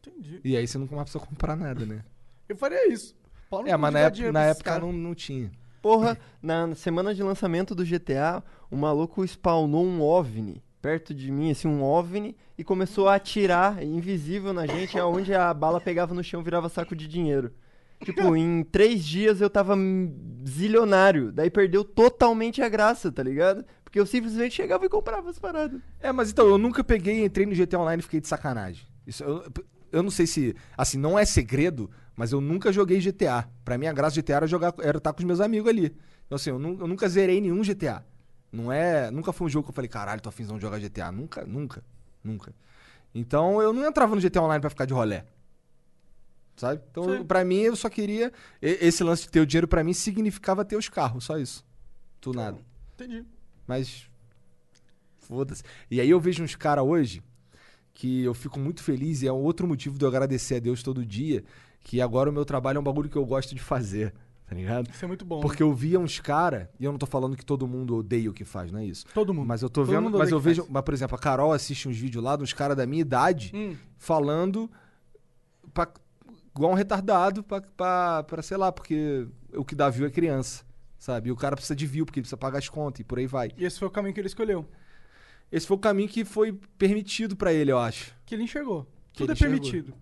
Speaker 4: Entendi.
Speaker 2: E aí você nunca mais precisa comprar nada, né?
Speaker 4: Eu faria isso. Paulo
Speaker 2: é,
Speaker 4: não
Speaker 2: mas na
Speaker 4: podia dar
Speaker 2: época,
Speaker 4: dinheiro
Speaker 2: na
Speaker 4: pra esses
Speaker 2: época
Speaker 4: caras.
Speaker 2: não, não tinha.
Speaker 1: Porra, na semana de lançamento do GTA, o maluco spawnou um OVNI perto de mim, assim, um OVNI, e começou a atirar é invisível na gente, aonde a bala pegava no chão virava saco de dinheiro. Tipo, em três dias eu tava hum, zilionário, daí perdeu totalmente a graça, tá ligado? Porque eu simplesmente chegava e comprava as paradas.
Speaker 2: É, mas então, eu nunca peguei, entrei no GTA Online e fiquei de sacanagem. Isso, eu, eu não sei se. Assim, não é segredo, mas eu nunca joguei GTA. Pra mim, a graça de GTA era jogar, era estar com os meus amigos ali. Então, assim, eu, nu- eu nunca zerei nenhum GTA. Não é. Nunca foi um jogo que eu falei, caralho, tô afinzão de jogar GTA. Nunca, nunca, nunca. Então eu não entrava no GTA Online pra ficar de rolé. Sabe? Então,
Speaker 4: Sim.
Speaker 2: pra mim, eu só queria. e- Esse lance de ter o dinheiro pra mim significava ter os carros, só isso. Do nada.
Speaker 4: Entendi.
Speaker 2: Mas. Foda-se. E aí eu vejo uns caras hoje que eu fico muito feliz e é um outro motivo de eu agradecer a Deus todo dia. Que agora o meu trabalho é um bagulho que eu gosto de fazer, tá ligado?
Speaker 4: Isso é muito bom.
Speaker 2: Porque eu via uns caras, e eu não tô falando que todo mundo odeia o que faz, não é isso?
Speaker 4: Todo mundo.
Speaker 2: Mas eu tô
Speaker 4: Todo
Speaker 2: vendo,
Speaker 4: mundo
Speaker 2: mas
Speaker 4: odeia
Speaker 2: eu
Speaker 4: o que
Speaker 2: vejo,
Speaker 4: faz.
Speaker 2: mas por exemplo, a Carol assiste uns vídeos lá de uns caras da minha idade
Speaker 4: Hum.
Speaker 2: falando pra, igual um retardado pra, pra, pra, sei lá, porque o que dá view é criança, sabe? E o cara precisa de view porque ele precisa pagar as contas e por aí vai.
Speaker 4: E esse foi o caminho que ele escolheu.
Speaker 2: Esse foi o caminho que foi permitido pra ele, eu acho.
Speaker 4: Que ele enxergou.
Speaker 2: Que
Speaker 4: Tudo
Speaker 2: ele
Speaker 4: é
Speaker 2: enxergou.
Speaker 4: permitido.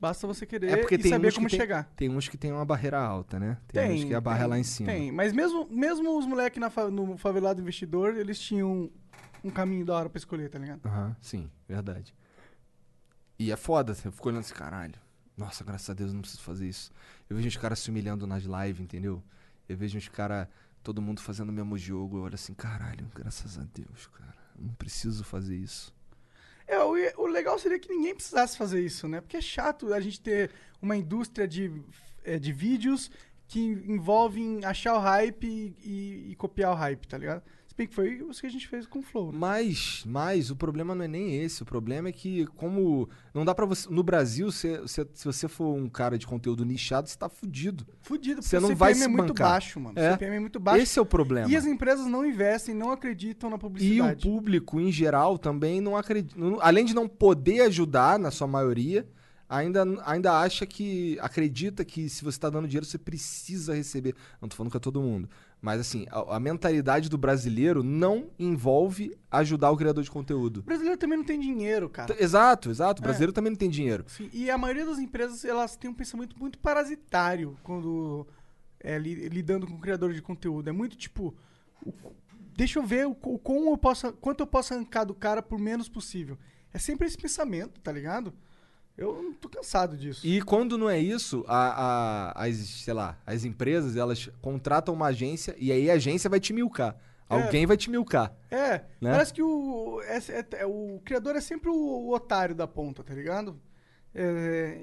Speaker 4: Basta você querer
Speaker 2: É porque
Speaker 4: e
Speaker 2: tem
Speaker 4: saber
Speaker 2: uns que
Speaker 4: como
Speaker 2: tem-
Speaker 4: chegar.
Speaker 2: Tem uns que tem uma barreira alta, né? Tem, uns que a barra é lá em cima.
Speaker 4: Tem, mas mesmo, mesmo os moleques no favelado investidor, eles tinham um caminho da hora pra escolher, tá ligado?
Speaker 2: Aham, sim, verdade. E é foda, eu fico olhando assim, caralho. Nossa, graças a Deus eu não preciso fazer isso. Eu vejo uns caras se humilhando nas lives, entendeu? Eu vejo uns caras, todo mundo fazendo o mesmo jogo. Eu olho assim, caralho, graças a Deus, cara. Eu não preciso fazer isso.
Speaker 4: É, o, o legal seria que ninguém precisasse fazer isso, né? Porque é chato a gente ter uma indústria de, é, de vídeos que envolvem achar o hype e, e copiar o hype, tá ligado? Se bem que foi isso que a gente fez com o Flow, né?
Speaker 2: Mas, mas o problema não é nem esse. O problema é que, como. Não dá pra você. No Brasil, você- você- se você for um cara de conteúdo nichado, você tá fudido.
Speaker 4: Fudido, porque
Speaker 2: Você
Speaker 4: o
Speaker 2: não
Speaker 4: CPM
Speaker 2: vai
Speaker 4: é
Speaker 2: se
Speaker 4: muito
Speaker 2: bancar.
Speaker 4: baixo, mano.
Speaker 2: É.
Speaker 4: O CPM é muito baixo.
Speaker 2: Esse é o problema.
Speaker 4: E as empresas não investem, não acreditam na
Speaker 2: E o
Speaker 4: publicidade.
Speaker 2: público, em geral, também não acredita. Além de não poder ajudar, na sua maioria, ainda, ainda acha que. Acredita que se você está dando dinheiro, você precisa receber. Não tô falando que é todo mundo. Mas assim, a, a mentalidade do brasileiro não envolve ajudar o criador de conteúdo.
Speaker 4: O brasileiro também não tem dinheiro, cara. É.
Speaker 2: T- Exato, exato. O brasileiro também não tem dinheiro.
Speaker 4: Sim, e a maioria das empresas, elas têm um pensamento muito parasitário quando é, li- lidando com o criador de conteúdo. É muito tipo, o- deixa eu ver o, co- como eu posso, quanto eu posso arrancar do cara por menos possível. É sempre esse pensamento, tá ligado? Eu não tô cansado disso.
Speaker 2: E quando não é isso, a- a- as, sei lá, as empresas, elas contratam uma agência e aí a agência vai te milcar. Alguém vai te milcar.
Speaker 4: É,
Speaker 2: Né?
Speaker 4: parece que o, é, é- é- o criador é sempre o, o otário da ponta, tá ligado? É,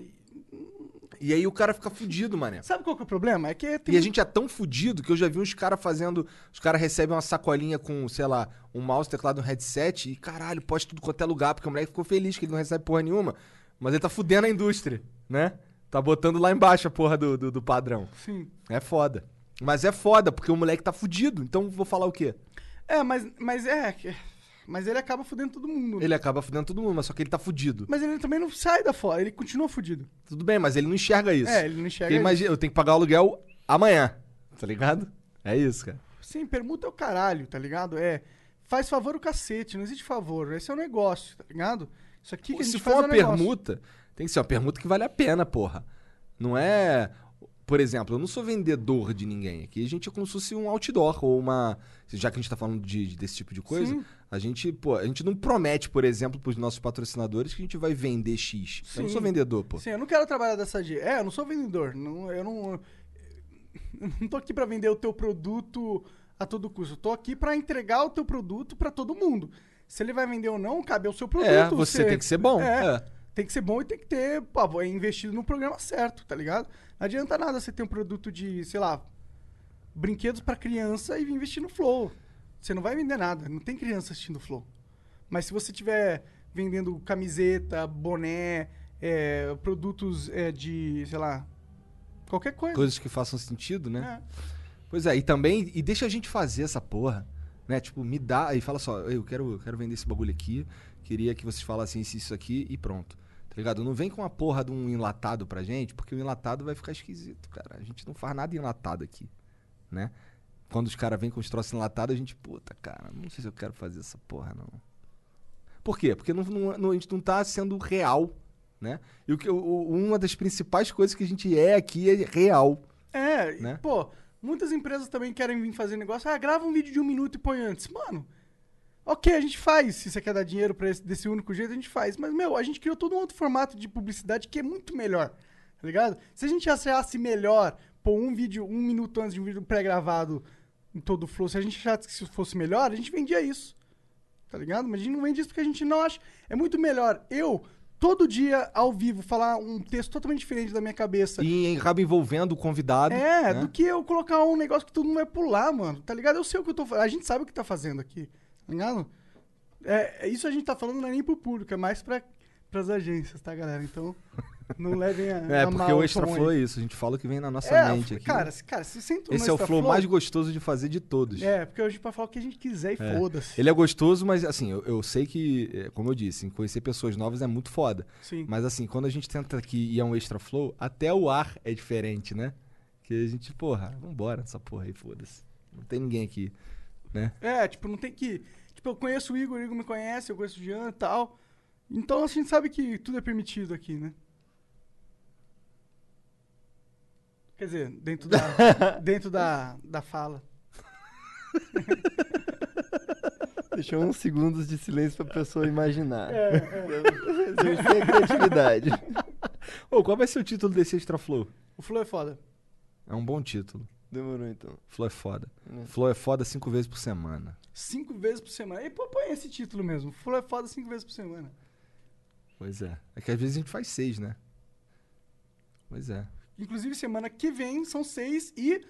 Speaker 2: E aí o cara fica fudido, mané.
Speaker 4: sabe qual que é o problema? É que tem
Speaker 2: E a
Speaker 4: muito-
Speaker 2: gente é tão fudido que eu já vi uns caras fazendo. Os caras recebem uma sacolinha com, sei lá, um mouse, teclado, um headset e caralho, posta tudo quanto é lugar, porque o moleque ficou feliz que ele não recebe porra nenhuma. Mas ele tá fudendo a indústria, né? Tá botando lá embaixo a porra do, do, do padrão.
Speaker 4: Sim.
Speaker 2: É foda. Mas é foda, porque o moleque tá fudido. Então vou falar o quê?
Speaker 4: É, mas, mas é. que- Mas ele acaba fudendo todo mundo. né?
Speaker 2: Ele acaba fudendo todo mundo, mas só que ele tá fudido.
Speaker 4: Mas ele também não sai da fora, ele continua fudido.
Speaker 2: Tudo bem, mas ele não enxerga isso.
Speaker 4: É, ele não enxerga.
Speaker 2: Porque imagina, eu tenho que pagar o aluguel amanhã, tá ligado? É isso, cara.
Speaker 4: Sim, permuta é o caralho, tá ligado? É. Faz favor o cacete, não existe favor. Esse é o negócio, tá ligado? Isso aqui que a
Speaker 2: se
Speaker 4: gente
Speaker 2: for
Speaker 4: faz é
Speaker 2: uma
Speaker 4: um negócio.
Speaker 2: permuta, tem que ser uma permuta que vale a pena, porra. Não é. Por exemplo, eu não sou vendedor de ninguém aqui. A gente é como se fosse um outdoor ou uma. Já que a gente tá falando de- de- desse tipo de coisa,
Speaker 4: Sim.
Speaker 2: a gente, pô, a gente não promete, por exemplo, pros nossos patrocinadores que a gente vai vender X. Eu não
Speaker 4: Sim.
Speaker 2: sou vendedor, pô.
Speaker 4: Sim, eu não quero trabalhar dessa jeito. É, eu não sou vendedor. Não, eu não. eu Não tô aqui pra vender o teu produto a todo custo. Eu tô aqui pra entregar o teu produto pra todo mundo. Se ele vai vender ou não, cabe ao seu produto.
Speaker 2: É, você tem que ser bom,
Speaker 4: É,
Speaker 2: é.
Speaker 4: Tem que ser bom e tem que ter, pô, é investido no programa certo, tá ligado? Não adianta nada você ter um produto de, sei lá, brinquedos pra criança e investir no Flow. Você não vai vender nada, não tem criança assistindo Flow. Mas se você tiver vendendo camiseta, boné, é, produtos é, de, sei lá, qualquer coisa.
Speaker 2: Coisas que façam sentido, né?
Speaker 4: né?
Speaker 2: Pois é, e também, e deixa a gente fazer essa porra, né? Tipo, me dá, e fala só, eu quero, eu quero vender esse bagulho aqui, queria que vocês falassem isso, isso aqui e pronto. Tá ligado? Não vem com a porra de um enlatado pra gente, porque o enlatado vai ficar esquisito, cara. A gente não faz nada enlatado aqui, né? Quando os caras vêm com os troços enlatados, a gente, puta, cara, não sei se eu quero fazer essa porra, não. Por quê? Porque não- não- não- a gente não tá sendo real, né? E o que, o- o- uma das principais coisas que a gente é aqui é real.
Speaker 4: É, e,
Speaker 2: Né?
Speaker 4: pô, muitas empresas também querem vir fazer negócio. Ah, grava um vídeo de um minuto e põe antes. Mano, ok, a gente faz. Se você quer dar dinheiro pra esse, desse único jeito, a gente faz. Mas, meu, a gente criou todo um outro formato de publicidade que é muito melhor, tá ligado? Se a gente achasse melhor pôr um vídeo, um minuto antes de um vídeo pré-gravado em todo o flow, se a gente achasse que isso fosse melhor, a gente vendia isso. Tá ligado? Mas a gente não vende isso porque a gente não acha. É muito melhor eu todo dia ao vivo falar um texto totalmente diferente da minha cabeça.
Speaker 2: E acaba envolvendo o convidado. né?
Speaker 4: É, do que eu colocar um negócio que todo mundo vai pular, mano. Tá ligado? Eu sei o que eu tô fazendo. A gente sabe o que tá fazendo aqui. Tá ligado? É, isso a gente tá falando não é nem pro público, é mais pra, pras agências, tá, galera? Então, não levem a.
Speaker 2: É,
Speaker 4: a mal
Speaker 2: porque o Extra
Speaker 4: tom aí.
Speaker 2: Flow é isso. A gente fala o que vem na nossa
Speaker 4: É,
Speaker 2: mente aqui. né?
Speaker 4: Cara, se- cara, se você entrou
Speaker 2: Esse
Speaker 4: no
Speaker 2: é o
Speaker 4: Extra
Speaker 2: flow, mais gostoso de fazer de todos.
Speaker 4: É, porque a gente pode falar o que a gente quiser e
Speaker 2: É.
Speaker 4: foda-se.
Speaker 2: Ele é gostoso, mas assim, eu, eu sei que, é, como eu disse, conhecer pessoas novas é muito foda.
Speaker 4: Sim.
Speaker 2: Mas assim, quando a gente tenta aqui e é um extra flow, até o ar é diferente, né? Que a gente, porra, vambora essa porra aí, foda-se. Não tem ninguém aqui, né?
Speaker 4: É, tipo, não tem que. Tipo, eu conheço o Igor, o Igor me conhece, eu conheço o Jean e tal. Então a gente sabe que tudo é permitido aqui, né? Quer dizer, dentro da, dentro da, da fala.
Speaker 1: Deixou uns segundos de silêncio pra pessoa imaginar.
Speaker 4: É,
Speaker 1: Exercer a criatividade.
Speaker 2: Ô, qual vai ser o título desse extra flow?
Speaker 4: O Flow é foda.
Speaker 2: É um bom título.
Speaker 1: Demorou então.
Speaker 2: Flow é foda.
Speaker 1: É.
Speaker 2: Flow é foda cinco vezes por semana.
Speaker 4: Cinco vezes por semana. E pô, põe esse título mesmo. Flow é foda cinco vezes por semana.
Speaker 2: Pois é. É que às vezes a gente faz seis, né? Pois é.
Speaker 4: Inclusive, semana que vem são seis e.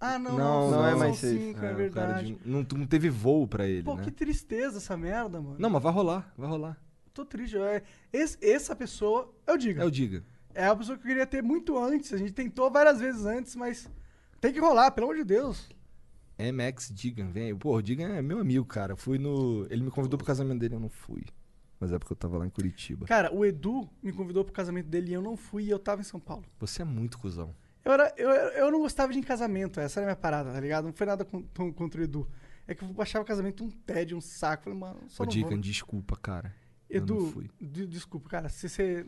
Speaker 4: Ah, não,
Speaker 2: Não,
Speaker 4: não,
Speaker 1: não é
Speaker 4: são
Speaker 1: mais seis.
Speaker 4: cinco, é,
Speaker 2: o cara
Speaker 4: verdade.
Speaker 2: de- não, não teve voo pra ele,
Speaker 4: Pô,
Speaker 2: né?
Speaker 4: que tristeza essa merda, mano.
Speaker 2: Não, mas vai rolar, vai rolar.
Speaker 4: Tô triste. é- esse- essa pessoa, eu digo,
Speaker 2: É o Diga.
Speaker 4: é a pessoa que eu queria ter muito antes. A gente tentou várias vezes antes, mas tem que rolar, pelo amor de Deus.
Speaker 2: MX Digan, vem aí. Pô, o Digan é meu amigo, cara. Eu fui no. Ele me convidou pro casamento dele, eu não fui. Mas é porque eu tava lá em Curitiba.
Speaker 4: Cara, o Edu me convidou pro casamento dele e eu não fui e eu tava em São Paulo.
Speaker 2: Você é muito cuzão.
Speaker 4: Eu, era, eu, eu não gostava de ir em casamento, essa era a minha parada, tá ligado? Não foi nada con- tão contra o Edu. É que eu achava o casamento um tédio, um saco. Falei, mano, só
Speaker 2: Ô,
Speaker 4: não
Speaker 2: Digan,
Speaker 4: vou.
Speaker 2: desculpa, cara. eu não
Speaker 4: Edu,
Speaker 2: fui.
Speaker 4: de- desculpa, cara, se você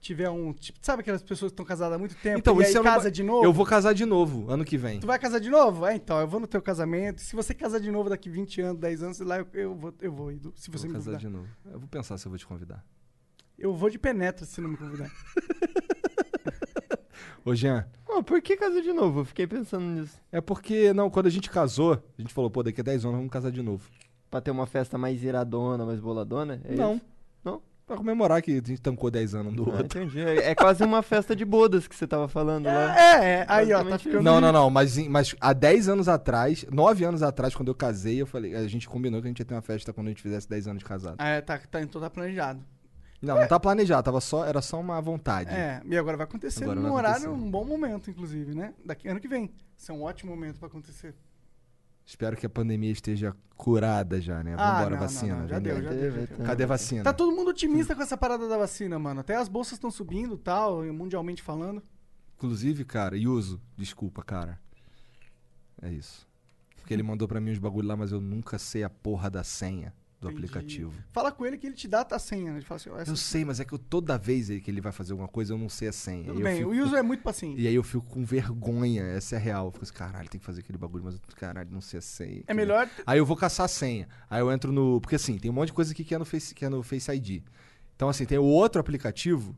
Speaker 4: tiver um. Tipo, sabe aquelas pessoas que estão casadas há muito tempo
Speaker 2: Então,
Speaker 4: e
Speaker 2: isso
Speaker 4: aí
Speaker 2: é uma-
Speaker 4: casa de novo?
Speaker 2: Eu vou casar de novo, ano que vem.
Speaker 4: Tu vai casar de novo? É, então, eu vou no teu casamento. Se você casar de novo daqui 20 anos, 10 anos, sei lá, eu, eu vou, eu vou, Edu, se
Speaker 2: Eu
Speaker 4: você
Speaker 2: vou
Speaker 4: me
Speaker 2: casar
Speaker 4: convidar.
Speaker 2: de novo. Eu vou pensar se eu vou te convidar.
Speaker 4: Eu vou de penetra se não me convidar.
Speaker 2: Ô, Jean,
Speaker 1: Pô, por que casou de novo? Eu fiquei pensando nisso.
Speaker 2: é porque, não, quando a gente casou, a gente falou, pô, daqui a 10 anos vamos casar de novo.
Speaker 1: Pra ter uma festa mais iradona, mais boladona? É
Speaker 2: não.
Speaker 1: isso? Não?
Speaker 2: Pra comemorar que a gente tancou 10 anos um do
Speaker 1: Ah,
Speaker 2: outro.
Speaker 1: entendi. É é quase uma festa de bodas que você tava falando lá.
Speaker 4: É, é, aí ó, tá
Speaker 1: Basicamente
Speaker 4: ficando.
Speaker 2: Não, não, não, mas, em- mas há 10 anos atrás, 9 anos atrás, quando eu casei, eu falei, a gente combinou que a gente ia ter uma festa quando a gente fizesse 10 anos de casado.
Speaker 4: Ah, é, tá, tá, então tá planejado.
Speaker 2: Não, não tá planejado, tava só, era só uma vontade.
Speaker 4: É, e agora vai acontecer
Speaker 2: Agora
Speaker 4: num
Speaker 2: vai
Speaker 4: horário,
Speaker 2: acontecer.
Speaker 4: um bom momento, inclusive, né? Daqui ano que vem. Isso é um ótimo momento pra acontecer.
Speaker 2: Espero que a pandemia esteja curada já, né?
Speaker 4: Ah,
Speaker 2: Vambora,
Speaker 4: não,
Speaker 2: vacina.
Speaker 4: não, não, já
Speaker 2: vem
Speaker 4: deu,
Speaker 2: daí.
Speaker 4: já
Speaker 1: Vai ter, vai ter.
Speaker 2: Cadê a vacina?
Speaker 4: Tá todo mundo otimista
Speaker 2: Hum.
Speaker 4: com essa parada da vacina, mano. Até as bolsas estão subindo tal, mundialmente falando.
Speaker 2: Inclusive, cara, Yuso, desculpa, cara. É isso. Porque ele mandou pra mim uns bagulho lá, mas eu nunca sei a porra da senha do
Speaker 4: Entendi.
Speaker 2: aplicativo.
Speaker 4: Fala com ele que ele te dá a senha. Ele fala assim, ó, essa...
Speaker 2: Eu sei, mas é que eu, toda vez aí que ele vai fazer alguma coisa, eu não sei a senha.
Speaker 4: Tudo
Speaker 2: E eu
Speaker 4: bem,
Speaker 2: fico-
Speaker 4: o Yuzo é muito paciente.
Speaker 2: E aí eu fico com vergonha, essa é real. Eu fico assim, caralho, tem que fazer aquele bagulho, mas eu- caralho, não sei a senha.
Speaker 4: É melhor
Speaker 2: Aí eu vou caçar a senha. Aí eu entro no. Porque assim, tem um monte de coisa aqui que é no Face, que é no Face ID. Então, assim, tem o outro aplicativo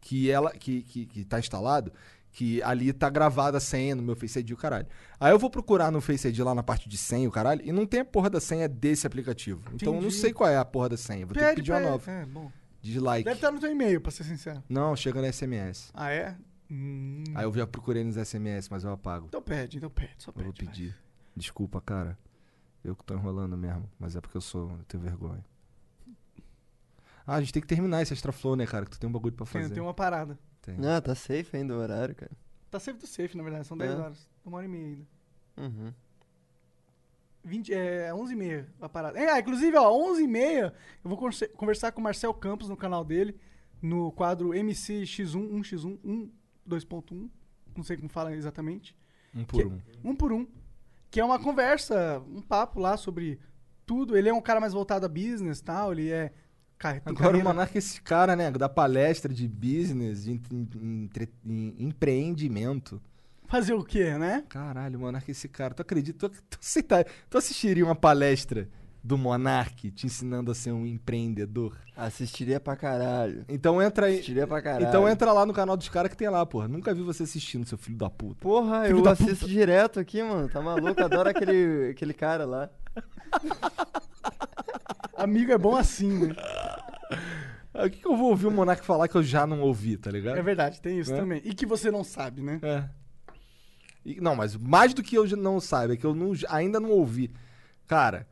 Speaker 2: que ela que, que, que tá instalado, que ali tá gravada a senha no meu Face ID, o caralho. Aí eu vou procurar no Face ID lá na parte de senha, o caralho, e não tem a porra da senha desse aplicativo. Então eu não
Speaker 4: Entendi.
Speaker 2: sei qual é a porra da senha. Vou ter que pedir
Speaker 4: pra
Speaker 2: uma
Speaker 4: ele.
Speaker 2: nova.
Speaker 4: É, bom.
Speaker 2: Dislike.
Speaker 4: Deve tá estar no teu e-mail, pra ser sincero.
Speaker 2: Não, chega no SMS.
Speaker 4: Ah, é? Hum.
Speaker 2: Aí eu já procurei nos SMS, mas eu apago.
Speaker 4: Então pede, então pede, só
Speaker 2: Eu
Speaker 4: pede.
Speaker 2: vou
Speaker 4: vai.
Speaker 2: pedir. Desculpa, cara. Eu que tô enrolando mesmo, mas é porque eu sou. Eu tenho vergonha. Ah, a gente tem que terminar esse extra flow, né, cara? Que tu tem um bagulho pra
Speaker 4: Tem,
Speaker 2: fazer.
Speaker 4: tem uma parada.
Speaker 2: Tem.
Speaker 1: Não, tá safe ainda o horário, cara.
Speaker 4: Tá safe do safe, na verdade. São 10
Speaker 1: É.
Speaker 4: horas. Uma hora e meia ainda.
Speaker 1: Uhum.
Speaker 4: 20, é 11 e meia a parada. É, ah, inclusive, ó, 11 e meia eu vou converse- conversar com o Marcel Campos no canal dele, no quadro MCX1, 1x1, 1, 2.1. Não sei como fala exatamente.
Speaker 2: Um por
Speaker 4: Que-
Speaker 2: um.
Speaker 4: Um por um. Que é uma conversa, um papo lá sobre tudo. Ele é um cara mais voltado a business e tal. Ele é. Cara, tem
Speaker 2: Agora o
Speaker 4: carreira-
Speaker 2: Monarca é esse cara, né? Da palestra de business, de entre- entre- em- empreendimento.
Speaker 4: Fazer o quê, né?
Speaker 2: Caralho, o Monarca é esse cara. Tu acredita? Tu, tu, aceita- tu assistiria uma palestra do Monark te ensinando a ser um empreendedor?
Speaker 1: Assistiria pra caralho.
Speaker 2: Então entra aí.
Speaker 1: Assistiria pra caralho.
Speaker 2: Então entra lá no canal dos caras que tem lá, porra. Nunca vi você assistindo, seu filho da puta.
Speaker 1: Porra, eu assisto direto aqui, mano. Tá maluco? Adoro aquele, aquele cara lá.
Speaker 4: Amigo é bom assim, né?
Speaker 2: Ah, O que, que eu vou ouvir o Monark falar que eu já não ouvi, tá ligado?
Speaker 4: É verdade, tem isso
Speaker 2: É.
Speaker 4: também. E que você não sabe, né?
Speaker 2: É. E- não, mas mais do que eu já não saiba, é que eu não- ainda não ouvi. Cara,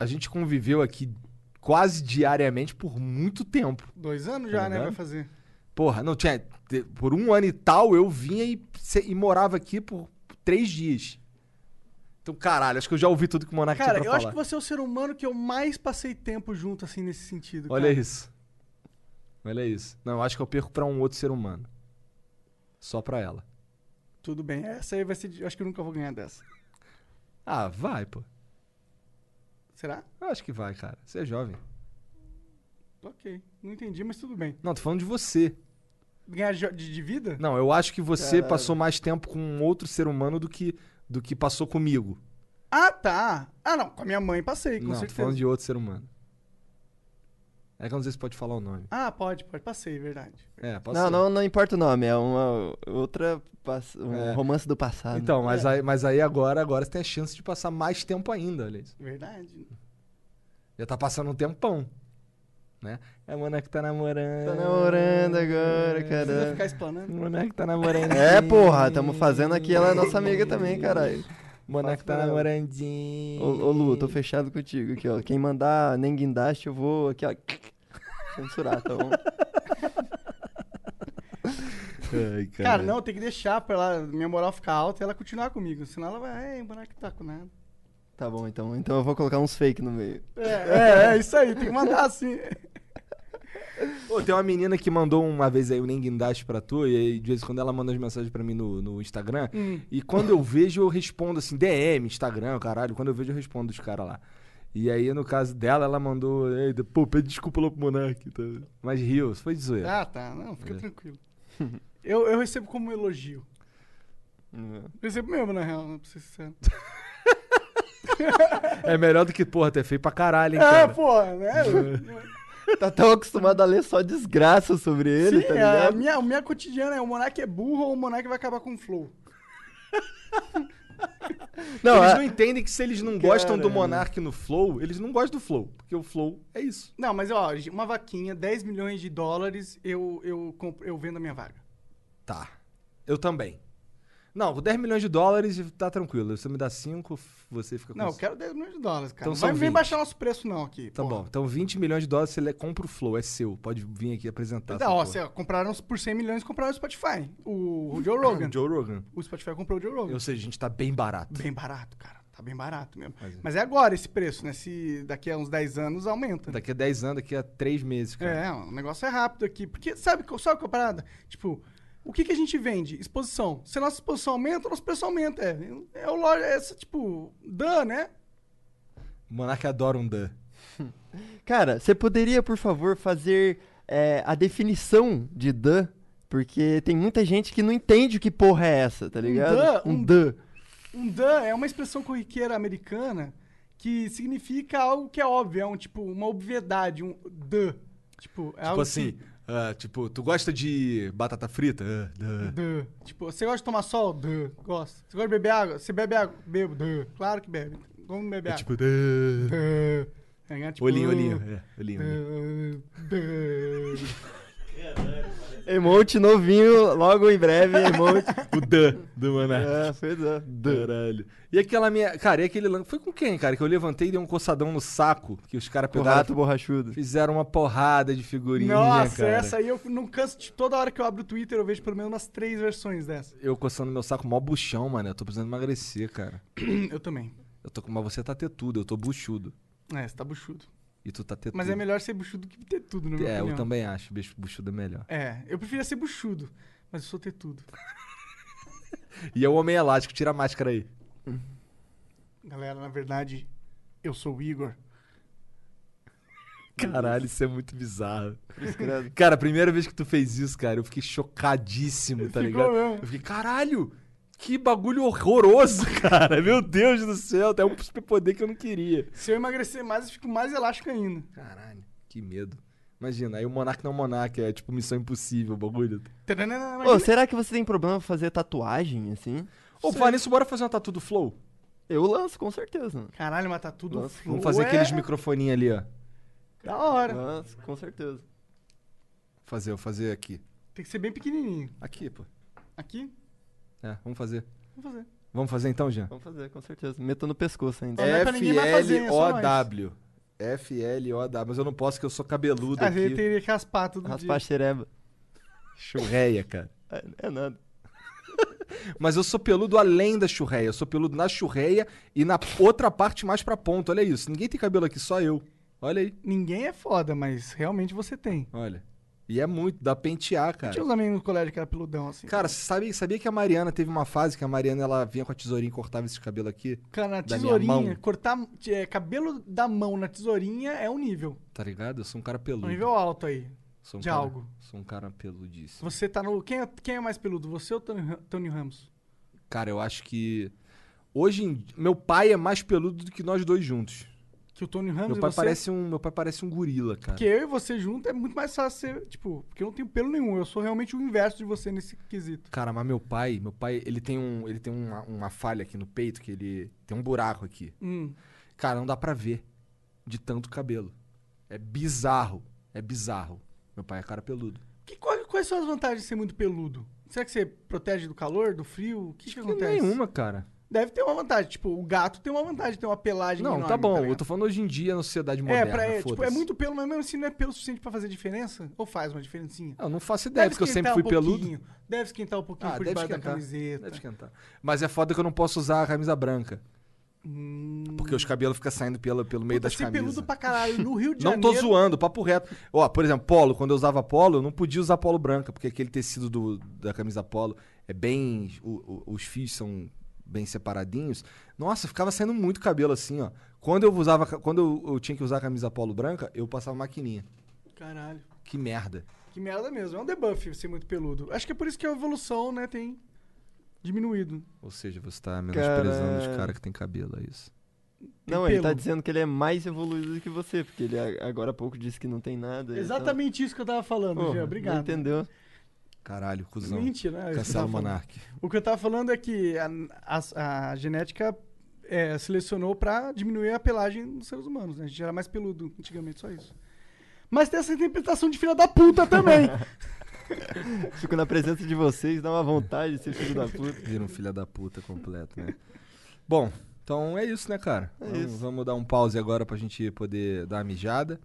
Speaker 2: a gente conviveu aqui quase diariamente por muito tempo.
Speaker 4: Dois anos
Speaker 2: Tá
Speaker 4: já, né?
Speaker 2: ligado?
Speaker 4: Vai fazer.
Speaker 2: Porra, não tinha. te- Por um ano e tal, eu vinha e, se- e morava aqui por três dias. Então, caralho, acho que eu já ouvi tudo que o Monark
Speaker 4: Cara, eu
Speaker 2: tinha pra
Speaker 4: acho
Speaker 2: falar.
Speaker 4: que você é o ser humano que eu mais passei tempo junto, assim, nesse sentido.
Speaker 2: Olha
Speaker 4: cara.
Speaker 2: isso. Olha isso. Não, eu acho que eu perco pra um outro ser humano. Só pra ela.
Speaker 4: Tudo bem. Essa aí vai ser. de- Eu acho que eu nunca vou ganhar dessa.
Speaker 2: Ah, vai, pô.
Speaker 4: Será?
Speaker 2: Eu acho que vai, cara. Você é jovem.
Speaker 4: Ok. Não entendi, mas tudo bem.
Speaker 2: Não, tô falando de você.
Speaker 4: Ganhar de, de- de vida?
Speaker 2: Não, eu acho que você
Speaker 1: Caralho.
Speaker 2: passou mais tempo com um outro ser humano do que, do que passou comigo.
Speaker 4: Ah, tá. Ah, não. Com a minha mãe passei, com
Speaker 2: não, tô
Speaker 4: certeza.
Speaker 2: falando de outro ser humano. É que eu não sei se pode falar o nome.
Speaker 4: Ah, pode, pode. Passei, verdade.
Speaker 2: É, posso
Speaker 1: Não, não, não importa o nome, é uma outra. pass- Um
Speaker 2: É.
Speaker 1: romance do passado.
Speaker 2: Então, mas, aí, mas aí agora, agora você tem a chance de passar mais tempo ainda, olha isso.
Speaker 4: Verdade.
Speaker 2: Já tá passando um tempão. Né? É a Mona que tá namorando.
Speaker 1: Tá namorando agora,
Speaker 4: Precisa
Speaker 1: cara.
Speaker 4: ficar explanando.
Speaker 2: Mona que tá namorando.
Speaker 1: É, porra, tamo fazendo aqui, ela é nossa amiga também, caralho.
Speaker 2: Mona que tá
Speaker 1: Faço
Speaker 2: namorandinho.
Speaker 1: Ô, ô Lu, tô fechado contigo aqui, ó. Quem mandar nem guindaste, eu vou aqui, ó. Censurar, tá bom?
Speaker 2: Ai,
Speaker 4: Cara, não, tem que deixar pra ela, minha moral ficar alta e ela continuar comigo. Senão ela vai, é, embora que tá com nada.
Speaker 1: Tá bom, então. Então eu vou colocar uns fake no meio.
Speaker 4: É, é, é isso aí, tem que mandar assim.
Speaker 2: É. Pô, tem uma menina que mandou uma vez aí o Nem Guindaste pra tu, e aí de vez em quando ela manda as mensagens pra mim no, no Instagram. E quando eu vejo, eu respondo assim, DM, Instagram, caralho. Quando eu vejo, eu respondo os caras lá. E aí, no caso dela, ela mandou, "Ei, pô, pede desculpa lá pro Monark. Tá? Mas riu, foi de zoeira.
Speaker 4: Ah, tá, não,
Speaker 2: É.
Speaker 4: fica tranquilo. Eu, eu recebo como um elogio. Eu recebo mesmo, na real, não preciso ser sincero.
Speaker 2: É melhor do que, porra, tu é feio pra caralho, hein,
Speaker 4: É,
Speaker 2: cara.
Speaker 4: pô, né?
Speaker 1: Tá tão acostumado a ler só desgraça sobre ele,
Speaker 2: é.
Speaker 4: Sim, é,
Speaker 1: tá
Speaker 4: a,
Speaker 1: ligado?
Speaker 4: minha, a minha cotidiana é o Monark é burro ou o Monark vai acabar com o Flow.
Speaker 1: Não,
Speaker 2: eles
Speaker 1: a-
Speaker 2: não é- entendem que se eles não gostam do
Speaker 1: Caralho.
Speaker 2: Monark no Flow, eles não gostam do Flow. Porque o Flow é isso.
Speaker 4: Não, mas ó, uma vaquinha, 10 milhões de dólares, eu, eu, compro, eu vendo a minha vaga.
Speaker 2: Tá. Eu também. Não, com 10 milhões de dólares tá tranquilo. Se eu me dá 5, você fica com
Speaker 4: Não, eu
Speaker 2: cinco.
Speaker 4: quero 10 milhões de dólares, cara.
Speaker 2: Então
Speaker 4: não vai
Speaker 2: são
Speaker 4: vir
Speaker 2: 20.
Speaker 4: baixar nosso preço, não, aqui.
Speaker 2: Tá
Speaker 4: porra.
Speaker 2: bom. Então 20 milhões de dólares você le- compra o Flow, é seu. Pode vir aqui apresentar.
Speaker 4: Não, ó, você, é ó, compraram por 100 milhões, compraram o Spotify. O, o Joe Rogan.
Speaker 2: Rogan. Joe Rogan.
Speaker 4: O Spotify comprou o Joe Rogan.
Speaker 2: Ou seja, a gente tá bem barato.
Speaker 4: Bem barato, cara. Tá bem barato mesmo.
Speaker 2: Mas é.
Speaker 4: Mas é agora esse preço, né? Se daqui a uns 10 anos
Speaker 2: é.
Speaker 4: aumenta. né?
Speaker 2: Daqui a 10 anos, daqui a 3 meses, cara.
Speaker 4: É, o negócio é rápido aqui. Porque sabe, qual- sabe qual é a parada? Tipo, o que, que a gente vende? Exposição. Se a nossa exposição aumenta, o nosso preço aumenta. É, é o loja, é, essa, tipo, dan, né?
Speaker 2: O Monark adora um Dan.
Speaker 1: Cara, você poderia, por favor, fazer é, a definição de dan? Porque tem muita gente que não entende o que porra é essa, tá ligado?
Speaker 4: dan, um-
Speaker 1: dan.
Speaker 4: Um dan é uma expressão corriqueira americana que significa algo que é óbvio, é um tipo, uma obviedade, um dan. Tipo, é
Speaker 2: Tipo
Speaker 4: algo
Speaker 2: assim, ah, tipo, tu gosta de batata frita? Ah,
Speaker 4: que-
Speaker 2: Dan.
Speaker 4: Duh. Tipo, você gosta de tomar sol? Duh. Gosto. Você gosta de beber água? Você bebe água? Bebo. Duh. Claro que bebe. Vamos beber
Speaker 2: É
Speaker 4: água.
Speaker 2: tipo, Dan.
Speaker 4: Duh. É, tipo,
Speaker 2: Olhinho, olhinho. É, olhinho, olhinho.
Speaker 4: Duh. Duh.
Speaker 1: Emote novinho, logo em breve, emote.
Speaker 2: O Dan do Monark.
Speaker 1: é, foi dan. Dan.
Speaker 2: Caralho. E aquela minha. Cara, e aquele lance. Foi com quem, cara? Que eu levantei e dei um coçadão no saco. Que os caras
Speaker 1: O
Speaker 2: pegaram.
Speaker 1: rato borrachudo.
Speaker 2: Fizeram uma porrada de figurinha.
Speaker 4: Nossa,
Speaker 2: cara.
Speaker 4: essa é aí eu não canso de toda hora que eu abro o Twitter, eu vejo pelo menos umas três versões dessa.
Speaker 2: Eu coçando meu saco, mó buchão, mano. Eu tô precisando emagrecer, cara.
Speaker 4: Eu também.
Speaker 2: Eu tô com. Mas você tá tetudo, eu tô buchudo.
Speaker 4: É, você tá buchudo.
Speaker 2: E tu tá tetudo.
Speaker 4: Mas é melhor ser buchudo que ter tudo, na minha
Speaker 2: É, eu
Speaker 4: opinião.
Speaker 2: também acho. Bicho buchudo é melhor.
Speaker 4: É, eu preferia ser buchudo, mas eu sou ter tudo.
Speaker 2: E é o homem elástico, tira a máscara aí.
Speaker 4: Galera, na verdade, eu sou o Igor.
Speaker 2: Caralho, isso é muito bizarro.
Speaker 1: credo.
Speaker 2: Cara, a primeira vez que tu fez isso, cara, eu fiquei chocadíssimo, tá
Speaker 4: Ficou
Speaker 2: ligado?
Speaker 4: mesmo.
Speaker 2: Eu fiquei, caralho, que bagulho horroroso, cara. Meu Deus do céu, até um superpoder que eu não queria.
Speaker 4: Se eu emagrecer mais, eu fico mais elástico ainda.
Speaker 2: Caralho, que medo. Imagina, aí o Monark não é um Monark, é tipo missão impossível, o bagulho.
Speaker 4: Tananana,
Speaker 1: Ô,
Speaker 4: imagina-
Speaker 1: será que você tem problema pra fazer tatuagem, assim?
Speaker 2: Ô, falar nisso, bora fazer uma tatu do Flow?
Speaker 1: Eu lanço, com certeza.
Speaker 4: Caralho, matar tudo.
Speaker 1: Nossa,
Speaker 4: flow
Speaker 2: Vamos fazer
Speaker 4: é-
Speaker 2: aqueles microfoninhos ali, ó.
Speaker 4: Da hora.
Speaker 1: Nossa, com certeza.
Speaker 2: Fazer, eu fazer aqui.
Speaker 4: Tem que ser bem pequenininho.
Speaker 2: Aqui, pô.
Speaker 4: Aqui,
Speaker 2: É, vamos fazer.
Speaker 4: vamos fazer.
Speaker 2: Vamos fazer então, Jean?
Speaker 1: Vamos fazer, com certeza. Meto no pescoço ainda.
Speaker 4: É, não pra ninguém mais fazer, é só nós.
Speaker 2: F-L-O-W. F-L-O-W. Mas eu não posso, que eu sou cabeludo
Speaker 4: Ah, ele
Speaker 2: aqui.
Speaker 4: teria que raspar tudo.
Speaker 1: Raspar a xereba.
Speaker 2: Churreia, cara.
Speaker 1: É, é nada.
Speaker 2: Mas eu sou peludo além da churreia. Eu sou peludo na churreia e na outra parte mais pra ponta. Olha isso. Ninguém tem cabelo aqui, só eu. Olha aí.
Speaker 4: Ninguém é foda, mas realmente você tem.
Speaker 2: Olha. E é muito, dá pra pentear, cara.
Speaker 4: Tinha uns amigos no colégio que era peludão, assim.
Speaker 2: Cara, sabia, sabia que a Mariana teve uma fase que a Mariana ela vinha com a tesourinha e cortava esse cabelo aqui?
Speaker 4: Cara, na
Speaker 2: da minha
Speaker 4: tesourinha,
Speaker 2: mão.
Speaker 4: cortar é, cabelo da mão na tesourinha é um nível.
Speaker 2: Tá ligado? Eu sou um cara
Speaker 4: É
Speaker 2: peludo.
Speaker 4: um nível alto aí.
Speaker 2: Sou um
Speaker 4: de
Speaker 2: cara-
Speaker 4: algo.
Speaker 2: Sou um cara peludíssimo.
Speaker 4: Você tá no. Quem é, quem é mais peludo? Você ou Tony, Ra- Tony Ramos?
Speaker 2: Cara, eu acho que. Hoje em di- meu pai é mais peludo do que nós dois juntos.
Speaker 4: Que o Tony Ramos
Speaker 2: Meu
Speaker 4: e
Speaker 2: pai,
Speaker 4: você.
Speaker 2: parece um, meu pai parece um gorila, cara.
Speaker 4: Porque eu e você junto é muito mais fácil ser. Tipo, porque eu não tenho pelo nenhum. Eu sou realmente o inverso de você nesse quesito.
Speaker 2: Cara, mas meu pai, meu pai, ele tem um, ele tem uma, uma falha aqui no peito que ele tem um buraco aqui.
Speaker 4: Hum.
Speaker 2: Cara, não dá pra ver de tanto cabelo. É bizarro, é bizarro. Meu pai é cara peludo.
Speaker 4: Que, qual- quais são as vantagens de ser muito peludo? Será que você protege do calor, do frio? O que, que
Speaker 2: Que
Speaker 4: acontece?
Speaker 2: nenhuma, cara.
Speaker 4: Deve ter uma vantagem. Tipo, o gato tem uma vantagem, tem uma pelagem
Speaker 2: Não,
Speaker 4: É enorme,
Speaker 2: tá bom. eu
Speaker 4: ligado?
Speaker 2: tô falando hoje em dia na sociedade
Speaker 4: É,
Speaker 2: moderna.
Speaker 4: pra, é, tipo,
Speaker 2: foda-se.
Speaker 4: é muito pelo, mas mesmo assim não é pelo suficiente pra fazer diferença? Ou faz uma diferencinha?
Speaker 2: Eu não faço ideia, porque eu sempre
Speaker 4: esquentar
Speaker 2: fui
Speaker 4: um
Speaker 2: peludo.
Speaker 4: pouquinho, Deve esquentar um pouquinho
Speaker 2: Ah,
Speaker 4: por
Speaker 2: deve
Speaker 4: debaixo da
Speaker 2: esquentar.
Speaker 4: camiseta.
Speaker 2: Deve esquentar. Mas é foda que eu não posso usar a camisa branca.
Speaker 4: Hum,
Speaker 2: Porque os cabelos ficam saindo pelo, pelo meio
Speaker 4: puta,
Speaker 2: das
Speaker 4: ser
Speaker 2: camisas.
Speaker 4: peludo pra caralho. No Rio de
Speaker 2: Não
Speaker 4: Janeiro...
Speaker 2: tô zoando, papo reto. Ó, por exemplo, polo, quando eu usava polo, eu não podia usar polo branca, porque aquele tecido do- da camisa polo é bem. o- o- os fios são bem separadinhos. Nossa, ficava saindo muito cabelo assim, ó. Quando eu usava. ca- Quando eu, eu tinha que usar a camisa polo branca, eu passava maquininha.
Speaker 4: Caralho.
Speaker 2: Que merda.
Speaker 4: Que merda mesmo. É um debuff ser muito peludo. Acho que é por isso que a evolução, né, tem diminuído.
Speaker 2: Ou seja, você tá menosprezando os
Speaker 1: Cara.
Speaker 2: caras que tem cabelo, é isso.
Speaker 1: Não, ele tá
Speaker 4: pelo.
Speaker 1: dizendo que ele é mais evoluído do que você, porque ele a- agora há pouco disse que não tem
Speaker 2: É,
Speaker 1: nada. então-
Speaker 4: Exatamente isso que eu tava falando,
Speaker 1: Porra,
Speaker 4: Jean.
Speaker 1: Não
Speaker 4: Obrigado.
Speaker 1: entendeu?
Speaker 2: Caralho, cuzão.
Speaker 4: Mentira, né? isso que eu
Speaker 2: Cancela
Speaker 4: tava
Speaker 2: o
Speaker 4: falando.
Speaker 2: Monark.
Speaker 4: O que eu tava falando é que a, a- a genética é, selecionou pra diminuir a pelagem dos seres humanos, né? A gente era mais peludo antigamente, só isso. Mas tem essa interpretação de filha da puta também.
Speaker 1: Fico na presença de vocês, dá uma vontade de ser filho da puta.
Speaker 2: Vira um filho da puta completo, né? Bom, então é isso, né, cara?
Speaker 1: É
Speaker 2: vamos,
Speaker 1: isso.
Speaker 2: vamos dar um pause agora pra gente poder dar a mijada.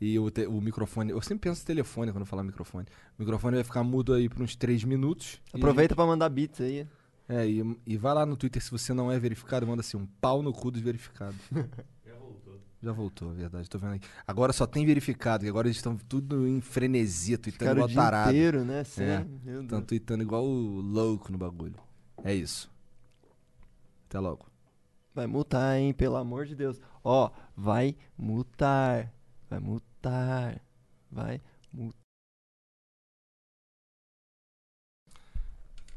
Speaker 2: E o, te- o microfone. Eu sempre penso no telefone quando eu falar microfone. O microfone vai ficar mudo aí por uns 3 minutos. E-
Speaker 1: Aproveita pra mandar beats aí.
Speaker 2: é, e, e vai lá no Twitter se você não é verificado, manda assim um pau no cu dos verificados.
Speaker 5: Já voltou.
Speaker 2: Já voltou, é verdade. Tô vendo aqui. Agora só tem verificado, que agora eles estão tudo em frenesia, tuitando
Speaker 1: Ficaram o
Speaker 2: igual
Speaker 1: dia
Speaker 2: tarado.
Speaker 1: inteiro, né? Sim,
Speaker 2: É.
Speaker 1: meu Deus.
Speaker 2: Estão tuitando igual o louco no bagulho. É isso. Até logo.
Speaker 1: Vai multar, hein? Pelo amor de Deus. Ó, vai multar. Vai multar. Vai.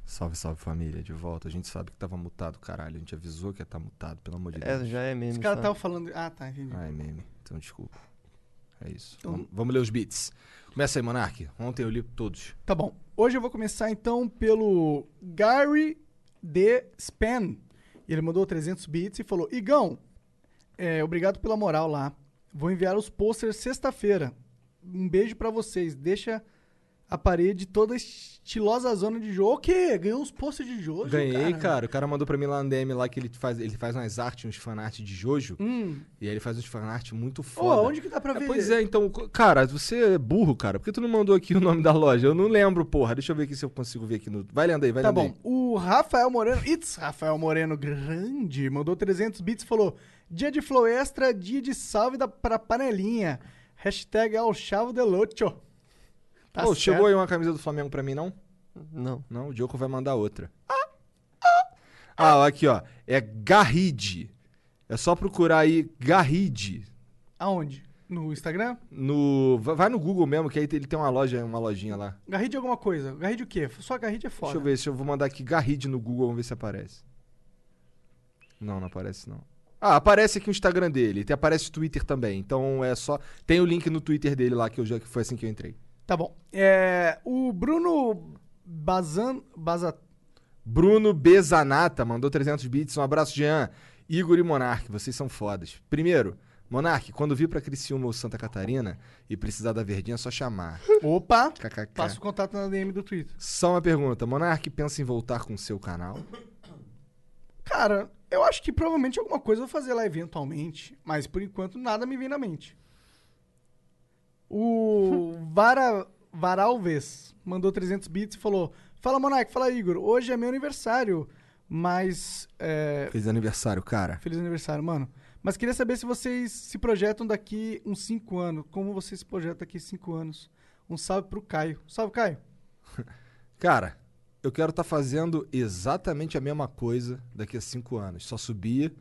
Speaker 2: Salve, salve família, de volta. A gente sabe que tava mutado, caralho. A gente avisou que ia estar mutado, pelo amor de
Speaker 1: É,
Speaker 2: Deus.
Speaker 1: já é mesmo.
Speaker 4: Os caras
Speaker 1: sabe?
Speaker 4: estavam falando. Ah, tá, entendi.
Speaker 2: Ai, meme. Então, desculpa. É isso.
Speaker 4: Então-
Speaker 2: Vamos, vamos ler os beats. Começa aí, Monark. Ontem eu li todos.
Speaker 4: Tá bom. Hoje eu vou começar então pelo Gary D. Span. Ele mandou 300 bits e falou: Igão, é, obrigado pela moral lá. Vou enviar os posters sexta-feira. Um beijo pra vocês. Deixa a parede toda estilosa zona de jogo. O quê? Ganhou uns posters de jogo?
Speaker 2: Ganhei, cara. O cara mandou pra mim lá no DM lá que ele faz, ele faz umas artes, uns fanart de Jojo.
Speaker 4: Hum.
Speaker 2: E aí ele faz uns fanart muito
Speaker 4: Ô,
Speaker 2: foda.
Speaker 4: onde que dá pra
Speaker 2: É,
Speaker 4: ver?
Speaker 2: pois é, então, co- cara, você é burro, cara. Por que tu não mandou aqui o nome da loja? Eu não lembro, porra. Deixa eu ver aqui se eu consigo ver aqui no. Vai lendo aí, vai
Speaker 4: Tá
Speaker 2: lendo
Speaker 4: bom. O Rafael Moreno, it's Rafael Moreno Grande, mandou 300 bits e falou: Dia de flow extra, dia de salve da, pra panelinha. Hashtag ao chavo de lucho. tá
Speaker 2: aí. Ô, chegou aí uma camisa do Flamengo pra mim, não?
Speaker 1: Não.
Speaker 2: Não, o Diogo vai mandar outra. Ah, ó, aqui, ó. É Garride. É só procurar aí Garride.
Speaker 4: Aonde? No Instagram?
Speaker 2: No... va- Vai no Google mesmo, que aí ele tem uma loja, uma lojinha lá.
Speaker 4: Garride alguma coisa. Garride o quê? Só Garride é foda.
Speaker 2: Deixa eu ver se eu vou mandar aqui Garride no Google, vamos ver se aparece. Não, não aparece não. Ah, aparece aqui o Instagram dele. Tem, aparece o Twitter também. Então é só. Tem o link no Twitter dele lá, que, eu já, que foi assim que eu entrei.
Speaker 4: Tá bom. É, o Bruno Bazan. Baza,
Speaker 2: Bruno Bezanata mandou 300 bits. Um abraço, Jean. Igor e Monark, vocês são fodas. Primeiro, Monark, quando vir pra Criciúma ou Santa Catarina e precisar da verdinha, é só chamar.
Speaker 4: Opa!
Speaker 2: KKK.
Speaker 4: Passa o contato na DM do Twitter.
Speaker 2: Só uma pergunta. Monark pensa em voltar com o seu canal?
Speaker 4: Cara, eu acho que provavelmente alguma coisa eu vou fazer lá eventualmente, mas por enquanto nada me vem na mente. O Vara Varalves mandou 300 bits e falou: Fala Monark, fala Igor, hoje é meu aniversário, mas. é,
Speaker 2: Feliz aniversário, cara.
Speaker 4: Feliz aniversário, mano. Mas queria saber se vocês se projetam daqui uns 5 anos. Como vocês se projetam daqui 5 anos? Um salve pro Caio. Salve, Caio.
Speaker 2: Cara, eu quero estar fazendo exatamente a mesma coisa daqui a cinco anos. Só subir,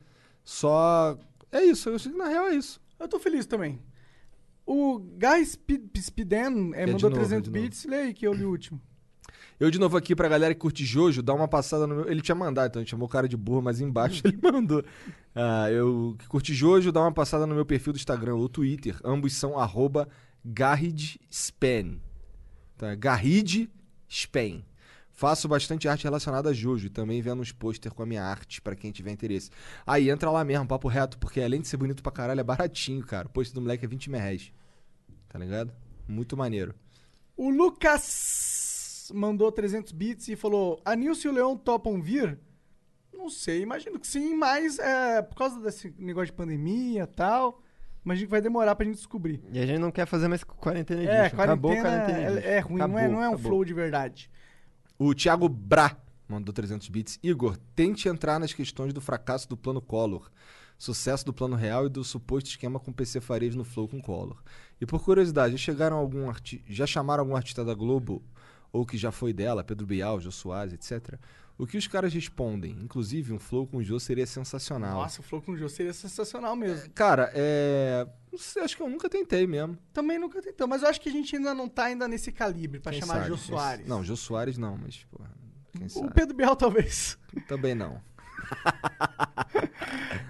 Speaker 2: só. É isso, eu acho que na real é isso.
Speaker 4: Eu tô feliz também. O Guy Spi- Spiden eh,
Speaker 2: de
Speaker 4: mandou
Speaker 2: novo,
Speaker 4: 300
Speaker 2: é de novo.
Speaker 4: bits. Lê aí que eu li o último.
Speaker 2: Eu de novo aqui pra galera que curte Jojo, dá uma passada no meu. Ele tinha mandado, então a gente chamou o cara de burro, mas embaixo ele mandou. Ah, eu que curte Jojo, dá uma passada no meu perfil do Instagram ou Twitter. Ambos são arroba GarridSpan. Então é Garrid Span. Faço bastante arte relacionada a Jojo e também vendo uns pôster com a minha arte pra quem tiver interesse. Aí entra lá mesmo, papo reto, porque além de ser bonito pra caralho, é baratinho, cara. O pôster do moleque é 20 reais. Tá ligado? Muito maneiro.
Speaker 4: O Lucas mandou 300 bits e falou: A Nilce e o Leão topam vir? Não sei, imagino que sim, mas é, por causa desse negócio de pandemia e tal, imagino que vai demorar pra gente descobrir.
Speaker 1: E a gente não quer fazer mais quarentena edition.
Speaker 4: É,
Speaker 1: Acabou a
Speaker 4: quarentena
Speaker 1: quarentena edition.
Speaker 4: é, é ruim, não é,
Speaker 1: Acabou,
Speaker 4: não é um
Speaker 1: acabou.
Speaker 4: flow de verdade.
Speaker 2: O Thiago Bra mandou 300 bits. Igor, tente entrar nas questões do fracasso do plano Collor, sucesso do plano real e do suposto esquema com PC Farias no Flow com Collor. E por curiosidade, já chegaram algum arti... já chamaram algum artista da Globo ou que já foi dela, Pedro Bial, Jô Soares, etc. O que os caras respondem? Inclusive, um Flow com Jô seria sensacional.
Speaker 4: Nossa, o flow com o Jô seria sensacional mesmo.
Speaker 2: Cara, é. Não sei, acho que eu nunca tentei mesmo.
Speaker 4: Também nunca tentamos, mas eu acho que a gente ainda não tá ainda nesse calibre pra
Speaker 2: Quem
Speaker 4: chamar
Speaker 2: sabe?
Speaker 4: Jô
Speaker 2: Quem-
Speaker 4: Soares.
Speaker 2: Não, Jô Soares não, mas, porra. Quem
Speaker 4: O
Speaker 2: sabe?
Speaker 4: Pedro Bial talvez.
Speaker 2: Também não.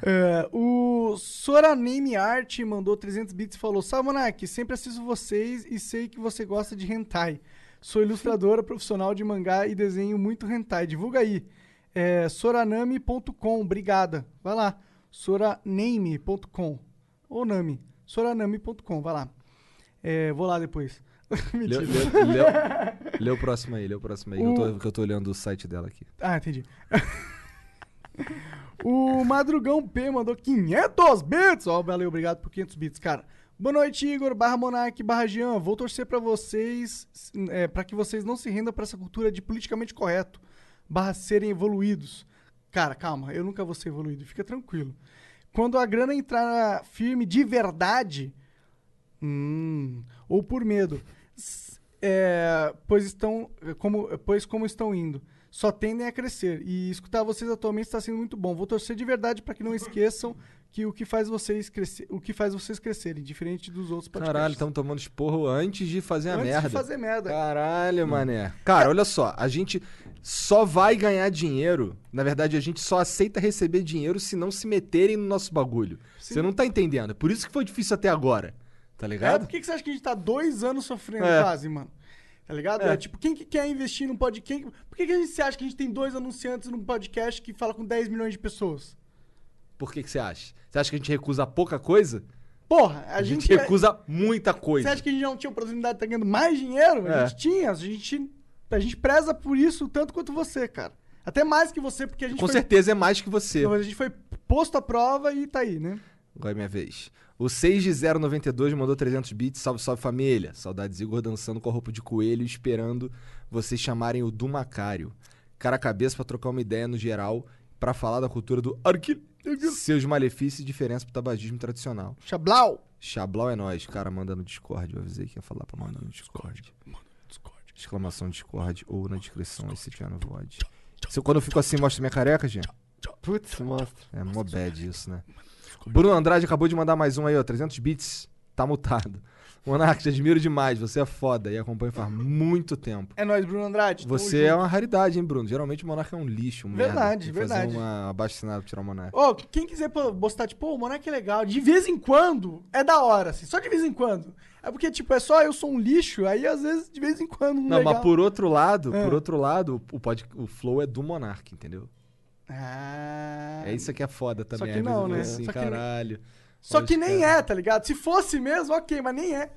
Speaker 4: É, o Soraname Art mandou 300 bits e falou: Salve, Monark, sempre assisto vocês e sei que você gosta de hentai. Sou ilustradora profissional de mangá e desenho muito hentai. Divulga aí. É, soraname.com, obrigada. Vai lá. Soraname.com. Ou Nami. Soraname.com, vai lá. É, vou lá depois.
Speaker 2: Lê,
Speaker 4: Mentira.
Speaker 2: lê- lê- lê o próximo aí, lê o próximo aí, que, eu
Speaker 4: O-
Speaker 2: tô, que eu tô olhando o site dela aqui.
Speaker 4: Ah, entendi. o Madrugão P mandou 500 bits. Ó, valeu, obrigado por 500 bits, cara. Boa noite, Igor, barra Monark, barra Jean. Vou torcer pra vocês, é, para que vocês não se rendam pra essa cultura de politicamente correto, barra serem evoluídos. Cara, calma, eu nunca vou ser evoluído, fica tranquilo. Quando a grana entrar firme de verdade, Hum, ou por medo. S- é, pois estão. Como, pois como estão indo. Só tendem a crescer. E escutar vocês atualmente está sendo muito bom. Vou torcer de verdade para que não esqueçam que o que faz vocês crescer, o que faz vocês crescerem, diferente dos outros podcasts.
Speaker 2: Caralho, estamos tomando esporro antes de fazer a
Speaker 4: Antes
Speaker 2: merda.
Speaker 4: de fazer merda. Hum.
Speaker 2: Caralho, mané. Cara, olha só, a gente só vai ganhar dinheiro. Na verdade, a gente só aceita receber dinheiro se não se meterem no nosso bagulho.
Speaker 4: Sim.
Speaker 2: Você não tá entendendo. Por isso que foi difícil até agora. Tá
Speaker 4: É,
Speaker 2: ligado?
Speaker 4: por que que você acha que a gente tá dois anos sofrendo
Speaker 2: É.
Speaker 4: quase, mano? Tá ligado? É. tipo, quem que quer investir num podcast? Por que, que a gente se acha que a gente tem dois anunciantes num podcast que fala com 10 milhões de pessoas?
Speaker 2: Por que, que você acha? Você acha que a gente recusa pouca coisa?
Speaker 4: Porra,
Speaker 2: A,
Speaker 4: a,
Speaker 2: gente,
Speaker 4: gente. é-
Speaker 2: recusa muita coisa.
Speaker 4: Você acha que a gente não tinha oportunidade de estar ganhando mais dinheiro? A
Speaker 2: É.
Speaker 4: gente tinha, a gente, a gente preza por isso tanto quanto você, cara. Até mais que você, porque a gente,
Speaker 2: Com
Speaker 4: foi,
Speaker 2: certeza é mais que você.
Speaker 4: a gente foi posto à prova e tá aí, né?
Speaker 2: Agora é minha vez. O 6 de 092 mandou 300 bits. Salve, salve família. Saudades Igor dançando com a roupa de coelho, esperando vocês chamarem o do Macário. Cara a cabeça pra trocar uma ideia no geral, pra falar da cultura do arqui... Seus malefícios e diferença pro tabagismo tradicional.
Speaker 4: Xablau!
Speaker 2: Xablau é nós, cara, manda no Discord. Eu avisei que ia falar pra mandar no Discord. Exclamação Discord ou na descrição aí se tiver no VOD. Se eu- quando eu fico assim, mostra minha careca, gente.
Speaker 1: Putz, mostra.
Speaker 2: É mó bad isso, né? Bruno Andrade acabou de mandar mais um aí, ó. 300 bits. Tá mutado. Monark, te admiro demais. Você é foda e acompanho faz muito tempo.
Speaker 4: É nóis, Bruno Andrade. tamo
Speaker 2: Você
Speaker 4: Ah. junto.
Speaker 2: é uma raridade, hein, Bruno? Geralmente o Monark é um lixo, um
Speaker 4: Verdade,
Speaker 2: merda. Tem que fazer
Speaker 4: verdade.
Speaker 2: uma abaixo-assinada pra tirar o Monark.
Speaker 4: Ô, quem quiser pô, postar, tipo, pô, o Monark é legal, de vez em quando é da hora, assim, só de vez em quando. É porque, tipo, é só eu sou um lixo, aí às vezes, de vez em quando, um
Speaker 2: Não,
Speaker 4: legal.
Speaker 2: mas por outro lado,
Speaker 4: Ah.
Speaker 2: por outro lado, o, pod, o flow é do Monark, entendeu?
Speaker 4: Ah,
Speaker 2: É isso que é foda também.
Speaker 4: que
Speaker 2: às vezes
Speaker 4: não,
Speaker 2: eu falo
Speaker 4: né?
Speaker 2: Assim,
Speaker 4: Só que-
Speaker 2: caralho.
Speaker 4: Só
Speaker 2: Olha
Speaker 4: que
Speaker 2: os
Speaker 4: nem
Speaker 2: caras.
Speaker 4: é, tá ligado? Se fosse mesmo, ok, mas nem é.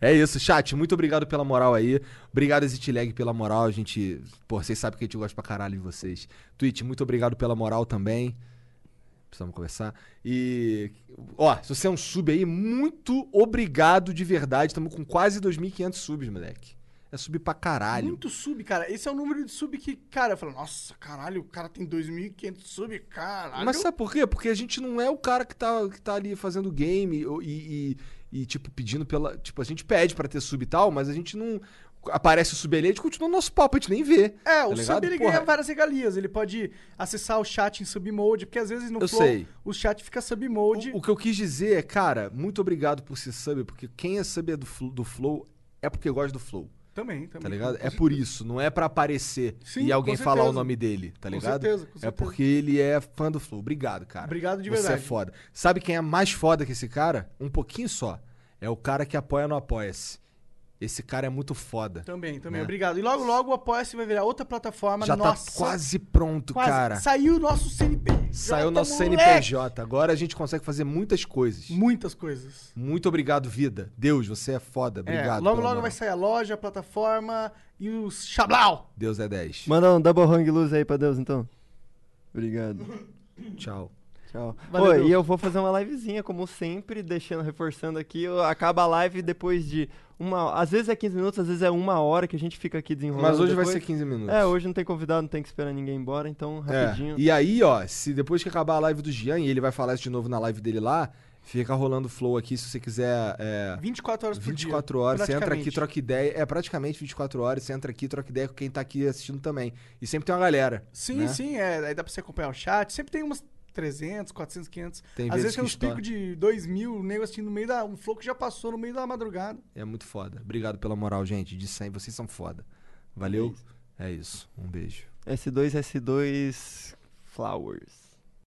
Speaker 2: É isso, chat. Muito obrigado pela moral aí. Obrigado, ExitLag, pela moral. A gente. Pô, vocês sabem que a gente gosta pra caralho de vocês. Twitch, muito obrigado pela moral também. Precisamos conversar. E. Ó, se você é um sub aí, muito obrigado de verdade. Estamos com quase 2.500 subs, moleque. É sub pra caralho.
Speaker 4: Muito sub, cara. Esse é o número de sub que, cara, eu falo, nossa, caralho, o cara tem 2.500 sub, caralho.
Speaker 2: Mas sabe por quê? Porque a gente não é o cara que tá, que tá ali fazendo game ou- e, e- e, tipo, pedindo pela. Tipo, a gente pede pra ter sub e tal, mas a gente não. Aparece o sub ali, a gente continua o nosso papo, a gente nem vê.
Speaker 4: É,
Speaker 2: tá
Speaker 4: o
Speaker 2: ligado?
Speaker 4: sub ele
Speaker 2: Porra,
Speaker 4: ganha várias regalias. Ele pode acessar o chat em sub mode, porque às vezes no
Speaker 2: Eu
Speaker 4: Flow
Speaker 2: sei.
Speaker 4: o chat fica sub mode.
Speaker 2: O, o que eu quis dizer é, cara, muito obrigado por ser sub, porque quem é sub do, Flo- do Flow é porque gosta do Flow,
Speaker 4: Também, também.
Speaker 2: tá ligado? É por isso, não é pra aparecer
Speaker 4: Sim,
Speaker 2: e alguém
Speaker 4: com
Speaker 2: falar o
Speaker 4: certeza.
Speaker 2: nome dele, tá
Speaker 4: Com
Speaker 2: ligado?
Speaker 4: certeza,
Speaker 2: É
Speaker 4: com certeza.
Speaker 2: porque ele é fã do Flow. Obrigado, cara.
Speaker 4: Obrigado de
Speaker 2: Você é
Speaker 4: verdade.
Speaker 2: foda. Sabe quem é mais foda que esse cara? Um pouquinho só. É o cara que apoia no Apoia-se. Esse cara é muito foda.
Speaker 4: Também, também.
Speaker 2: Né?
Speaker 4: Obrigado. E logo, logo o Apoia-se vai virar outra plataforma.
Speaker 2: Já
Speaker 4: Ah, nossa,
Speaker 2: tá quase pronto,
Speaker 4: quase.
Speaker 2: cara.
Speaker 4: Saiu o nosso CNPJ.
Speaker 2: Saiu nosso
Speaker 4: tá moleque.
Speaker 2: CNPJ. Agora a gente consegue fazer muitas coisas.
Speaker 4: Muitas coisas.
Speaker 2: Muito obrigado, vida. Deus, você é foda. Obrigado.
Speaker 4: é, logo,
Speaker 2: pela
Speaker 4: logo
Speaker 2: moral.
Speaker 4: vai sair a loja, a plataforma e os xablau.
Speaker 2: Deus é 10.
Speaker 1: Manda um double hang luz aí pra Deus, então. Obrigado.
Speaker 2: Tchau.
Speaker 1: Tchau.
Speaker 4: Valeu,
Speaker 1: Oi,
Speaker 4: Deus.
Speaker 1: e eu vou fazer uma livezinha, como sempre, deixando, reforçando aqui. eu- Acaba a live depois de uma. Às vezes é 15 minutos, às vezes é uma hora que a gente fica aqui desenrolando.
Speaker 2: Mas hoje vai
Speaker 1: depois.
Speaker 2: ser 15 minutos.
Speaker 1: É, hoje não tem convidado, não tem que esperar ninguém ir embora, então
Speaker 2: É,
Speaker 1: rapidinho.
Speaker 2: E aí, ó, se depois que acabar a live do Jean, e ele vai falar isso de novo na live dele lá, fica rolando flow aqui se você quiser. É,
Speaker 4: 24 horas por dia.
Speaker 2: 24 horas, você entra aqui,
Speaker 4: praticamente.
Speaker 2: troca ideia. É praticamente 24 horas, você entra aqui, troca ideia com quem tá aqui assistindo também. E sempre tem uma galera.
Speaker 4: Sim,
Speaker 2: né?
Speaker 4: sim, é, aí dá pra você acompanhar o chat. Sempre tem umas 300, 400, 500.
Speaker 2: Tem
Speaker 4: Às
Speaker 2: vezes
Speaker 4: vezes
Speaker 2: que
Speaker 4: tem uns
Speaker 2: estoura.
Speaker 4: picos de 2 mil, o nego assim no meio da. Um flow que já passou no meio da madrugada.
Speaker 2: É muito foda. Obrigado pela moral, gente. De 100, vocês são foda. Valeu? É isso. Um beijo.
Speaker 1: S2, S2 Flowers.